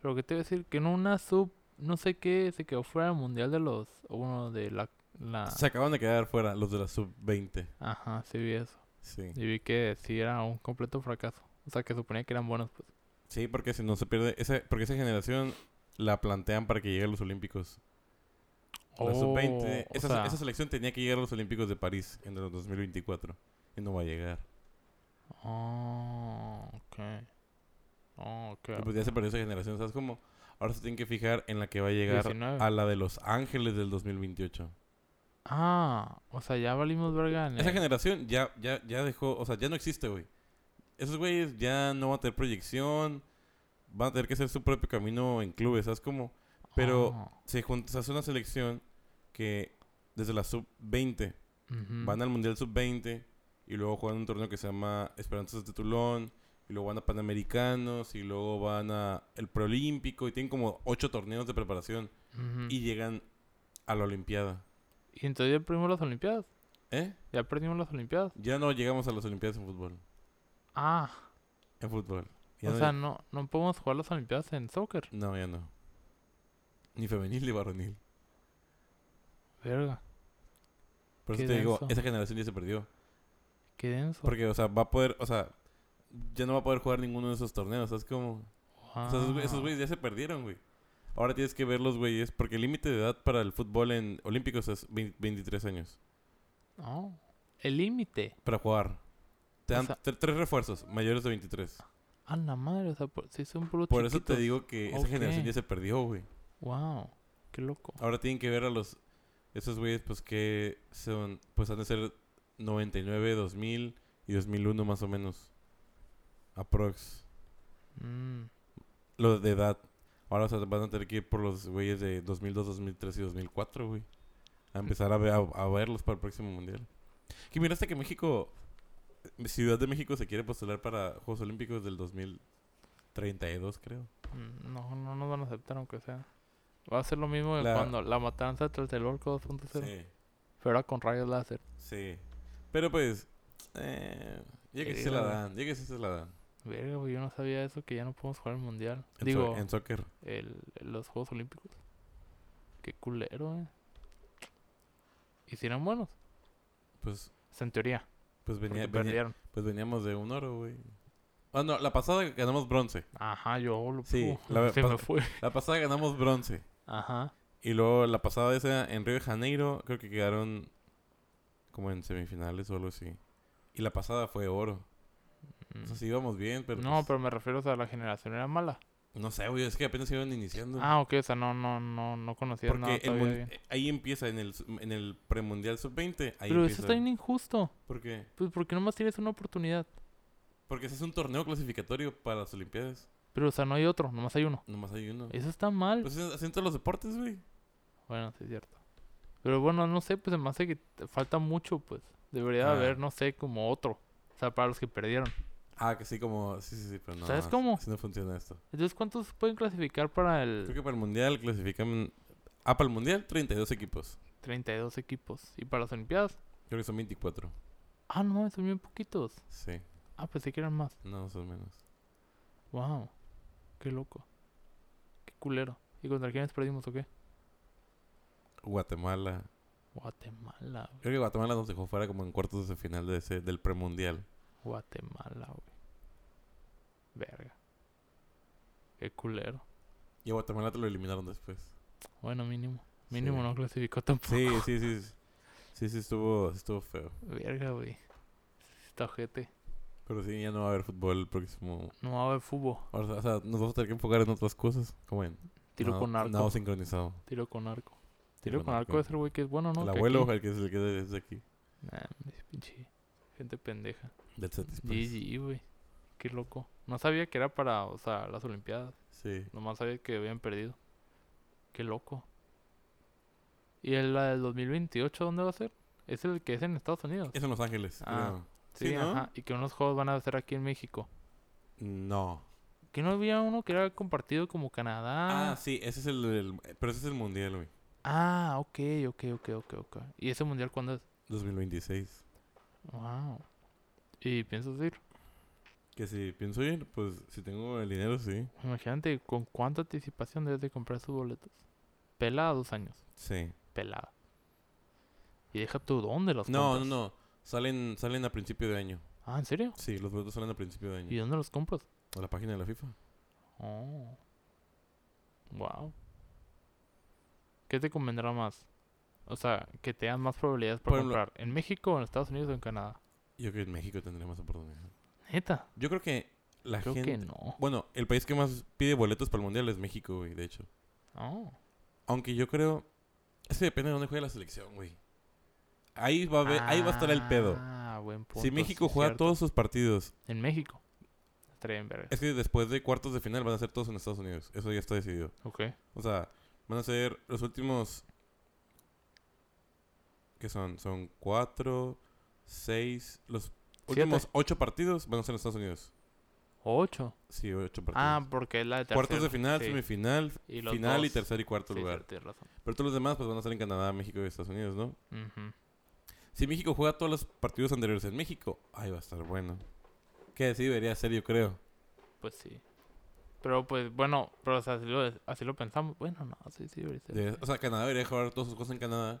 [SPEAKER 2] Pero que te iba a decir que en una sub... No sé qué, se quedó fuera del mundial de los... o Bueno, de la... la...
[SPEAKER 1] Se acaban de quedar fuera los de la sub-20.
[SPEAKER 2] Ajá, sí vi eso.
[SPEAKER 1] Sí.
[SPEAKER 2] Y vi que sí era un completo fracaso. O sea, que suponía que eran buenos, pues.
[SPEAKER 1] Sí, porque si no se pierde, esa, porque esa generación la plantean para que llegue a los olímpicos. La sub-20,
[SPEAKER 2] Oh, o
[SPEAKER 1] esa,
[SPEAKER 2] sea,
[SPEAKER 1] esa selección tenía que llegar a los olímpicos de París en el 2024. Y no va a llegar.
[SPEAKER 2] Ah, ok. Ah, ok.
[SPEAKER 1] Y pues ya se perdió esa generación, ¿sabes cómo? Ahora se tienen que fijar en la que va a llegar
[SPEAKER 2] 19.
[SPEAKER 1] a la de Los Ángeles del 2028.
[SPEAKER 2] Ah, o sea, ya valimos verga en
[SPEAKER 1] Esa
[SPEAKER 2] el-
[SPEAKER 1] generación ya, ya, ya dejó, o sea, ya no existe, güey. Esos güeyes ya no van a tener proyección, van a tener que hacer su propio camino en clubes, ¿sabes cómo? Pero
[SPEAKER 2] Ah,
[SPEAKER 1] se, jun- se hace una selección que desde la sub-20
[SPEAKER 2] ujú.
[SPEAKER 1] van al Mundial Sub-20 y luego juegan un torneo que se llama Esperanzas de Tulón y luego van a Panamericanos y luego van a el Preolímpico y tienen como ocho torneos de preparación
[SPEAKER 2] Ujú.
[SPEAKER 1] y
[SPEAKER 2] y...
[SPEAKER 1] llegan a la Olimpiada.
[SPEAKER 2] entonces ya perdimos las Olimpiadas.
[SPEAKER 1] ¿Eh?
[SPEAKER 2] Ya perdimos las Olimpiadas.
[SPEAKER 1] Ya no llegamos a las Olimpiadas en fútbol.
[SPEAKER 2] Ah,
[SPEAKER 1] En fútbol. Ya
[SPEAKER 2] o
[SPEAKER 1] no
[SPEAKER 2] sea, no, no podemos jugar las Olimpiadas en soccer.
[SPEAKER 1] No, ya no. Ni femenil ni varonil.
[SPEAKER 2] Verga,
[SPEAKER 1] Por eso
[SPEAKER 2] Qué
[SPEAKER 1] te digo,
[SPEAKER 2] denso.
[SPEAKER 1] esa generación ya se perdió.
[SPEAKER 2] qué denso.
[SPEAKER 1] Porque, o sea, va a poder, o sea, ya no va a poder jugar ninguno de esos torneos. ¿Sabes cómo? O sea, esos, güe- esos
[SPEAKER 2] Wow.
[SPEAKER 1] güeyes ya se perdieron, güey. Ahora tienes que ver los güeyes, porque el límite de edad para el fútbol en Olímpicos es 20 23 años.
[SPEAKER 2] Ah, No, el límite.
[SPEAKER 1] Para jugar. Te
[SPEAKER 2] O
[SPEAKER 1] dan
[SPEAKER 2] sea-
[SPEAKER 1] tre- tres refuerzos mayores de 23.
[SPEAKER 2] A la madre, o sea, por- sí son puros
[SPEAKER 1] Por eso te
[SPEAKER 2] chiquitos.
[SPEAKER 1] digo que esa generación
[SPEAKER 2] Ok.
[SPEAKER 1] ya se perdió, güey.
[SPEAKER 2] Wow, qué loco.
[SPEAKER 1] Ahora tienen que ver a los... Esos güeyes, pues, que son... Pues han de ser 99, 2000 y 2001 más o menos. Aprox.
[SPEAKER 2] Mm,
[SPEAKER 1] Los de edad. Ahora o sea, van a tener que ir por los güeyes de 2002, 2003 y 2004, güey. A empezar a, ver- a, a verlos para el próximo mundial. Que miraste que México... Ciudad de México se quiere postular para Juegos Olímpicos del 2032, creo.
[SPEAKER 2] mm, no, no nos van a aceptar aunque sea. Va a ser lo mismo que
[SPEAKER 1] La-
[SPEAKER 2] cuando la matanza tras el orco
[SPEAKER 1] Sí,
[SPEAKER 2] 2.0. Pero ahora con rayos láser.
[SPEAKER 1] sí. Pero pues... Eh, ya que sí se la dan, ya que sí se la dan.
[SPEAKER 2] Verga, güey, yo no sabía eso, que ya no podemos jugar el mundial.
[SPEAKER 1] En so-
[SPEAKER 2] Digo,
[SPEAKER 1] en soccer.
[SPEAKER 2] el, los Juegos Olímpicos. Qué culero, eh. Y si eran buenos,
[SPEAKER 1] Pues,
[SPEAKER 2] O sea, en teoría.
[SPEAKER 1] pues,
[SPEAKER 2] Porque
[SPEAKER 1] venía- venía-
[SPEAKER 2] perdieron.
[SPEAKER 1] pues veníamos de un oro, güey. Ah, no, la pasada ganamos bronce.
[SPEAKER 2] Ajá, yo lo
[SPEAKER 1] Sí,
[SPEAKER 2] uh,
[SPEAKER 1] la-
[SPEAKER 2] *laughs* se
[SPEAKER 1] pas-
[SPEAKER 2] me fue.
[SPEAKER 1] La pasada ganamos bronce.
[SPEAKER 2] Ajá.
[SPEAKER 1] Y luego la pasada esa en Río de Janeiro, creo que quedaron como en semifinales o algo así. Y la pasada fue oro.
[SPEAKER 2] Mm.
[SPEAKER 1] O sea, sí íbamos bien, pero.
[SPEAKER 2] no,
[SPEAKER 1] pues,
[SPEAKER 2] pero me refiero o sea, la generación era mala.
[SPEAKER 1] No sé, güey, es que apenas iban iniciando.
[SPEAKER 2] Ah, ok, o sea, no, no, no, no conocía
[SPEAKER 1] Porque
[SPEAKER 2] nada
[SPEAKER 1] el
[SPEAKER 2] todavía
[SPEAKER 1] mun-
[SPEAKER 2] bien.
[SPEAKER 1] eh, ahí empieza, en el, su- en el premundial sub-20. Ahí
[SPEAKER 2] Pero eso
[SPEAKER 1] empieza.
[SPEAKER 2] está bien injusto.
[SPEAKER 1] ¿Por qué?
[SPEAKER 2] Pues porque nomás tienes una oportunidad.
[SPEAKER 1] Porque ese es un torneo clasificatorio para las Olimpiadas.
[SPEAKER 2] Pero, o sea, no hay otro, nomás hay uno.
[SPEAKER 1] Nomás hay uno.
[SPEAKER 2] Eso está mal.
[SPEAKER 1] Pues hacen todos los deportes, güey. Pues
[SPEAKER 2] Bueno, sí es cierto. Pero bueno, no sé, pues se me hace que te falta mucho, pues. Debería
[SPEAKER 1] Ah.
[SPEAKER 2] haber, no sé, como otro. O sea, para los que perdieron.
[SPEAKER 1] Ah, que sí, como. Sí, sí, sí, pero no.
[SPEAKER 2] ¿Sabes
[SPEAKER 1] no,
[SPEAKER 2] cómo?
[SPEAKER 1] Así no funciona esto.
[SPEAKER 2] Entonces, ¿cuántos pueden clasificar para
[SPEAKER 1] Creo
[SPEAKER 2] el
[SPEAKER 1] que para el mundial clasifican. Ah, para el mundial, 32 equipos.
[SPEAKER 2] 32 equipos? ¿Y para las Olimpiadas?
[SPEAKER 1] Creo que son 24.
[SPEAKER 2] Ah, no, mames, son bien poquitos.
[SPEAKER 1] Sí,
[SPEAKER 2] Ah, pensé que eran más.
[SPEAKER 1] no, son menos.
[SPEAKER 2] Wow. Qué loco. Qué culero. ¿Y contra quiénes perdimos o qué?
[SPEAKER 1] Guatemala.
[SPEAKER 2] Guatemala, güey.
[SPEAKER 1] Creo que Guatemala nos dejó fuera como en cuartos de final de ese, del premundial.
[SPEAKER 2] Guatemala, güey. Verga. Qué culero.
[SPEAKER 1] Y a Guatemala te lo eliminaron después.
[SPEAKER 2] Bueno, mínimo. Mínimo
[SPEAKER 1] Sí.
[SPEAKER 2] no clasificó tampoco.
[SPEAKER 1] Sí, sí, sí. sí. Sí, sí, estuvo, sí estuvo feo.
[SPEAKER 2] *laughs* Verga, güey. Está ojete.
[SPEAKER 1] Pero sí, ya no va a haber fútbol el próximo.
[SPEAKER 2] No va a haber fútbol.
[SPEAKER 1] O sea, o sea, nos vamos a tener que enfocar en otras cosas. Como en.
[SPEAKER 2] Tiro
[SPEAKER 1] nado-
[SPEAKER 2] con arco.
[SPEAKER 1] nado sincronizado.
[SPEAKER 2] Tiro con arco. Tiro con arco es el güey que es bueno, ¿no?
[SPEAKER 1] El
[SPEAKER 2] Que
[SPEAKER 1] abuelo,
[SPEAKER 2] aquí-
[SPEAKER 1] el que es el que es de aquí.
[SPEAKER 2] Nah, hombre, pinche gente pendeja.
[SPEAKER 1] Del Cetis, pues.
[SPEAKER 2] GG, güey. Qué loco. No sabía que era para, o sea, las Olimpiadas.
[SPEAKER 1] Sí.
[SPEAKER 2] Nomás sabía que habían perdido. Qué loco. ¿Y el, la del 2028 dónde va a ser? Es el que es en Estados Unidos.
[SPEAKER 1] Es en Los Ángeles.
[SPEAKER 2] Ah.
[SPEAKER 1] Sí,
[SPEAKER 2] Sí,
[SPEAKER 1] ¿no?
[SPEAKER 2] ajá. Y que unos juegos van a ser aquí en México.
[SPEAKER 1] creo. No.
[SPEAKER 2] Que no había uno que era compartido como
[SPEAKER 1] Ah,
[SPEAKER 2] Canadá.
[SPEAKER 1] sí, ese es el, el- Pero ese es el mundial, güey.
[SPEAKER 2] Ah, ok, ok, ok, ok, ok. ¿Y ese mundial cuándo es?
[SPEAKER 1] 2026.
[SPEAKER 2] Wow. ¿Y piensas ir?
[SPEAKER 1] Que si pienso ir, pues si tengo el dinero, sí.
[SPEAKER 2] Imagínate con cuánta anticipación debes de comprar sus boletos. Pelada dos años.
[SPEAKER 1] Sí.
[SPEAKER 2] Pelada. Y deja tú dónde los
[SPEAKER 1] No, no,
[SPEAKER 2] compras?
[SPEAKER 1] no. Salen, salen a principio de año.
[SPEAKER 2] Ah, ¿en serio?
[SPEAKER 1] Sí, los boletos salen a principio de
[SPEAKER 2] ¿Y
[SPEAKER 1] año.
[SPEAKER 2] dónde los compras?
[SPEAKER 1] A la página de la FIFA.
[SPEAKER 2] Oh. Wow. ¿Qué te convendrá más? O sea, que te dan más probabilidades para
[SPEAKER 1] Por ejemplo-
[SPEAKER 2] comprar. ¿En México, en Estados Unidos o en Canadá?
[SPEAKER 1] Yo creo que en México tendría más oportunidad.
[SPEAKER 2] Neta,
[SPEAKER 1] Yo creo que la
[SPEAKER 2] creo
[SPEAKER 1] gente.
[SPEAKER 2] que no.
[SPEAKER 1] Bueno, el país que más pide boletos para el mundial es México, güey, de hecho.
[SPEAKER 2] Oh.
[SPEAKER 1] Aunque yo creo. Es que depende de dónde juegue la selección, güey. Ahí va a, haber- ahí va a estar el pedo.
[SPEAKER 2] Ah, buen punto.
[SPEAKER 1] si México
[SPEAKER 2] sí,
[SPEAKER 1] juega
[SPEAKER 2] cierto.
[SPEAKER 1] todos sus partidos,
[SPEAKER 2] En México. Estaría bien, verga.
[SPEAKER 1] es que después de cuartos de final van a ser todos en Estados Unidos. Eso ya está decidido.
[SPEAKER 2] Ok.
[SPEAKER 1] O sea, van a ser los últimos. ¿Qué son? Son cuatro, seis. Los últimos ocho partidos van a ser en Estados Unidos.
[SPEAKER 2] Ocho.
[SPEAKER 1] Sí, ocho partidos.
[SPEAKER 2] Ah, porque es la de
[SPEAKER 1] Cuartos
[SPEAKER 2] tercero,
[SPEAKER 1] de final,
[SPEAKER 2] sí.
[SPEAKER 1] semifinal,
[SPEAKER 2] Y los
[SPEAKER 1] final y
[SPEAKER 2] dos.
[SPEAKER 1] tercer y cuarto
[SPEAKER 2] Sí,
[SPEAKER 1] lugar.
[SPEAKER 2] cierto, tienes razón.
[SPEAKER 1] Pero todos los demás pues van a ser en Canadá, México y Estados Unidos, ¿no?
[SPEAKER 2] Ujú.
[SPEAKER 1] Si México juega todos los partidos anteriores en México, ahí va a estar bueno. Que sí debería ser, yo creo.
[SPEAKER 2] Pues sí. Pero pues bueno, pero o sea, así, lo, así lo pensamos. Bueno, no, sí, sí, debería ser.
[SPEAKER 1] Debe- o sea, Canadá debería jugar todas sus cosas en Canadá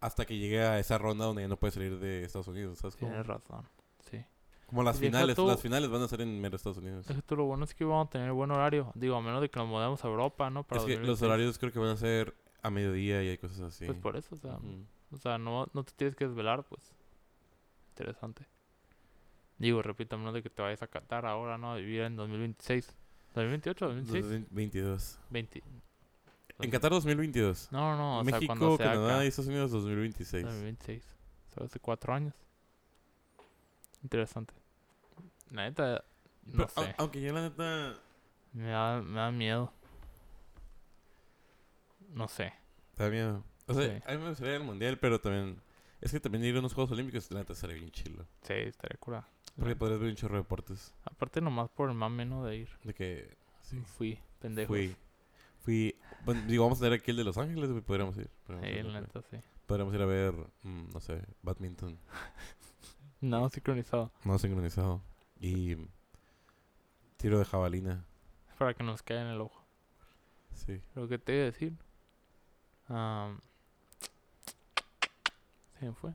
[SPEAKER 1] hasta que llegue a esa ronda donde ya no puede salir de Estados Unidos, ¿sabes? cómo?
[SPEAKER 2] Tienes razón. Sí.
[SPEAKER 1] Como las
[SPEAKER 2] Deja
[SPEAKER 1] finales,
[SPEAKER 2] tú-
[SPEAKER 1] las finales van a ser en mero Estados Unidos.
[SPEAKER 2] Es que tú lo bueno es que vamos a tener buen horario. Digo, a menos de que nos mudemos a Europa, ¿no? Para
[SPEAKER 1] es que los
[SPEAKER 2] 2026.
[SPEAKER 1] horarios creo que van a ser a mediodía y hay cosas así.
[SPEAKER 2] Pues por eso, o sea,
[SPEAKER 1] Ujú.
[SPEAKER 2] o sea no, no te tienes que desvelar, pues. Interesante. Digo, repito, a menos de que te vayas a Qatar ahora, ¿no? A vivir en 2026. ¿2028? ¿2026?
[SPEAKER 1] 2022.
[SPEAKER 2] 20.
[SPEAKER 1] En Qatar 2022.
[SPEAKER 2] No, Pues no, o sea,
[SPEAKER 1] México,
[SPEAKER 2] cuando sea
[SPEAKER 1] Canadá
[SPEAKER 2] acá.
[SPEAKER 1] y Estados Unidos 2026.
[SPEAKER 2] 2026. Solo hace cuatro años. Interesante. La neta, no
[SPEAKER 1] Pero, ah,
[SPEAKER 2] sé.
[SPEAKER 1] au- aunque yo la neta...
[SPEAKER 2] Me da, me da miedo. No sé.
[SPEAKER 1] Da miedo. O sea,
[SPEAKER 2] Sí.
[SPEAKER 1] a mí me gustaría ir al Mundial, pero también... Es que también ir a unos Juegos Olímpicos, la neta, estaría bien chilo.
[SPEAKER 2] Sí, estaría curada.
[SPEAKER 1] Porque podrías ver un chorro de deportes.
[SPEAKER 2] Aparte nomás por el mame, ¿no? De ir.
[SPEAKER 1] De que... Sí.
[SPEAKER 2] Fui, pendejo.
[SPEAKER 1] Fui... Fui... bueno, digo, vamos a tener aquí el de Los Ángeles, güey, podríamos ir.
[SPEAKER 2] Sí,
[SPEAKER 1] Podríamos, ir,
[SPEAKER 2] la
[SPEAKER 1] güey.
[SPEAKER 2] neta, sí.
[SPEAKER 1] Podríamos ir a ver, mm, no sé, badminton.
[SPEAKER 2] No, sincronizado.
[SPEAKER 1] No sincronizado. Y tiro de jabalina.
[SPEAKER 2] Para que nos caiga en el ojo.
[SPEAKER 1] Sí.
[SPEAKER 2] Lo que te iba a decir. am, se me fue.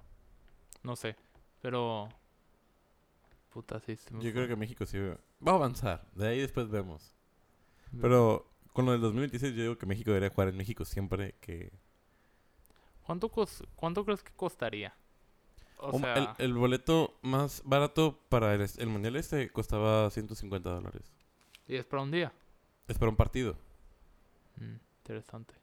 [SPEAKER 2] No sé. Pero... Puta, sí. se me
[SPEAKER 1] Yo
[SPEAKER 2] fue.
[SPEAKER 1] creo que México sí va a avanzar. De ahí después vemos.
[SPEAKER 2] Me-
[SPEAKER 1] Pero con lo del 2026 yo digo que México debería jugar en México siempre que...
[SPEAKER 2] ¿Cuánto, cos- ¿Cuánto crees que costaría? O
[SPEAKER 1] Hom-
[SPEAKER 2] sea,
[SPEAKER 1] el, el boleto más barato para el, est- el Mundial este costaba 150 dólares.
[SPEAKER 2] ¿y es para un día?
[SPEAKER 1] Es para un partido.
[SPEAKER 2] Mm, interesante.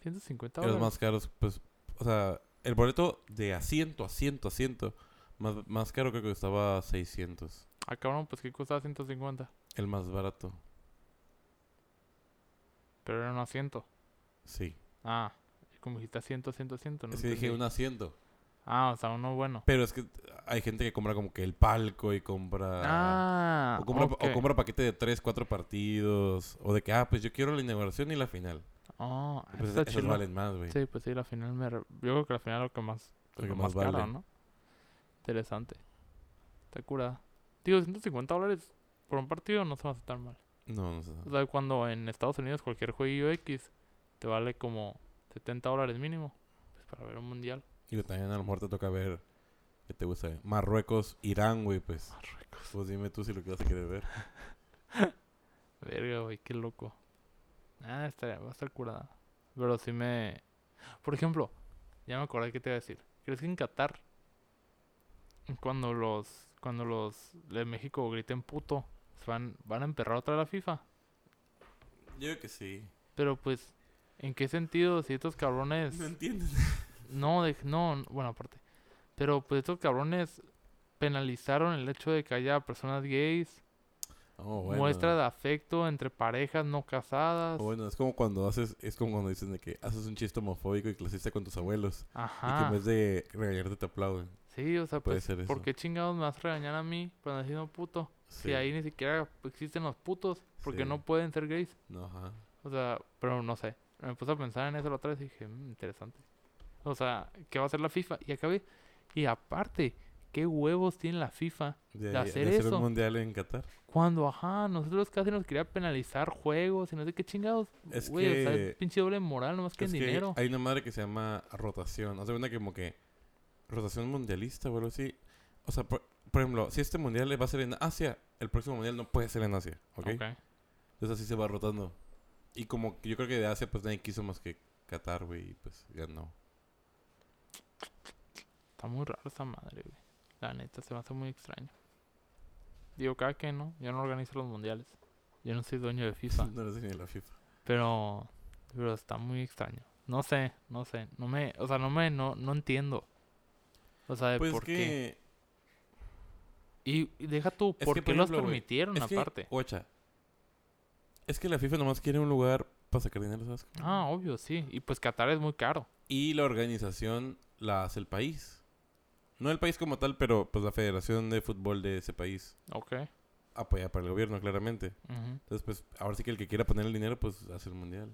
[SPEAKER 2] 150
[SPEAKER 1] Y los
[SPEAKER 2] dólares.
[SPEAKER 1] más caros, pues... O sea, el boleto de asiento, asiento, asiento, más, más caro creo que costaba 600.
[SPEAKER 2] Ah, cabrón, pues que costaba 150.
[SPEAKER 1] El más barato.
[SPEAKER 2] Pero era un asiento.
[SPEAKER 1] Sí.
[SPEAKER 2] Ah, como dijiste asiento, asiento, asiento. No
[SPEAKER 1] Es que dije
[SPEAKER 2] entendí.
[SPEAKER 1] un asiento.
[SPEAKER 2] Ah, o sea, uno bueno.
[SPEAKER 1] Pero es que hay gente que compra como que el palco y compra...
[SPEAKER 2] Ah,
[SPEAKER 1] o, compra
[SPEAKER 2] ok.
[SPEAKER 1] o compra paquete de 3, 4 partidos. O de que, ah, pues yo quiero la inauguración y la final.
[SPEAKER 2] Ah,
[SPEAKER 1] Y Pues
[SPEAKER 2] está
[SPEAKER 1] esos
[SPEAKER 2] chido.
[SPEAKER 1] valen más, güey.
[SPEAKER 2] Sí, pues sí, la final me... re- Yo creo que la final es lo que más...
[SPEAKER 1] Lo
[SPEAKER 2] lo
[SPEAKER 1] que
[SPEAKER 2] más,
[SPEAKER 1] más
[SPEAKER 2] caro,
[SPEAKER 1] vale.
[SPEAKER 2] ¿no? Interesante. Está curada. Digo, 150 dólares por un partido no se me hace tan mal.
[SPEAKER 1] No, no sé.
[SPEAKER 2] O sea, cuando en Estados Unidos cualquier jueguillo X te vale como 70 dólares mínimo. Pues para ver un mundial.
[SPEAKER 1] Y también a lo mejor te toca ver... ¿Qué te gusta? güey? Marruecos, Irán, güey, pues.
[SPEAKER 2] Marruecos.
[SPEAKER 1] Pues dime tú si lo que vas a querer ver.
[SPEAKER 2] Verga, güey, qué loco. Ah, estaría, va a estar curada. Pero si me. Por ejemplo, ya me acordé que te iba a decir. ¿Crees que en Qatar, cuando los. Cuando los de México griten puto, se van, van a emperrar otra vez la FIFA?
[SPEAKER 1] Yo creo que sí.
[SPEAKER 2] Pero pues, ¿en qué sentido? Si estos cabrones.
[SPEAKER 1] *laughs* No entiendes.
[SPEAKER 2] No, de- no, n- bueno, aparte. Pero pues estos cabrones penalizaron el hecho de que haya personas gays,
[SPEAKER 1] Oh, bueno.
[SPEAKER 2] muestras de afecto entre parejas no casadas.
[SPEAKER 1] Oh, bueno, es como cuando haces... Es como cuando dicen de que haces un chiste homofóbico y clasista con tus abuelos. Y que
[SPEAKER 2] Ajá.
[SPEAKER 1] en vez de regañarte te aplauden.
[SPEAKER 2] Sí, o sea,
[SPEAKER 1] Puede
[SPEAKER 2] Ah. pues,
[SPEAKER 1] ser eso.
[SPEAKER 2] ¿por qué chingados me vas a regañar a mí cuando diciendo puto? Si
[SPEAKER 1] Sí.
[SPEAKER 2] ahí ni siquiera existen los putos, porque
[SPEAKER 1] Sí.
[SPEAKER 2] no pueden ser gays.
[SPEAKER 1] No, ajá.
[SPEAKER 2] O sea, pero no sé. Me puse a pensar en eso la otra vez y dije, "Mm, interesante. O sea, ¿qué va a hacer la FIFA? Y acabé. Y aparte, ¿qué huevos tiene la FIFA
[SPEAKER 1] De,
[SPEAKER 2] de hacer eso.
[SPEAKER 1] un mundial en Qatar.
[SPEAKER 2] Cuando, ajá, nosotros casi nos quería penalizar juegos y no sé qué chingados.
[SPEAKER 1] Es
[SPEAKER 2] Güey, o sea,
[SPEAKER 1] que-
[SPEAKER 2] es pinche doble moral, nomás que
[SPEAKER 1] Es
[SPEAKER 2] en
[SPEAKER 1] que
[SPEAKER 2] dinero.
[SPEAKER 1] hay una madre que se llama rotación. O sea, una que como que rotación mundialista o algo así. O sea, por, por ejemplo, si este mundial va a ser en Asia, el próximo mundial no puede ser en Asia, ah, ¿ok?
[SPEAKER 2] Ok.
[SPEAKER 1] Entonces así se va rotando. Y como que yo creo que de Asia pues nadie quiso más que Qatar, güey, y pues ganó.
[SPEAKER 2] Está muy raro esa madre, güey. La neta, se me hace muy extraño. Digo, cada que no, yo no organizo los mundiales. Yo no soy dueño de FIFA.
[SPEAKER 1] *laughs* no lo sé ni la FIFA.
[SPEAKER 2] pero, pero está muy extraño. No sé, no sé. No me, o sea, no me, no, no entiendo. O sea, de
[SPEAKER 1] Pues es
[SPEAKER 2] Eh, por
[SPEAKER 1] que...
[SPEAKER 2] qué. Y y deja tú,
[SPEAKER 1] que,
[SPEAKER 2] ¿por
[SPEAKER 1] por
[SPEAKER 2] qué los
[SPEAKER 1] ejemplo, güey,
[SPEAKER 2] permitieron
[SPEAKER 1] Es que,
[SPEAKER 2] aparte?
[SPEAKER 1] guacha, es que la FIFA nomás quiere un lugar para sacar dinero, ¿sabes?
[SPEAKER 2] Ah, obvio, sí. Y pues Qatar es muy caro.
[SPEAKER 1] Y la organización la hace el país. No el país como tal, pero pues la federación de fútbol de ese país
[SPEAKER 2] Ok.
[SPEAKER 1] apoya para el gobierno, claramente.
[SPEAKER 2] Ujú.
[SPEAKER 1] Entonces, pues, ahora sí que el que quiera poner el dinero, pues, hace el mundial.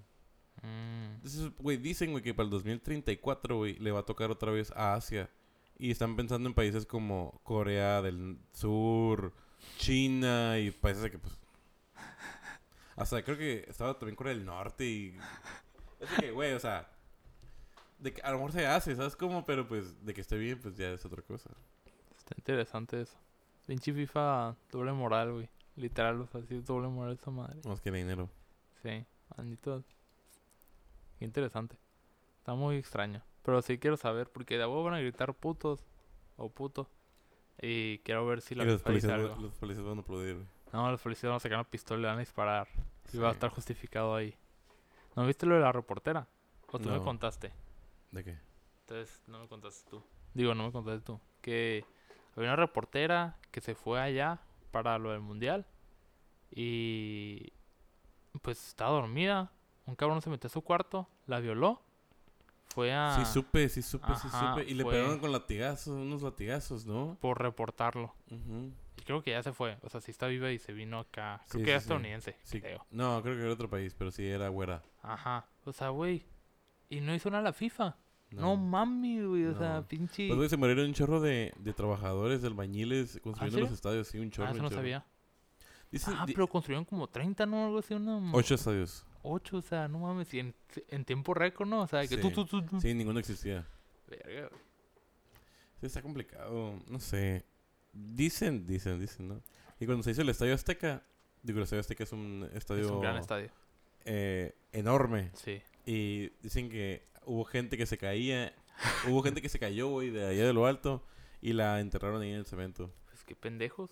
[SPEAKER 2] Mm.
[SPEAKER 1] Entonces, güey, dicen, güey, que para el 2034, güey, le va a tocar otra vez a Asia. Y están pensando en países como Corea del Sur, China y países de que, pues... Hasta creo que estaba también Corea del Norte y... Es de que, güey, o sea... De que a lo mejor se hace, ¿sabes cómo? Pero pues, de que esté bien, pues ya es otra cosa.
[SPEAKER 2] Está interesante eso. Pinche FIFA doble moral, güey. Literal, o sea, sí es doble moral esa madre.
[SPEAKER 1] Más que dinero.
[SPEAKER 2] Sí, manito. Qué interesante. Está muy extraño. Pero sí quiero saber, porque de abajo van a gritar putos o puto. Y quiero ver si la
[SPEAKER 1] y los
[SPEAKER 2] FIFA dice
[SPEAKER 1] policías,
[SPEAKER 2] algo.
[SPEAKER 1] van- los policías van a aplaudir, güey.
[SPEAKER 2] No, los policías van a sacar una pistola y le van a disparar. Y
[SPEAKER 1] Sí.
[SPEAKER 2] va a estar justificado ahí. ¿No viste lo de la reportera? ¿O tú me
[SPEAKER 1] No.
[SPEAKER 2] contaste?
[SPEAKER 1] ¿De qué?
[SPEAKER 2] Entonces, no me contaste tú. Digo, no me contaste tú. Que había una reportera que se fue allá para lo del mundial. Y. Pues estaba dormida. Un cabrón se metió a su cuarto, la violó. Fue a.
[SPEAKER 1] Sí supe, sí supe, sí
[SPEAKER 2] Ah. Ajá,
[SPEAKER 1] supe. Y le
[SPEAKER 2] fue-
[SPEAKER 1] pegaron con latigazos, unos latigazos, ¿no?
[SPEAKER 2] Por reportarlo.
[SPEAKER 1] Ujú.
[SPEAKER 2] Y creo que ya se fue. O sea, sí está viva y se vino acá. Creo
[SPEAKER 1] Sí,
[SPEAKER 2] que era
[SPEAKER 1] sí, sí.
[SPEAKER 2] estadounidense,
[SPEAKER 1] Sí.
[SPEAKER 2] creo.
[SPEAKER 1] No, creo que era otro país, pero sí era güera.
[SPEAKER 2] Ajá. O sea, güey. Y no hizo nada la FIFA. No,
[SPEAKER 1] No.
[SPEAKER 2] mami, güey. O sea,
[SPEAKER 1] No.
[SPEAKER 2] pinche.
[SPEAKER 1] Pues, güey, se murieron un chorro de, de trabajadores, de albañiles, construyendo
[SPEAKER 2] serio?
[SPEAKER 1] los estadios. Sí, un chorro.
[SPEAKER 2] ah, eso
[SPEAKER 1] un
[SPEAKER 2] no
[SPEAKER 1] chorro.
[SPEAKER 2] sabía.
[SPEAKER 1] Dicen
[SPEAKER 2] Ah,
[SPEAKER 1] di-
[SPEAKER 2] pero construyeron como 30, ¿no? Algo así, una.
[SPEAKER 1] ocho estadios.
[SPEAKER 2] 8, o sea, no mames, y en, en tiempo récord, ¿no? O sea, que tú,
[SPEAKER 1] Sí,
[SPEAKER 2] tú, tú, tú.
[SPEAKER 1] Sí, ninguno existía.
[SPEAKER 2] Verga, güey.
[SPEAKER 1] Sí, está complicado. No sé. Dicen, dicen, dicen, ¿no? Y cuando se hizo el Estadio Azteca... Digo, el Estadio Azteca es un estadio...
[SPEAKER 2] Es un gran estadio.
[SPEAKER 1] eh, enorme.
[SPEAKER 2] Sí.
[SPEAKER 1] Y dicen que hubo gente que se caía. hubo gente que se cayó, güey, de allá de lo alto. Y la enterraron ahí en el cemento.
[SPEAKER 2] Pues qué pendejos.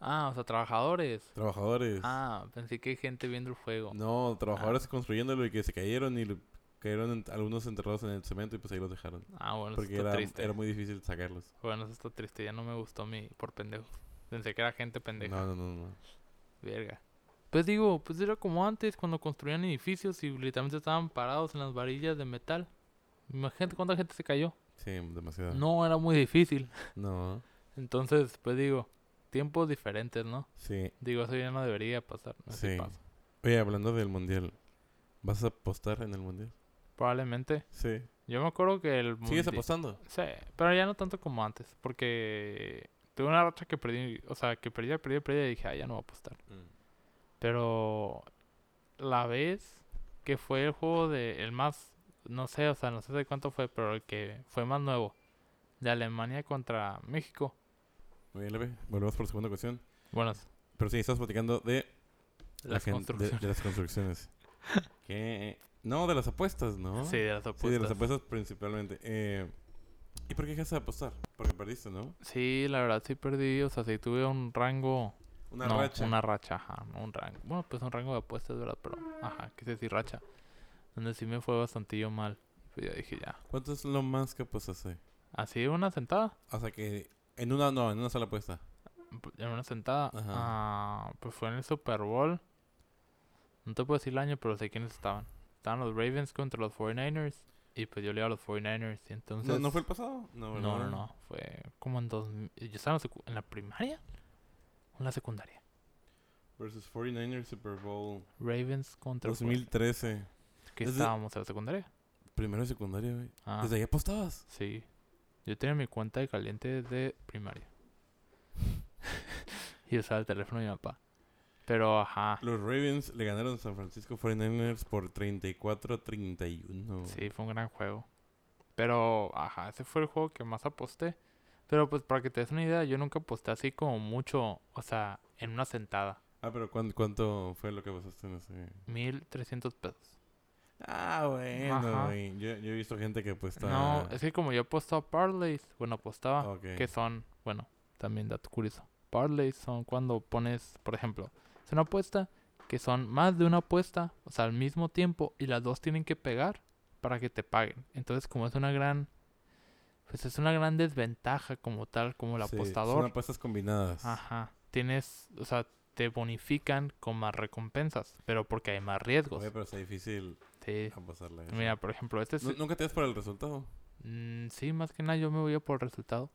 [SPEAKER 2] Ah, o sea, trabajadores.
[SPEAKER 1] Trabajadores.
[SPEAKER 2] Ah, pensé que hay gente viendo el juego.
[SPEAKER 1] No,
[SPEAKER 2] Ah.
[SPEAKER 1] trabajadores construyéndolo y que se cayeron y lo- cayeron en- algunos enterrados en el cemento y pues ahí los dejaron.
[SPEAKER 2] Ah, bueno, eso
[SPEAKER 1] Porque
[SPEAKER 2] está
[SPEAKER 1] era,
[SPEAKER 2] triste.
[SPEAKER 1] era muy difícil sacarlos.
[SPEAKER 2] Bueno, eso está triste, ya no me gustó mi por pendejo. Pensé que era gente pendeja.
[SPEAKER 1] No, no, no, no.
[SPEAKER 2] Verga. Pues digo, pues era como antes, cuando construían edificios y literalmente estaban parados en las varillas de metal. Imagínate cuánta gente se cayó.
[SPEAKER 1] Sí, demasiado.
[SPEAKER 2] No, era muy difícil. *laughs*
[SPEAKER 1] No,
[SPEAKER 2] Entonces, pues digo, tiempos diferentes, ¿no?
[SPEAKER 1] sí.
[SPEAKER 2] Digo, eso ya no debería pasar. No sé si
[SPEAKER 1] Sí.
[SPEAKER 2] pasa.
[SPEAKER 1] Oye, hablando del mundial, ¿vas a apostar en el mundial?
[SPEAKER 2] Probablemente.
[SPEAKER 1] Sí.
[SPEAKER 2] Yo me acuerdo que el
[SPEAKER 1] ¿Sigues
[SPEAKER 2] mundi-
[SPEAKER 1] apostando?
[SPEAKER 2] Sí, pero ya no tanto como antes. Porque tuve una racha que perdí. O sea, que perdía, perdía, perdía. Y dije, ah, ya no voy a apostar. Pero la vez que fue el juego de. El más. No sé, o sea, no sé de cuánto fue. Pero el que fue más nuevo. De Alemania contra México.
[SPEAKER 1] Muy bien, Lepe. Volvemos por segunda cuestión.
[SPEAKER 2] Bueno,
[SPEAKER 1] Pero sí, estás platicando de la
[SPEAKER 2] las
[SPEAKER 1] gen- de-
[SPEAKER 2] construcciones.
[SPEAKER 1] de las
[SPEAKER 2] *laughs*
[SPEAKER 1] construcciones. que No, de las apuestas, ¿no?
[SPEAKER 2] Sí, de las apuestas.
[SPEAKER 1] Sí, de las apuestas principalmente. Eh, ¿Y por qué dejaste de apostar? Porque perdiste, ¿no?
[SPEAKER 2] Sí, la verdad sí perdí. O sea, sí tuve un rango.
[SPEAKER 1] Una
[SPEAKER 2] no,
[SPEAKER 1] racha.
[SPEAKER 2] Una racha, ajá, no un rango. Bueno, pues un rango de apuestas, ¿verdad? Pero, ajá, quise decir racha. Donde sí me fue bastantillo mal. Pues ya dije, ya.
[SPEAKER 1] ¿Cuánto es lo más que apostaste?
[SPEAKER 2] Así, una sentada.
[SPEAKER 1] O sea que en una, no, en una sola apuesta.
[SPEAKER 2] En una sentada.
[SPEAKER 1] Ajá.
[SPEAKER 2] Ah, pues fue en el Super Bowl. No te puedo decir el año, pero sé quiénes estaban. Estaban los Ravens contra los 49ers. Y pues yo le iba a los 49ers. Y entonces.
[SPEAKER 1] ¿No, ¿No fue el pasado? No,
[SPEAKER 2] No,
[SPEAKER 1] ¿verdad?
[SPEAKER 2] no, no. Fue como en dos. Yo estaba en la, secu- en la primaria. O en la secundaria.
[SPEAKER 1] Versus 49ers Super Bowl
[SPEAKER 2] Ravens contra los
[SPEAKER 1] 2013.
[SPEAKER 2] Que
[SPEAKER 1] desde-
[SPEAKER 2] estábamos en la secundaria.
[SPEAKER 1] Primero de secundaria, güey.
[SPEAKER 2] Ah.
[SPEAKER 1] ¿Desde ahí apostabas?
[SPEAKER 2] Sí. Yo tenía mi cuenta de caliente desde primaria. *laughs* y usaba el teléfono de mi papá. Pero, ajá.
[SPEAKER 1] Los Ravens le ganaron a San Francisco 49ers por 34 31.
[SPEAKER 2] Sí, fue un gran juego. Pero, ajá, ese fue el juego que más aposté. Pero, pues, para que te des una idea, yo nunca aposté así como mucho, o sea, en una sentada.
[SPEAKER 1] Ah, pero ¿cuán- ¿cuánto fue lo que apostaste en ese?
[SPEAKER 2] 1300 pesos.
[SPEAKER 1] Ah, bueno,
[SPEAKER 2] Ajá.
[SPEAKER 1] güey. Yo, yo he visto gente que apuesta.
[SPEAKER 2] No, es que como yo apostaba parlays, bueno, apostaba.
[SPEAKER 1] Ok.
[SPEAKER 2] que son, bueno, también dato curioso. Parlays son cuando pones, por ejemplo, es una apuesta que son más de una apuesta, o sea, al mismo tiempo, y las dos tienen que pegar para que te paguen. Entonces, como es una gran pues es una gran desventaja como tal, como el
[SPEAKER 1] Sí, Son
[SPEAKER 2] apostador. Ah,
[SPEAKER 1] apuestas combinadas.
[SPEAKER 2] Ajá. Tienes, o sea, te bonifican con más recompensas, pero porque hay más riesgos.
[SPEAKER 1] Oye, pero está difícil
[SPEAKER 2] Sí.
[SPEAKER 1] apostarle. a eso.
[SPEAKER 2] Mira, por ejemplo, este es...
[SPEAKER 1] Nu- ¿Nunca te das por el resultado?
[SPEAKER 2] Mm, sí, más que nada yo me voy a por el resultado.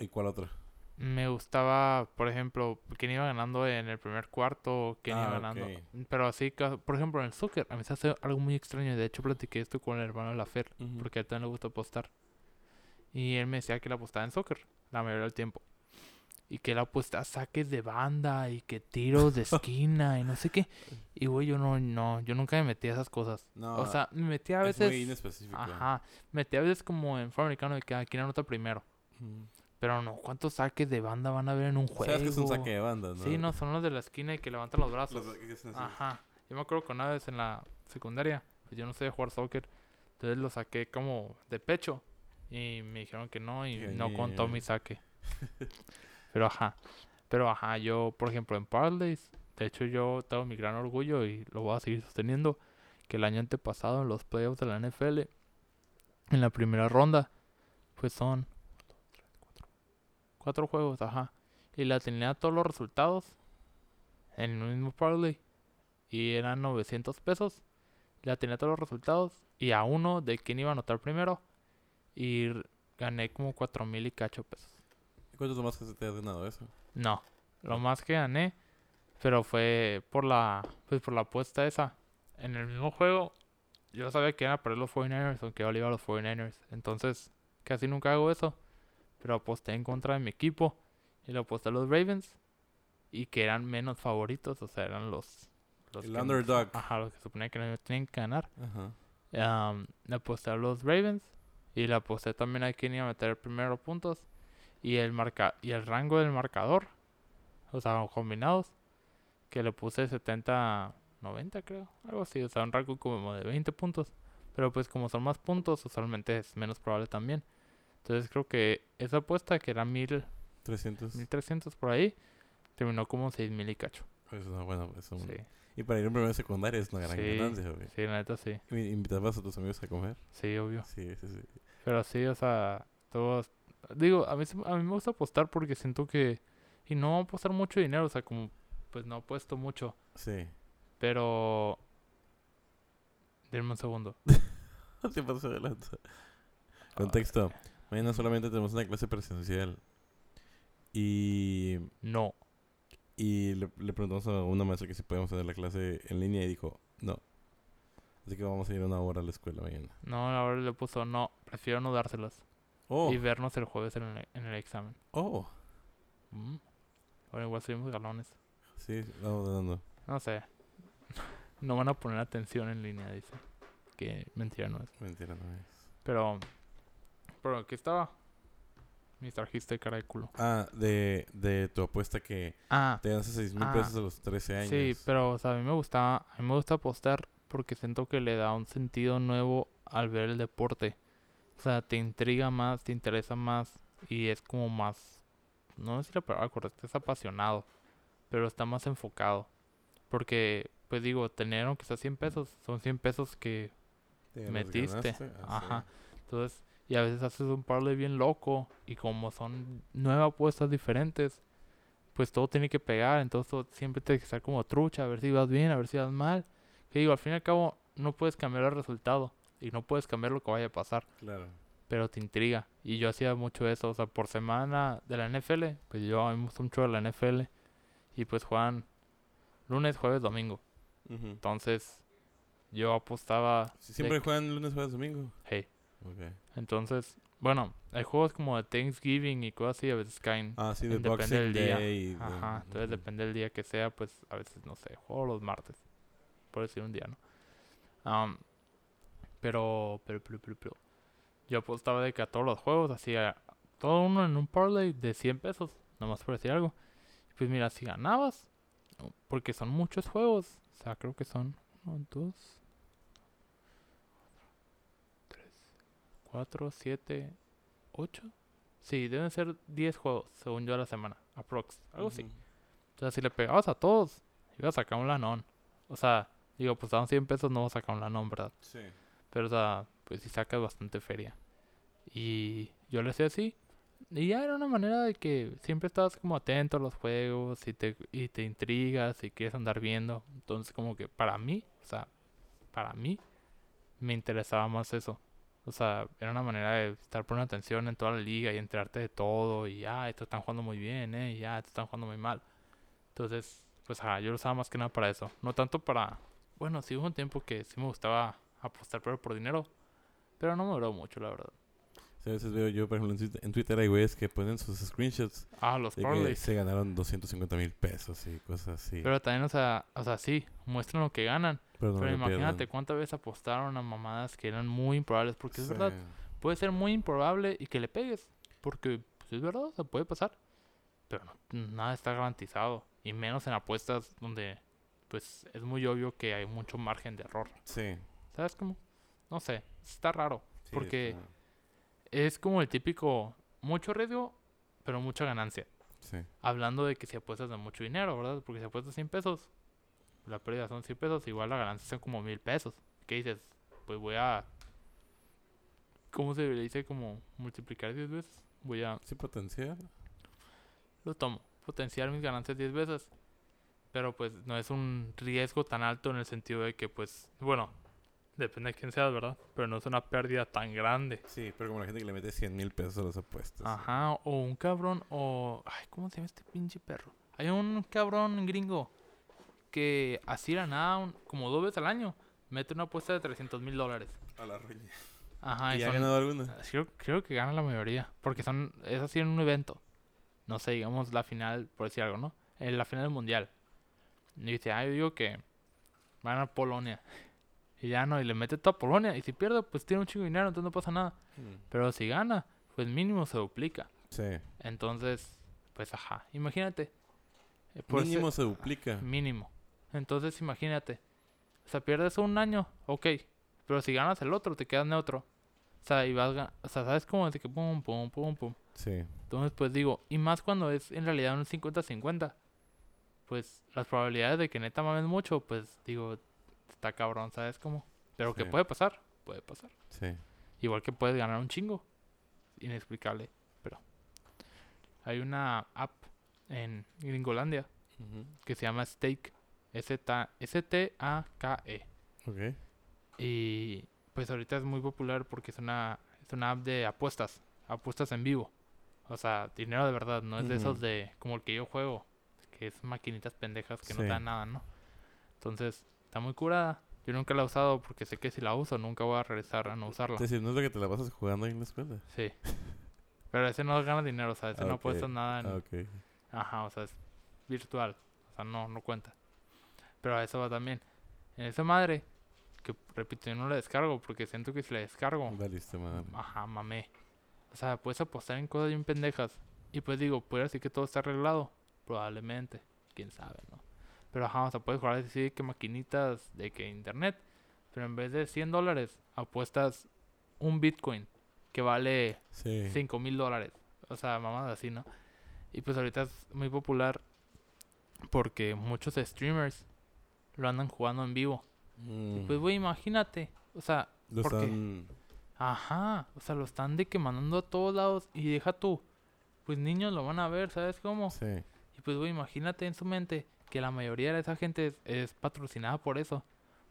[SPEAKER 1] ¿Y cuál otra?
[SPEAKER 2] Me gustaba, por ejemplo, quién iba ganando en el primer cuarto, o quién iba
[SPEAKER 1] Ah,
[SPEAKER 2] ganando.
[SPEAKER 1] ok.
[SPEAKER 2] Pero así, ca- por ejemplo, en el soccer, a mí se hace algo muy extraño. De hecho, platiqué esto con el hermano de la Fer,
[SPEAKER 1] Mm.
[SPEAKER 2] porque a él también le gusta apostar. Y él me decía que él apostaba en soccer, la mayoría del tiempo. Y que él apuesta a saques de banda y que tiros
[SPEAKER 1] *laughs*
[SPEAKER 2] de esquina y no sé qué. Y güey, yo no, no, yo nunca me metí a esas cosas.
[SPEAKER 1] No,
[SPEAKER 2] O sea, me metí a
[SPEAKER 1] Ah, es
[SPEAKER 2] veces.
[SPEAKER 1] muy inespecífico.
[SPEAKER 2] Ajá, metí a veces como en fútbol americano de que aquí anota primero.
[SPEAKER 1] Ujú.
[SPEAKER 2] Pero no, ¿cuántos saques de banda van a haber en un juego?
[SPEAKER 1] Sabes que es un saque de bandas, ¿no?
[SPEAKER 2] Sí, no, son los de la esquina y que levantan los brazos.
[SPEAKER 1] Los saques que hacen así.
[SPEAKER 2] Ajá. Yo me acuerdo que una vez en la secundaria, pues yo no sabía jugar soccer. Entonces lo saqué como de pecho. Y me dijeron que no, y
[SPEAKER 1] Qué
[SPEAKER 2] no contó
[SPEAKER 1] bien.
[SPEAKER 2] mi saque. Pero ajá. Pero ajá, yo, por ejemplo, en Parlays, de hecho yo tengo mi gran orgullo y lo voy a seguir sosteniendo. Que el año antepasado, en los playoffs de la NFL, en la primera ronda, pues son cuatro juegos, ajá. Y la tenía todos los resultados en el mismo parlay. Y eran 900 pesos. La tenía todos los resultados. Y a uno de quién iba a anotar primero. Y r- gané como 4 mil y cacho pesos.
[SPEAKER 1] ¿Cuánto es lo más que se te ha ganado eso?
[SPEAKER 2] No, lo más que gané. Pero fue por la, pues por la apuesta esa. En el mismo juego, yo sabía que iban a perder los 49ers, aunque yo le iba a los 49ers. Entonces, casi nunca hago eso. Pero aposté en contra de mi equipo. Y le aposté a los Ravens. Y que eran menos favoritos, o sea, eran los. los
[SPEAKER 1] el
[SPEAKER 2] que-
[SPEAKER 1] underdog.
[SPEAKER 2] Ajá, los que suponía que no tenían que ganar.
[SPEAKER 1] Ajá.
[SPEAKER 2] Am, le aposté a los Ravens. Y le aposté también a quien iba a meter primero puntos. Y el, marca y el rango del marcador. O sea, combinados. Que le puse 70, 90 creo. Algo así. O sea, un rango como de 20 puntos. Pero pues como son más puntos, usualmente es menos probable también. Entonces creo que esa apuesta que era 1000,
[SPEAKER 1] 300.
[SPEAKER 2] 1300 por ahí. Terminó como 6000 y cacho.
[SPEAKER 1] Eso es una buena. Pues, es un-
[SPEAKER 2] Sí,
[SPEAKER 1] Y para ir a un primer secundario es una gran
[SPEAKER 2] Sí.
[SPEAKER 1] ganancia, güey.
[SPEAKER 2] sí, la neta sí.
[SPEAKER 1] ¿Y ¿Invitabas a tus amigos a comer?
[SPEAKER 2] Sí, obvio.
[SPEAKER 1] Sí, sí, sí.
[SPEAKER 2] Pero sí, o sea, todos... Digo, a mí, se- a mí me gusta apostar porque siento que... Y no apostar mucho dinero, o sea, como... Pues no apuesto mucho,
[SPEAKER 1] *laughs* Sí.
[SPEAKER 2] pero... Denme un segundo.
[SPEAKER 1] Se pasó de lanza. Contexto. Mañana solamente tenemos una clase presencial. Y,
[SPEAKER 2] No.
[SPEAKER 1] y le, le preguntamos a una maestra que si podíamos hacer la clase en línea y dijo, no. Así que vamos a ir una hora a la escuela mañana.
[SPEAKER 2] No, ahora le puso no. Prefiero no dárselas.
[SPEAKER 1] Oh,
[SPEAKER 2] Y vernos el jueves en el, en el examen.
[SPEAKER 1] oh.
[SPEAKER 2] Mm. Bueno, igual subimos galones.
[SPEAKER 1] Sí, vamos dando.
[SPEAKER 2] No sé. *laughs* no van a poner atención en línea, dice. Que mentira no es.
[SPEAKER 1] Mentira, no es.
[SPEAKER 2] Pero... Pero aquí estaba. Me trajiste cara de culo.
[SPEAKER 1] Ah, de, de tu apuesta que
[SPEAKER 2] Ah,
[SPEAKER 1] te das 6 mil
[SPEAKER 2] Ah.
[SPEAKER 1] pesos a los 13 años.
[SPEAKER 2] Sí, pero o sea, a mí me gusta, a mí me gusta apostar porque siento que le da un sentido nuevo al ver el deporte. O sea, te intriga más, te interesa más y es como más, no sé si la palabra correcta es apasionado, pero está más enfocado. Porque, pues digo, tener aunque sea 100 pesos, son 100 pesos que
[SPEAKER 1] Te los
[SPEAKER 2] metiste.
[SPEAKER 1] ganaste, ah, así.
[SPEAKER 2] Ajá. entonces, y a veces haces un parlay bien loco y como son nueve apuestas diferentes, pues todo tiene que pegar, entonces todo- siempre tienes que estar como trucha, a ver si vas bien, a ver si vas mal. Que digo, al fin y al cabo no puedes cambiar el resultado y no puedes cambiar lo que vaya a pasar,
[SPEAKER 1] Claro.
[SPEAKER 2] pero te intriga. Y yo hacía mucho eso, o sea, por semana de la NFL, pues yo a mí me gusta mucho de la NFL y pues juegan lunes, jueves, domingo.
[SPEAKER 1] Ujú.
[SPEAKER 2] Entonces yo apostaba,
[SPEAKER 1] Sí, ¿Siempre juegan lunes, jueves, domingo?
[SPEAKER 2] hey,
[SPEAKER 1] Ok.
[SPEAKER 2] Entonces, bueno, hay juegos como de Thanksgiving y cosas así, a veces caen.
[SPEAKER 1] Ah, sí, de
[SPEAKER 2] Depende
[SPEAKER 1] Boxing
[SPEAKER 2] del día.
[SPEAKER 1] Day. y de-
[SPEAKER 2] Ajá, entonces
[SPEAKER 1] ujú.
[SPEAKER 2] depende del día que sea, pues a veces, no sé, juego los martes, por decir un día, ¿no? Am, pero, pero, pero, pero, pero, yo apostaba de que a todos los juegos hacía todo uno en un parlay de 100 pesos, nomás por decir algo. Y pues mira, si ganabas, o- porque son muchos juegos, o sea, creo que son 1, 2, 3, 4, 7, 8. Sí, deben ser 10 juegos, según yo, a la semana, aprox, algo así.
[SPEAKER 1] Ujú.
[SPEAKER 2] Entonces, si le pegabas a todos, iba a sacar un lanón. O sea, digo, pues daban 100 pesos, no vas a sacar un lanón, ¿verdad?
[SPEAKER 1] Sí.
[SPEAKER 2] Pero, o sea, pues sí sacas bastante feria. Y, yo lo hacía así. Y ya era una manera de que siempre estás como atento a los juegos y te, y te intrigas y quieres andar viendo. Entonces como que para mí, o sea, para mí me interesaba más eso. O sea, era una manera de estar poniendo atención en toda la liga y enterarte de todo. Y ya, estos están jugando muy bien, eh. Y ya, estos están jugando muy mal. Entonces, pues ajá, yo lo usaba más que nada para eso. No tanto para... Bueno, sí hubo un tiempo que sí me gustaba apostar pero por dinero. Pero no me duró mucho, la verdad.
[SPEAKER 1] Sí, a veces veo yo, por ejemplo, en Twitter- en Twitter hay güeyes que ponen sus screenshots
[SPEAKER 2] Ah, los
[SPEAKER 1] de que
[SPEAKER 2] parlays.
[SPEAKER 1] se ganaron 250 mil pesos y cosas así. Pero,
[SPEAKER 2] Pero también, o sea, o sea, sí, muestran lo que ganan.
[SPEAKER 1] no
[SPEAKER 2] pero
[SPEAKER 1] lo
[SPEAKER 2] imagínate
[SPEAKER 1] pierdan.
[SPEAKER 2] cuántas veces apostaron a mamadas que eran muy improbables. Porque es
[SPEAKER 1] Sí.
[SPEAKER 2] verdad, puede ser muy improbable y que le pegues. Porque pues, es verdad, se puede pasar. Pero no- nada está garantizado. Y menos en apuestas donde, pues, es muy obvio que hay mucho margen de error.
[SPEAKER 1] Sí.
[SPEAKER 2] ¿Sabes cómo? No sé, está raro.
[SPEAKER 1] Sí,
[SPEAKER 2] Porque-
[SPEAKER 1] está-
[SPEAKER 2] Es como el típico, mucho riesgo, pero mucha ganancia.
[SPEAKER 1] Sí.
[SPEAKER 2] Hablando de que si apuestas de mucho dinero, ¿verdad? Porque si apuestas 100 pesos, la pérdida son 100 pesos, igual la ganancia son como 1000 pesos. ¿Qué dices? Pues voy a. ¿Cómo se le dice? Como multiplicar 10 veces. Voy a.
[SPEAKER 1] Sí, potencial.
[SPEAKER 2] Lo tomo. Potenciar mis ganancias 10 veces. Pero pues no es un riesgo tan alto en el sentido de que, pues. Bueno, depende de quién seas, ¿verdad? Pero no es una pérdida tan grande.
[SPEAKER 1] Sí, pero como la gente que le mete 100 mil pesos a las apuestas.
[SPEAKER 2] Ajá, o un cabrón, o. Ay, ¿cómo se llama este pinche perro? Hay un cabrón gringo que así era nada, un- como dos veces al año, mete una apuesta de 300 mil dólares.
[SPEAKER 1] A la ruina.
[SPEAKER 2] Ajá, y
[SPEAKER 1] ¿Y ha
[SPEAKER 2] son-
[SPEAKER 1] ganado alguna?
[SPEAKER 2] creo, creo que gana la mayoría, porque son es así en un evento. No sé, digamos la final, por decir algo, ¿no? En la final del mundial. Y dice, ah, yo digo que van a Polonia. Y ya no, y le mete todo a Polonia. Y si pierde, pues tiene un chingo de dinero, entonces no pasa nada. Pero si gana, pues mínimo se duplica.
[SPEAKER 1] Sí.
[SPEAKER 2] Entonces, pues ajá, imagínate. eh, por Ah, ese-
[SPEAKER 1] Mínimo se duplica.
[SPEAKER 2] mínimo. Entonces, imagínate. O sea, pierdes un año, ok. Pero si ganas el otro, te quedas neutro. O sea, y vas ga- O sea, ¿sabes cómo? Así que pum, pum, pum, pum.
[SPEAKER 1] Sí.
[SPEAKER 2] Entonces, pues digo, y más cuando es en realidad un 50-50. Pues las probabilidades de que neta mames mucho, pues digo, está cabrón, ¿sabes cómo? Pero que
[SPEAKER 1] Sí.
[SPEAKER 2] puede pasar, puede pasar.
[SPEAKER 1] Sí.
[SPEAKER 2] Igual que puedes ganar un chingo. Inexplicable, pero. Hay una app en Gringolandia que se llama Stake. S-T- S-T-A-K-E.
[SPEAKER 1] Ok.
[SPEAKER 2] E. Y pues ahorita es muy popular porque es una, es una app de apuestas. Apuestas en vivo. O sea, dinero de verdad, no es de esos
[SPEAKER 1] Ujú.
[SPEAKER 2] de como el que yo juego. Que es maquinitas pendejas que no te
[SPEAKER 1] Sí.
[SPEAKER 2] dan nada, ¿no? Entonces, está muy curada. Yo nunca la he usado porque sé que si la uso nunca voy a regresar a no usarla.
[SPEAKER 1] Es decir, no es lo que te la pasas jugando ahí en la escuela.
[SPEAKER 2] Sí. Pero ese no gana dinero, o sea, ese
[SPEAKER 1] Ah,
[SPEAKER 2] no
[SPEAKER 1] ok.
[SPEAKER 2] apuestas nada. en-
[SPEAKER 1] Ah, ok.
[SPEAKER 2] Ajá, o sea, es virtual. O sea, no, no cuenta. Pero a eso va también. En esa madre, que repito, yo no la descargo porque siento que si la descargo,
[SPEAKER 1] Valiste, madre.
[SPEAKER 2] ajá, mamé. O sea, puedes apostar en cosas bien pendejas. Y pues digo, puede decir que todo está arreglado. Probablemente. Quién sabe, ¿no? Pero ajá, o sea, puedes jugar así de que maquinitas de que internet. Pero en vez de 100 dólares, apuestas un Bitcoin que vale
[SPEAKER 1] Sí.
[SPEAKER 2] 5 mil dólares. O sea, mamadas así, ¿no? Y pues ahorita es muy popular porque muchos streamers lo andan jugando en vivo. Y
[SPEAKER 1] Mm.
[SPEAKER 2] pues, güey, imagínate. O sea,
[SPEAKER 1] Lo
[SPEAKER 2] ¿por qué?
[SPEAKER 1] están...
[SPEAKER 2] ajá. O sea, lo están de que mandando a todos lados. Y deja tú. Pues niños lo van a ver, ¿sabes cómo?
[SPEAKER 1] Sí.
[SPEAKER 2] Y pues, güey, imagínate en su mente que la mayoría de esa gente es, es patrocinada por eso.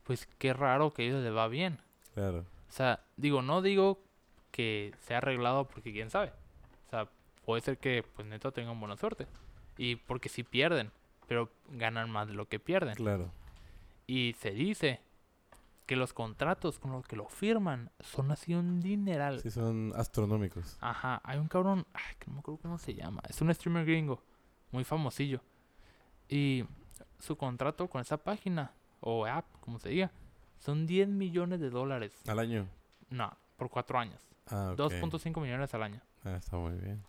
[SPEAKER 2] Pues qué raro que a ellos les va bien.
[SPEAKER 1] Claro.
[SPEAKER 2] O sea, digo, no digo que sea arreglado porque quién sabe. O sea, puede ser que pues neta tengan buena suerte. Y porque sí pierden, pero ganan más de lo que pierden.
[SPEAKER 1] Claro.
[SPEAKER 2] Y se dice que los contratos con los que lo firman son así un dineral.
[SPEAKER 1] Sí, son astronómicos.
[SPEAKER 2] Ajá, hay un cabrón, ay, que no me acuerdo cómo se llama. Es un streamer gringo, muy famosillo. Y su contrato con esa página, o app, como se diga, son 10 millones de dólares.
[SPEAKER 1] Al año.
[SPEAKER 2] No, por cuatro años.
[SPEAKER 1] Ah, ok.
[SPEAKER 2] 2.5 millones al año.
[SPEAKER 1] Ah, está muy bien.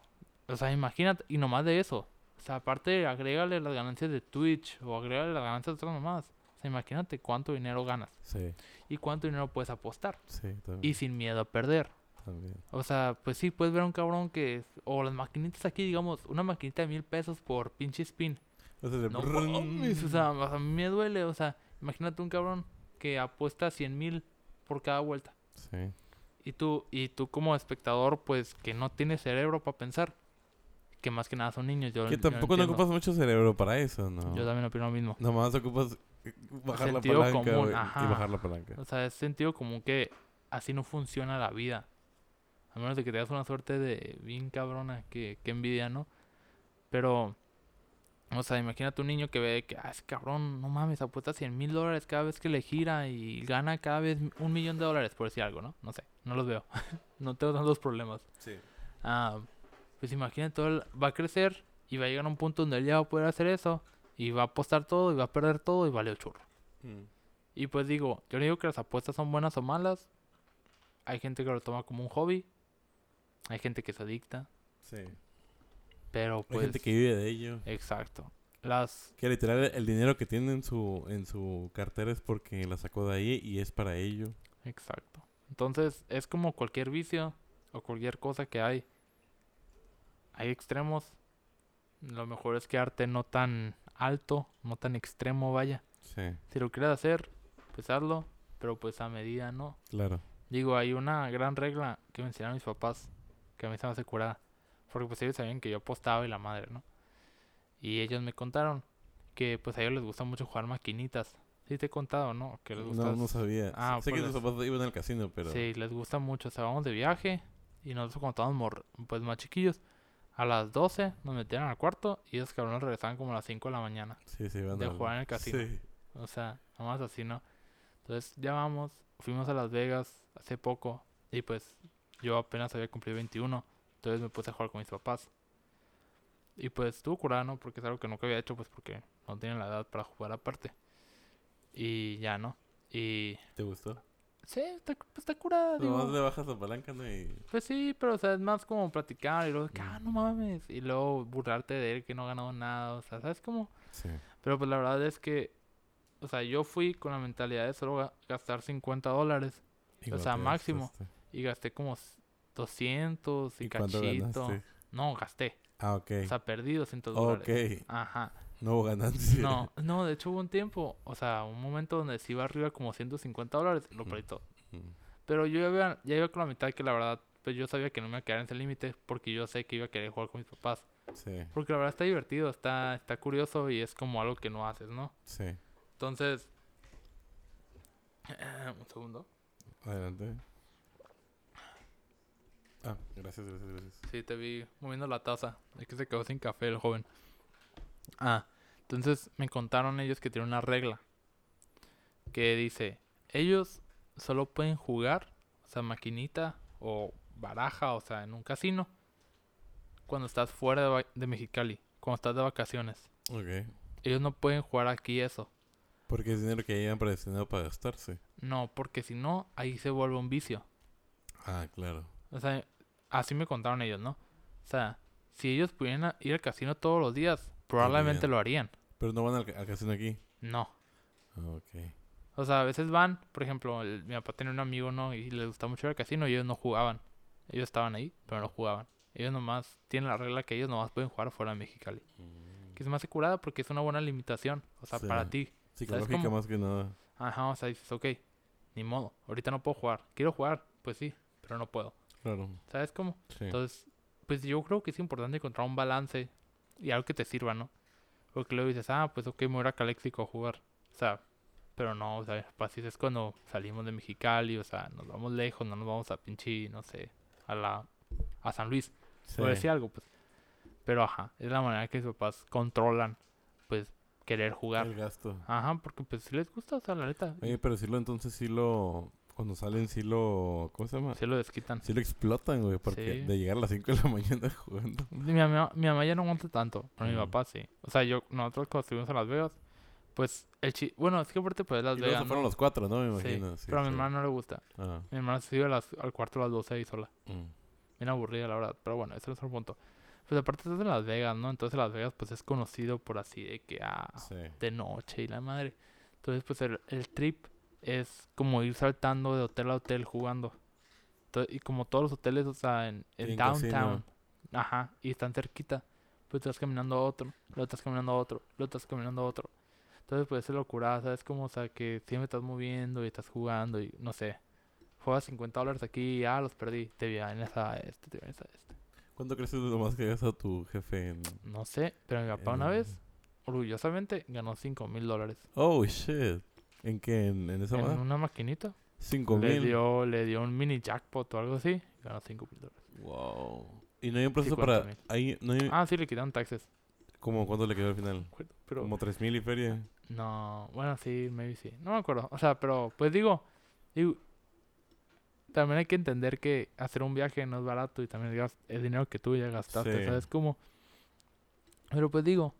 [SPEAKER 2] O sea, imagínate, y nomás de eso. O sea, aparte, agrégale las ganancias de Twitch o agrégale las ganancias de otras nomás. O sea, imagínate cuánto dinero ganas
[SPEAKER 1] Sí.
[SPEAKER 2] y cuánto dinero puedes apostar.
[SPEAKER 1] Sí,
[SPEAKER 2] Y
[SPEAKER 1] también.
[SPEAKER 2] sin miedo a perder.
[SPEAKER 1] también.
[SPEAKER 2] O sea, pues sí, puedes ver a un cabrón que. O las maquinitas aquí, digamos, una maquinita de mil pesos por pinche spin.
[SPEAKER 1] O sea, de
[SPEAKER 2] No
[SPEAKER 1] brrrn.
[SPEAKER 2] mames, o sea, o sea, me duele. O sea, imagínate un cabrón que apuesta 100 mil por cada vuelta.
[SPEAKER 1] Sí.
[SPEAKER 2] Y tú, y tú como espectador, pues, que no tiene cerebro para pensar. Que más que nada son niños. Yo,
[SPEAKER 1] Que
[SPEAKER 2] yo
[SPEAKER 1] tampoco no
[SPEAKER 2] entiendo.
[SPEAKER 1] ocupas mucho cerebro para eso, ¿no?
[SPEAKER 2] Yo también opino lo mismo.
[SPEAKER 1] Nomás ocupas eh, bajar la
[SPEAKER 2] Sentido
[SPEAKER 1] palanca,
[SPEAKER 2] común,
[SPEAKER 1] güey,
[SPEAKER 2] ajá.
[SPEAKER 1] Y bajar la palanca.
[SPEAKER 2] O sea, es sentido común que así no funciona la vida. A menos de que tengas una suerte de bien cabrona, que, que envidia, ¿no? Pero, o sea, imagínate un niño que ve que, ah, ese cabrón, no mames, apuesta 100 mil dólares cada vez que le gira y gana cada vez un millón de dólares, por decir algo, ¿no? No sé, no los veo. *laughs* no tengo tantos problemas.
[SPEAKER 1] Sí.
[SPEAKER 2] Ah, pues imagínate, todo el- va a crecer y va a llegar a un punto donde él ya va a poder hacer eso y va a apostar todo y va a perder todo y vale churro.
[SPEAKER 1] Mm,
[SPEAKER 2] Y pues digo, yo no digo que las apuestas son buenas o malas. Hay gente que lo toma como un hobby. Hay gente que se adicta.
[SPEAKER 1] Sí.
[SPEAKER 2] Pero
[SPEAKER 1] Hay
[SPEAKER 2] pues.
[SPEAKER 1] gente que vive de ello.
[SPEAKER 2] Exacto. Las.
[SPEAKER 1] Que literal el dinero que tiene en su, en su cartera es porque la sacó de ahí y es para ello.
[SPEAKER 2] Exacto. Entonces, es como cualquier vicio o cualquier cosa que hay. Hay extremos. Lo mejor es quedarte no tan alto, no tan extremo, vaya.
[SPEAKER 1] Sí,
[SPEAKER 2] Si lo quieres hacer, pues hazlo. Pero pues a medida, ¿no?
[SPEAKER 1] claro.
[SPEAKER 2] Digo, hay una gran regla que me enseñaron mis papás, que a mí se me hace curada. Porque pues ellos sabían que yo apostaba y la madre, ¿no? Y ellos me contaron que pues a ellos les gusta mucho jugar maquinitas. Sí te he contado, ¿no? Que les gusta.
[SPEAKER 1] No, no sabía.
[SPEAKER 2] Ah,
[SPEAKER 1] sé que
[SPEAKER 2] pues-
[SPEAKER 1] tus papás iban al casino, pero...
[SPEAKER 2] Sí, les gusta mucho. O sea, vamos de viaje y nosotros cuando estábamos mor- pues más chiquillos, a las 12 nos metían al cuarto y esos cabrones regresaban como a las 5 de la mañana.
[SPEAKER 1] Sí, sí, iban
[SPEAKER 2] De
[SPEAKER 1] al-
[SPEAKER 2] jugar en el casino.
[SPEAKER 1] Sí.
[SPEAKER 2] O sea, nomás así, ¿no? Entonces ya vamos, fuimos a Las Vegas hace poco y pues yo apenas había cumplido 21, entonces me puse a jugar con mis papás. Y pues estuvo curado, ¿no? Porque es algo que nunca había hecho, pues porque no tienen la edad para jugar aparte. Y ya, ¿no? Y
[SPEAKER 1] ¿Te gustó?
[SPEAKER 2] sí, está, pues, está curada, digo.
[SPEAKER 1] Nomás le bajas la palanca, ¿no? Y...
[SPEAKER 2] Pues sí, pero o sea, es más como platicar y luego, de que, ah, no mames. Y luego burlarte de él que no ha ganado nada, o sea, ¿sabes cómo?
[SPEAKER 1] Sí.
[SPEAKER 2] Pero pues la verdad es que, o sea, yo fui con la mentalidad de solo ga- gastar 50 dólares
[SPEAKER 1] Igual
[SPEAKER 2] sea,
[SPEAKER 1] te
[SPEAKER 2] máximo.
[SPEAKER 1] gastaste.
[SPEAKER 2] y gasté como s- 200 y,
[SPEAKER 1] ¿Y cuánto
[SPEAKER 2] cachito.
[SPEAKER 1] ganaste?
[SPEAKER 2] No, gasté.
[SPEAKER 1] Ah, ok.
[SPEAKER 2] O sea, perdí 200 dólares.
[SPEAKER 1] ok.
[SPEAKER 2] Ajá.
[SPEAKER 1] No hubo ganancia. *laughs*
[SPEAKER 2] No, no, de hecho hubo un tiempo, o sea, un momento donde sí iba arriba como 150 dólares, lo
[SPEAKER 1] Ujú.
[SPEAKER 2] perdí todo.
[SPEAKER 1] Mm.
[SPEAKER 2] Pero yo ya iba, ya iba con la mitad que la verdad, pues yo sabía que no me iba a quedar en ese límite porque yo sé que iba a querer jugar con mis papás.
[SPEAKER 1] Sí,
[SPEAKER 2] Porque la verdad está divertido, está, está curioso y es como algo que no haces, ¿no?
[SPEAKER 1] sí.
[SPEAKER 2] Entonces... eh, un segundo.
[SPEAKER 1] Adelante. Ah, gracias, gracias, gracias.
[SPEAKER 2] Sí, te vi moviendo la taza. Es que se quedó sin café el joven. Ah, entonces me contaron ellos que tienen una regla. Que dice, ellos solo pueden jugar, o sea, maquinita o baraja, o sea, en un casino. Cuando estás fuera de, va- de Mexicali, cuando estás de vacaciones.
[SPEAKER 1] Ok.
[SPEAKER 2] Ellos no pueden jugar aquí eso.
[SPEAKER 1] Porque es dinero que llevan predestinado para gastarse.
[SPEAKER 2] No, porque si no, ahí se vuelve un vicio.
[SPEAKER 1] Ah, claro.
[SPEAKER 2] O sea, así me contaron ellos, ¿no? O sea, si ellos pudieran a- ir al casino todos los días, probablemente lo harían.
[SPEAKER 1] Pero no van al, ca- al casino aquí.
[SPEAKER 2] No.
[SPEAKER 1] Ah, Ok.
[SPEAKER 2] O sea, a veces van, por ejemplo, el- mi papá tenía un amigo, ¿no? Y les gustaba mucho ir al casino y ellos no jugaban. Ellos estaban ahí, pero no jugaban. Ellos nomás tienen la regla que ellos nomás pueden jugar fuera de Mexicali. Que es más curada porque es una buena limitación. O sea,
[SPEAKER 1] Sí.
[SPEAKER 2] para ti.
[SPEAKER 1] Psicológica
[SPEAKER 2] cómo?
[SPEAKER 1] más que nada.
[SPEAKER 2] Ajá, o sea, dices, ok, ni modo. Ahorita no puedo jugar. Quiero jugar, pues sí, pero no puedo.
[SPEAKER 1] Claro.
[SPEAKER 2] ¿Sabes cómo?
[SPEAKER 1] Sí.
[SPEAKER 2] Entonces, pues yo creo que es importante encontrar un balance y algo que te sirva, ¿no? Porque luego dices, ah, pues ok, me voy a ir a Caléxico a jugar. O sea, pero no, o sea, pues, así es cuando salimos de Mexicali, o sea, nos vamos lejos, no nos vamos a pinche, no sé, a la a San Luis,
[SPEAKER 1] Sí.
[SPEAKER 2] por decir algo, pues. Pero ajá, es la manera que sus papás controlan, pues, querer jugar.
[SPEAKER 1] El gasto.
[SPEAKER 2] Ajá, porque pues si les gusta, o sea, la neta,
[SPEAKER 1] Oye, pero si lo entonces sí lo... Cuando salen sí lo... ¿Cómo se llama?
[SPEAKER 2] se lo desquitan.
[SPEAKER 1] Sí lo explotan, güey. Porque
[SPEAKER 2] Sí.
[SPEAKER 1] de llegar a las 5 de la *laughs* mañana jugando.
[SPEAKER 2] Mi mamá, mi mamá ya no aguanta tanto, pero mi
[SPEAKER 1] Ujú.
[SPEAKER 2] papá sí. O sea, yo, nosotros cuando estuvimos en Las Vegas, pues el chi... Bueno, es que aparte pues Las
[SPEAKER 1] Y luego
[SPEAKER 2] Vegas,
[SPEAKER 1] se fueron
[SPEAKER 2] ¿no?
[SPEAKER 1] los cuatro, ¿no? Me
[SPEAKER 2] Sí,
[SPEAKER 1] imagino. Sí,
[SPEAKER 2] pero a mi
[SPEAKER 1] sí.
[SPEAKER 2] hermana no le gusta.
[SPEAKER 1] Ah.
[SPEAKER 2] Mi hermana se iba a las- al cuarto a las 12 ahí sola.
[SPEAKER 1] mm.
[SPEAKER 2] Bien aburrida, la verdad. Pero bueno, ese no es el punto. Pues aparte estás en Las Vegas, ¿no? Entonces Las Vegas pues es conocido por así de que, ah,
[SPEAKER 1] Sí.
[SPEAKER 2] de noche y la madre. Entonces pues el, el trip es como ir saltando de hotel a hotel jugando. To- y como todos los hoteles, o sea, en, en
[SPEAKER 1] Tienen casino.
[SPEAKER 2] downtown. Ajá, y están cerquita. Pues estás caminando a otro, lo estás caminando a otro, lo estás caminando a otro. Entonces, pues es locura, ¿sabes? Como, o sea, que siempre estás moviendo y estás jugando y no sé. juegas 50 dólares aquí, ah, los perdí, te vienes a este, te vienes a este.
[SPEAKER 1] ¿Cuánto crees que es lo más que hayas a tu jefe en...
[SPEAKER 2] No sé, pero mi papá una
[SPEAKER 1] Eh.
[SPEAKER 2] vez, orgullosamente, ganó 5 mil dólares.
[SPEAKER 1] Oh, shit. ¿En qué? ¿En, en esa
[SPEAKER 2] En
[SPEAKER 1] madre?
[SPEAKER 2] una maquinita.
[SPEAKER 1] Cinco
[SPEAKER 2] Le
[SPEAKER 1] mil.
[SPEAKER 2] dio, le dio un mini jackpot o algo así, ganó 5 mil dólares.
[SPEAKER 1] Wow. Y no hay un proceso para...
[SPEAKER 2] 50,000.
[SPEAKER 1] Ahí, no hay...
[SPEAKER 2] Ah, sí, le quitaron taxes.
[SPEAKER 1] ¿Cómo cuánto le quedó al final?
[SPEAKER 2] Pero
[SPEAKER 1] Como tres mil y feria.
[SPEAKER 2] No, bueno, sí, maybe sí. No me acuerdo. O sea, pero pues digo, digo, también hay que entender que hacer un viaje no es barato y también gas- es dinero que tú ya gastaste,
[SPEAKER 1] Sí.
[SPEAKER 2] ¿sabes cómo? Pero pues digo,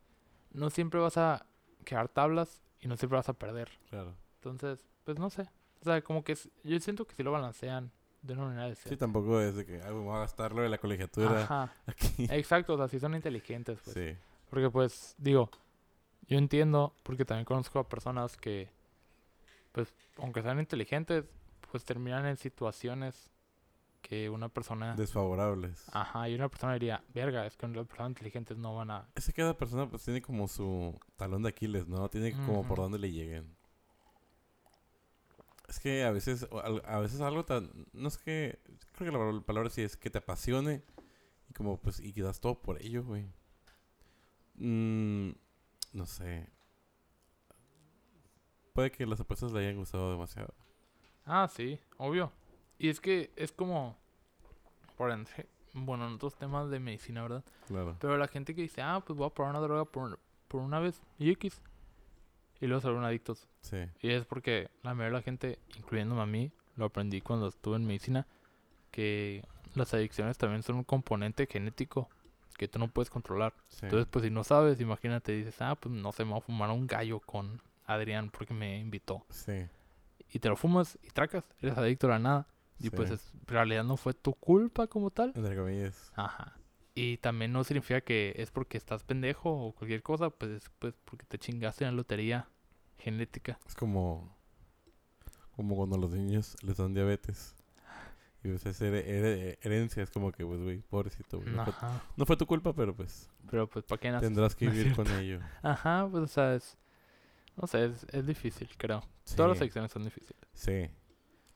[SPEAKER 2] no siempre vas a quedar tablas y no siempre vas a perder.
[SPEAKER 1] Claro.
[SPEAKER 2] Entonces, pues no sé. O sea, como que es- yo siento que si lo balancean de una manera
[SPEAKER 1] Sí,
[SPEAKER 2] decente.
[SPEAKER 1] tampoco es de que, ay, me voy a gastar lo de la colegiatura
[SPEAKER 2] Ajá,
[SPEAKER 1] aquí.
[SPEAKER 2] exacto, o sea, si son inteligentes, pues.
[SPEAKER 1] Sí.
[SPEAKER 2] Porque pues, digo, yo entiendo, porque también conozco a personas que, pues, aunque sean inteligentes, pues terminan en situaciones que una persona...
[SPEAKER 1] Desfavorables.
[SPEAKER 2] Ajá, y una persona diría, verga, es que las personas inteligentes no van a...
[SPEAKER 1] Es que cada persona pues tiene como su talón de Aquiles, ¿no? Tiene como por
[SPEAKER 2] Ujú.
[SPEAKER 1] dónde le lleguen. Es que a veces, o al- a veces algo tan... No es que... Creo que la pal- palabra sí es que te apasione. Y como pues... Y que das todo por ello, güey. Mm, no sé. Puede que las apuestas le hayan gustado demasiado.
[SPEAKER 2] Ah, sí, obvio. Y es que es como... Por entre... Bueno, en otros temas de medicina, ¿verdad?
[SPEAKER 1] Claro.
[SPEAKER 2] Pero la gente que dice, ah, pues voy a probar una droga por, por una vez, y X. Y luego se vuelven adictos.
[SPEAKER 1] Sí.
[SPEAKER 2] Y es porque la mayoría de la gente, incluyéndome a mí, lo aprendí cuando estuve en medicina, que las adicciones también son un componente genético que tú no puedes controlar.
[SPEAKER 1] sí.
[SPEAKER 2] Entonces, pues si no sabes, imagínate, dices, ah, pues no sé, me voy a fumar un gallo con Adrián porque me invitó.
[SPEAKER 1] sí.
[SPEAKER 2] Y te lo fumas y tracas, eres adicto a la nada. Y
[SPEAKER 1] sí.
[SPEAKER 2] pues es- en realidad no fue tu culpa como tal.
[SPEAKER 1] Entre comillas.
[SPEAKER 2] Ajá. Y también no significa que es porque estás pendejo o cualquier cosa, pues es pues, porque te chingaste en la lotería genética.
[SPEAKER 1] Es como. Como cuando a los niños les dan diabetes. Y pues es here- here- herencia, es como que, pues, güey, pobrecito, güey. No, fue,
[SPEAKER 2] Ajá.
[SPEAKER 1] no fue tu culpa, pero pues
[SPEAKER 2] Pero pues, ¿para qué naces?
[SPEAKER 1] tendrás que
[SPEAKER 2] no es
[SPEAKER 1] vivir con
[SPEAKER 2] *laughs*
[SPEAKER 1] ello.
[SPEAKER 2] Ajá, pues, o sea, es... No sé, es, es difícil, creo. Todas las
[SPEAKER 1] Sí,
[SPEAKER 2] secciones son difíciles.
[SPEAKER 1] Sí.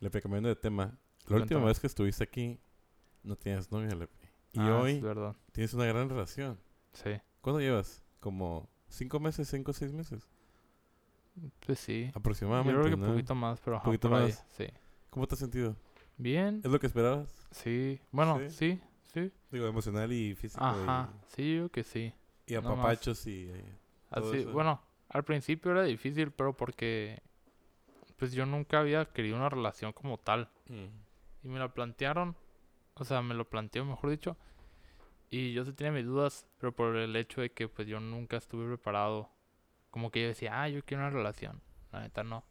[SPEAKER 1] Lepe, cambiando de tema. La última
[SPEAKER 2] Cuéntame.
[SPEAKER 1] vez que estuviste aquí, no tenías novia, Lepe. Y
[SPEAKER 2] Ah, es
[SPEAKER 1] hoy
[SPEAKER 2] verdad.
[SPEAKER 1] tienes una gran relación.
[SPEAKER 2] Sí.
[SPEAKER 1] ¿Cuánto llevas? ¿Como cinco meses, cinco o seis meses?
[SPEAKER 2] Pues sí. Yo
[SPEAKER 1] Aproximadamente,
[SPEAKER 2] creo que un
[SPEAKER 1] ¿no?
[SPEAKER 2] poquito más, pero ajá,
[SPEAKER 1] Poquito
[SPEAKER 2] por ahí,
[SPEAKER 1] más.
[SPEAKER 2] Sí.
[SPEAKER 1] ¿Cómo te has sentido?
[SPEAKER 2] Bien.
[SPEAKER 1] ¿Es lo que esperabas?
[SPEAKER 2] Sí. Bueno,
[SPEAKER 1] Sí.
[SPEAKER 2] sí, sí.
[SPEAKER 1] Digo, emocional y físico.
[SPEAKER 2] Ajá. Sí, yo creo que sí.
[SPEAKER 1] Y, y
[SPEAKER 2] no más.
[SPEAKER 1] apapachos y... eh, Todo
[SPEAKER 2] Así,
[SPEAKER 1] eso.
[SPEAKER 2] bueno, al principio era difícil, pero porque... Pues yo nunca había querido una relación como tal.
[SPEAKER 1] mm.
[SPEAKER 2] Y me la plantearon. O sea, me lo planteó, mejor dicho. Y yo sí tenía mis dudas, pero por el hecho de que pues yo nunca estuve preparado. Como que yo decía, ah, yo quiero una relación. La neta no.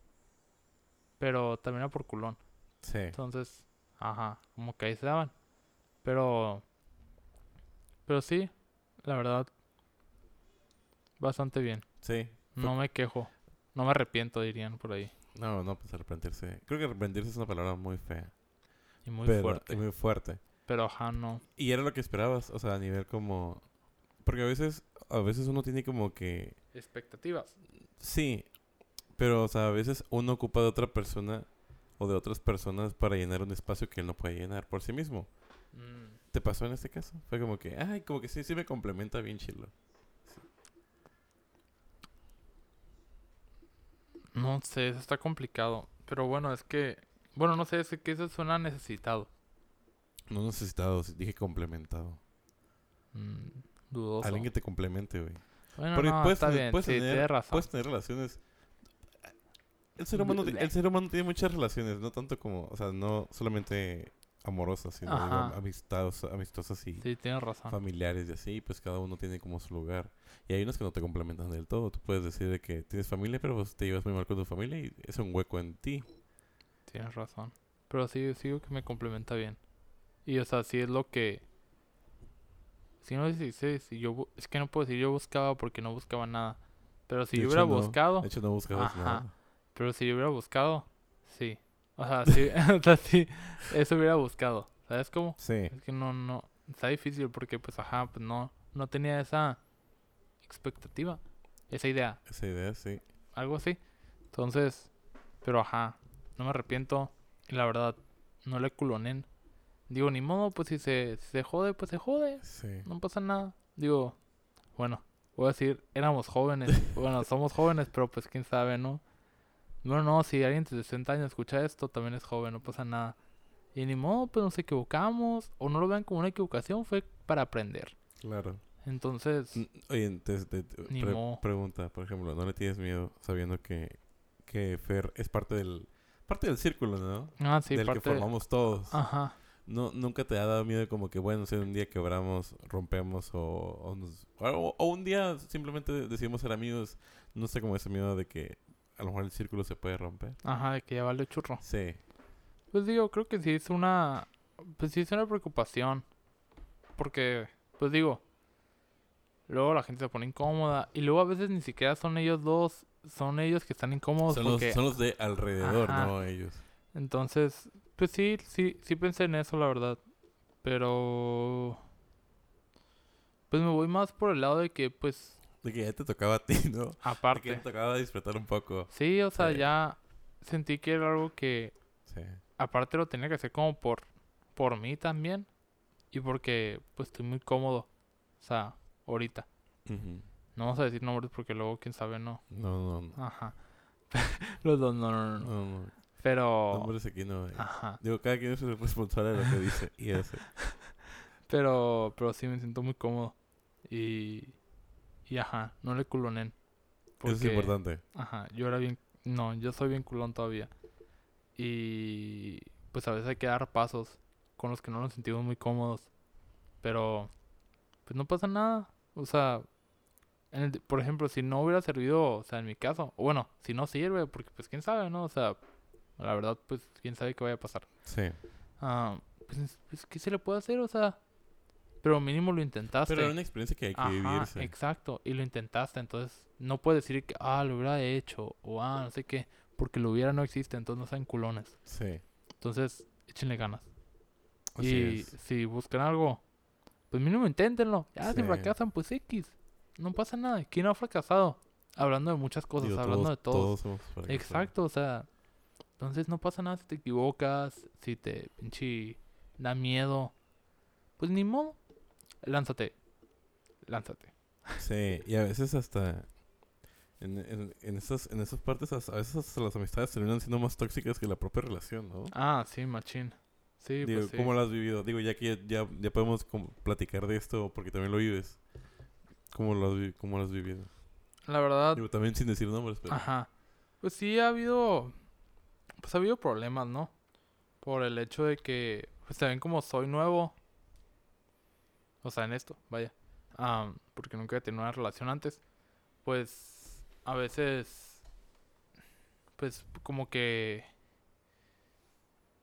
[SPEAKER 2] Pero también era por culón.
[SPEAKER 1] Sí.
[SPEAKER 2] Entonces, ajá, como que ahí se daban. Pero... Pero sí, la verdad. Bastante bien.
[SPEAKER 1] Sí.
[SPEAKER 2] No me quejo. No me arrepiento, dirían por ahí.
[SPEAKER 1] No, no, pues arrepentirse. Creo que arrepentirse es una palabra muy fea.
[SPEAKER 2] Y muy
[SPEAKER 1] pero- eh,
[SPEAKER 2] fuerte.
[SPEAKER 1] Muy fuerte.
[SPEAKER 2] Pero ajá, no.
[SPEAKER 1] Y era lo que esperabas, o sea, a nivel como... Porque a veces, a veces uno tiene como que...
[SPEAKER 2] Expectativas.
[SPEAKER 1] Sí, pero, o sea, a veces uno ocupa de otra persona o de otras personas para llenar un espacio que él no puede llenar por sí mismo.
[SPEAKER 2] Mm.
[SPEAKER 1] ¿Te pasó en este caso? Fue como que, ay, como que sí, sí me complementa bien chilo.
[SPEAKER 2] No sé, eso está complicado. Pero bueno, es que. Bueno, no sé, es que eso suena necesitado.
[SPEAKER 1] No necesitado, sí, dije complementado.
[SPEAKER 2] Mm, dudoso.
[SPEAKER 1] Alguien que te complemente, güey.
[SPEAKER 2] Bueno,
[SPEAKER 1] Porque
[SPEAKER 2] no,
[SPEAKER 1] puedes
[SPEAKER 2] está
[SPEAKER 1] tener-
[SPEAKER 2] bien,
[SPEAKER 1] puedes
[SPEAKER 2] sí,
[SPEAKER 1] tener-
[SPEAKER 2] tienes razón.
[SPEAKER 1] Puedes tener relaciones. El ser, humano, ti-
[SPEAKER 2] Bleh.
[SPEAKER 1] el ser humano tiene muchas relaciones, no tanto como, o sea, no solamente amorosas, sino digo,
[SPEAKER 2] Ajá.
[SPEAKER 1] amistadosas, amistosas y
[SPEAKER 2] Sí, Ah. tienes razón.
[SPEAKER 1] familiares y así, pues cada uno tiene como su lugar. Y hay unas que no te complementan del todo. Tú puedes decir de que tienes familia, pero pues, te llevas muy mal con tu familia y es un hueco en ti.
[SPEAKER 2] Tienes razón. Pero sí, sigo que me complementa bien. Y o sea, sí es lo que. Si no si, si, si yo bu- es que no puedo decir yo buscaba porque no buscaba nada. Pero si
[SPEAKER 1] De
[SPEAKER 2] yo
[SPEAKER 1] hecho,
[SPEAKER 2] hubiera
[SPEAKER 1] no.
[SPEAKER 2] buscado,
[SPEAKER 1] De hecho, no buscabas
[SPEAKER 2] Oh. Ajá.
[SPEAKER 1] nada.
[SPEAKER 2] pero si yo hubiera buscado, sí. O sea, sí, *laughs* o sea, sí, eso hubiera buscado. ¿Sabes cómo?
[SPEAKER 1] Sí,
[SPEAKER 2] Es que no, no, está difícil porque pues ajá, pues no, no tenía esa expectativa, esa idea,
[SPEAKER 1] esa idea, sí.
[SPEAKER 2] algo así. Entonces, pero ajá, no me arrepiento. Y la verdad, no le culonen. Digo, ni modo, pues si se, si se jode, pues se jode.
[SPEAKER 1] Sí.
[SPEAKER 2] No pasa nada. Digo, bueno, voy a decir,
[SPEAKER 1] *laughs*
[SPEAKER 2] éramos jóvenes. bueno, somos jóvenes, pero pues quién sabe, ¿no? Bueno, no, si alguien de 60 años escucha esto, también es joven, no pasa nada. Y ni modo, pues nos equivocamos. O no lo vean como una equivocación, fue para aprender.
[SPEAKER 1] Claro.
[SPEAKER 2] Entonces,
[SPEAKER 1] N- Oye, te, te- te-
[SPEAKER 2] Ni
[SPEAKER 1] pre-
[SPEAKER 2] modo.
[SPEAKER 1] pregunta, por ejemplo, ¿no le tienes miedo sabiendo que, que Fer es parte del parte del círculo, ¿no?
[SPEAKER 2] ah, sí,
[SPEAKER 1] del que
[SPEAKER 2] parte. Ah.
[SPEAKER 1] formamos todos.
[SPEAKER 2] Ajá.
[SPEAKER 1] No, nunca te ha dado miedo como que, bueno, si un día quebramos, rompemos o, o, nos- o- o un día simplemente decidimos ser amigos. No sé cómo ese miedo de que a lo mejor el círculo se puede romper.
[SPEAKER 2] Ajá, de que ya vale churro.
[SPEAKER 1] Sí,
[SPEAKER 2] Pues digo, creo que sí es una. Pues sí es una preocupación. Porque, pues digo. Luego la gente se pone incómoda. Y luego a veces ni siquiera son ellos dos. Son ellos que están incómodos.
[SPEAKER 1] son los,
[SPEAKER 2] porque-
[SPEAKER 1] son los de alrededor,
[SPEAKER 2] Ajá.
[SPEAKER 1] ¿no? Ellos.
[SPEAKER 2] Entonces, pues sí, sí, sí pensé en eso, la verdad. Pero. Pues me voy más por el lado de que, pues,
[SPEAKER 1] De que ya te tocaba a ti, *laughs* ¿no? De que
[SPEAKER 2] aparte.
[SPEAKER 1] te tocaba disfrutar un poco.
[SPEAKER 2] Sí, o sea,
[SPEAKER 1] Sí.
[SPEAKER 2] ya sentí que era algo que
[SPEAKER 1] Sí.
[SPEAKER 2] aparte lo tenía que hacer como por por mí también y porque pues estoy muy cómodo o sea ahorita
[SPEAKER 1] Ujú.
[SPEAKER 2] no vamos a decir nombres porque luego quién sabe no
[SPEAKER 1] No, no, no.
[SPEAKER 2] ajá *laughs* los dos no no no, no.
[SPEAKER 1] No, no.
[SPEAKER 2] pero
[SPEAKER 1] Nombres aquí no. hay.
[SPEAKER 2] ajá
[SPEAKER 1] Digo, cada quien es el responsable de lo que dice y hace.
[SPEAKER 2] pero pero sí me siento muy cómodo y y ajá no le culonen
[SPEAKER 1] Eso es importante.
[SPEAKER 2] ajá yo era bien no yo soy bien culón todavía y pues a veces hay que dar pasos con los que no nos sentimos muy cómodos. Pero, pues no pasa nada. O sea, en el- por ejemplo, si no hubiera servido, o sea, en mi caso, o bueno, si no sirve, porque pues quién sabe, ¿no? O sea, la verdad, pues quién sabe qué vaya a pasar.
[SPEAKER 1] Sí.
[SPEAKER 2] Ah, pues, pues, ¿qué se le puede hacer? O sea, pero mínimo lo intentaste.
[SPEAKER 1] Pero es una experiencia que hay que
[SPEAKER 2] Ajá,
[SPEAKER 1] vivirse.
[SPEAKER 2] exacto. Y lo intentaste, entonces no puedes decir que, ah, lo hubiera hecho, o ah, no sé qué, porque lo hubiera no existe, entonces no sean culones.
[SPEAKER 1] Sí.
[SPEAKER 2] Entonces, échenle ganas.
[SPEAKER 1] Así
[SPEAKER 2] y
[SPEAKER 1] es.
[SPEAKER 2] si buscan algo, pues mínimo inténtenlo. Ya si
[SPEAKER 1] Sí.
[SPEAKER 2] fracasan, pues X. No pasa nada. ¿Quién no ha fracasado? Hablando de muchas cosas,
[SPEAKER 1] Digo,
[SPEAKER 2] hablando
[SPEAKER 1] todos-
[SPEAKER 2] de todo.
[SPEAKER 1] todos somos fracasados.
[SPEAKER 2] Exacto, o sea. Entonces no pasa nada si te equivocas, si te pinche da miedo. Pues ni modo. Lánzate. Lánzate.
[SPEAKER 1] Sí, y a veces hasta. En, en, en esas, en esas partes, as- a veces hasta las amistades terminan siendo más tóxicas que la propia relación, ¿no?
[SPEAKER 2] Ah, sí, machín. Sí,
[SPEAKER 1] Digo,
[SPEAKER 2] pues sí.
[SPEAKER 1] ¿cómo lo has vivido? Digo, ya que ya, ya, ya podemos como platicar de esto porque también lo vives. ¿Cómo lo has, vi- cómo lo has vivido?
[SPEAKER 2] La verdad,
[SPEAKER 1] Digo, también sin decir nombres, pero.
[SPEAKER 2] Ajá. Pues sí ha habido. Pues ha habido problemas, ¿no? Por el hecho de que. Pues también como soy nuevo. O sea, en esto, vaya. am, porque nunca he tenido una relación antes. Pues. A veces. Pues como que.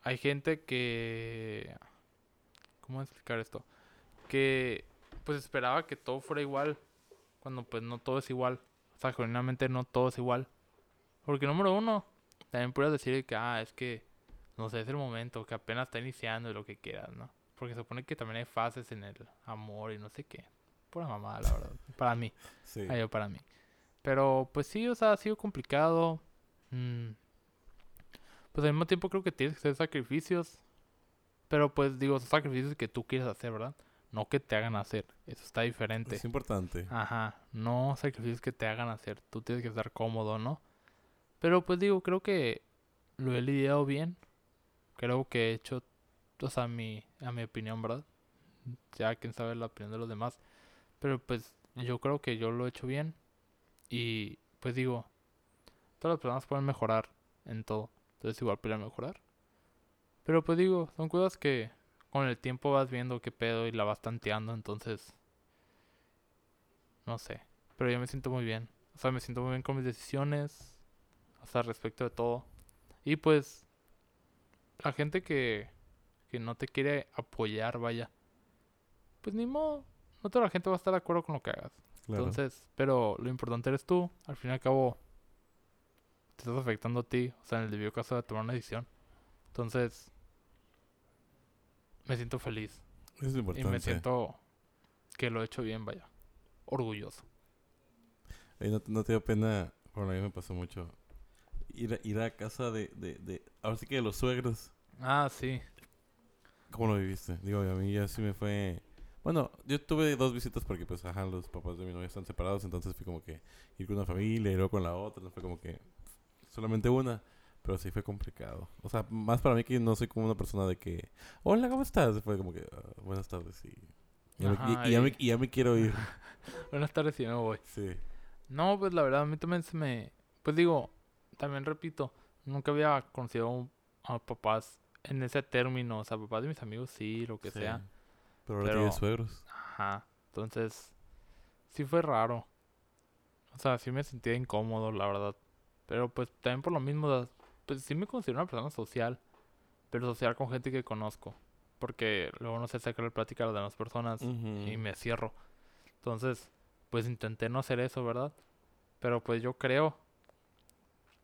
[SPEAKER 2] Hay gente que. ¿Cómo explicar esto? Que. Pues esperaba que todo fuera igual. Cuando pues no todo es igual. O sea, genuinamente no todo es igual. Porque número uno, también puedes decir que, ah, es que, no sé, es el momento, que apenas está iniciando y lo que quieras, ¿no? Porque se supone que también hay fases en el amor y no sé qué. Pura mamada, la verdad. Para mí.
[SPEAKER 1] Sí.
[SPEAKER 2] Ah, yo para mí. Pero pues sí, o sea, ha sido complicado. Mm. Pues al mismo tiempo creo que tienes que hacer sacrificios. Pero pues digo, son sacrificios que tú quieres hacer, ¿verdad? No que te hagan hacer. Eso está Ah, diferente.
[SPEAKER 1] Es importante.
[SPEAKER 2] Ajá, no sacrificios que te hagan hacer. Tú tienes que estar cómodo, ¿no? Pero pues digo, creo que lo he lidiado bien. Creo que he hecho, o sea, a mi, a mi opinión, ¿verdad? Ya quién sabe la opinión de los demás. Pero pues yo creo que yo lo he hecho bien. Y pues digo, todas las personas pueden mejorar en todo. Entonces igual pueden mejorar. Pero pues digo, son cosas que con el tiempo vas viendo qué pedo y la vas tanteando. Entonces, no sé. Pero yo me siento muy bien. O sea, me siento muy bien con mis decisiones. O sea, respecto de todo. Y pues, la gente que, que no te quiere apoyar, vaya. Pues ni modo. No toda la gente va a estar de acuerdo con lo que hagas.
[SPEAKER 1] Claro.
[SPEAKER 2] Entonces, pero lo importante eres tú. Al fin y al cabo, te estás afectando a ti. O sea, en el debido caso de tomar una decisión. Entonces, me siento feliz.
[SPEAKER 1] es importante.
[SPEAKER 2] Y me siento que lo he hecho bien, vaya. Orgulloso.
[SPEAKER 1] Ey, no, no te dio pena, por lo mí me pasó mucho. Ir a, ir a casa de, de, de. Ahora sí que de los suegros.
[SPEAKER 2] Ah, sí.
[SPEAKER 1] ¿Cómo lo viviste? Digo, a mí ya sí me fue... Bueno, yo tuve dos visitas porque, pues, ajá, los papás de mi novia están separados. Entonces fui como que ir con una familia y luego con la otra. No fue como que solamente una. Pero sí fue complicado. O sea, más para mí que no soy como una persona de que... Hola, ¿cómo estás? Fue como que... "Ah, buenas tardes, sí. Y ya,
[SPEAKER 2] Ajá,
[SPEAKER 1] me, y- y ya
[SPEAKER 2] y-
[SPEAKER 1] me- y ya me quiero ir. *laughs*
[SPEAKER 2] Buenas tardes, yo no voy.
[SPEAKER 1] Sí.
[SPEAKER 2] No, pues la verdad, a mí también se me... Pues digo, también repito, nunca había conocido a un- a papás en ese término. O sea, papás de mis amigos, sí, lo que
[SPEAKER 1] Sí.
[SPEAKER 2] sea.
[SPEAKER 1] Pero ahora
[SPEAKER 2] Pero-
[SPEAKER 1] tienes suegros.
[SPEAKER 2] Ajá. Entonces, sí fue raro. O sea, sí me sentía incómodo, la verdad. Pero pues también por lo mismo, o sea, pues sí me considero una persona social. Pero social con gente que conozco. Porque luego no sé sacar plática a las demás personas y
[SPEAKER 1] Ujú.
[SPEAKER 2] me cierro. Entonces, pues intenté no hacer eso, ¿verdad? Pero pues yo creo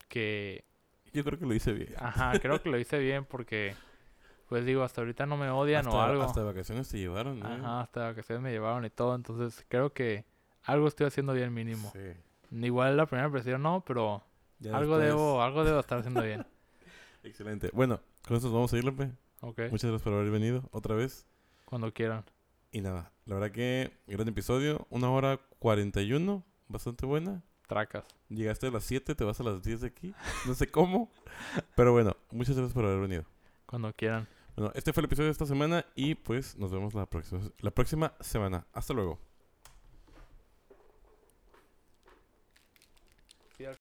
[SPEAKER 2] que...
[SPEAKER 1] Yo creo que lo hice bien.
[SPEAKER 2] Ajá, creo que lo hice bien porque... Pues digo, hasta ahorita no me odian o
[SPEAKER 1] Hasta-
[SPEAKER 2] algo.
[SPEAKER 1] Hasta de vacaciones te llevaron, ¿eh?
[SPEAKER 2] Ajá, hasta que ustedes me llevaron y todo. Entonces, creo que algo estoy haciendo bien mínimo.
[SPEAKER 1] Sí.
[SPEAKER 2] Igual la primera impresión no, pero
[SPEAKER 1] Ya
[SPEAKER 2] algo
[SPEAKER 1] después-
[SPEAKER 2] debo algo debo estar haciendo
[SPEAKER 1] *laughs*
[SPEAKER 2] bien.
[SPEAKER 1] Excelente. Bueno, con eso nos vamos a ir, Lepe.
[SPEAKER 2] Ok,
[SPEAKER 1] Muchas gracias por haber venido otra vez.
[SPEAKER 2] cuando quieran.
[SPEAKER 1] Y nada, la verdad que gran episodio. Una hora 41, bastante buena.
[SPEAKER 2] Tracas.
[SPEAKER 1] Llegaste a las 7, te vas a las 10 de aquí. No sé cómo. Pero bueno, muchas gracias por haber venido.
[SPEAKER 2] Cuando quieran.
[SPEAKER 1] Bueno, este fue el episodio de esta semana y pues nos vemos la próxima, la próxima semana. Hasta luego.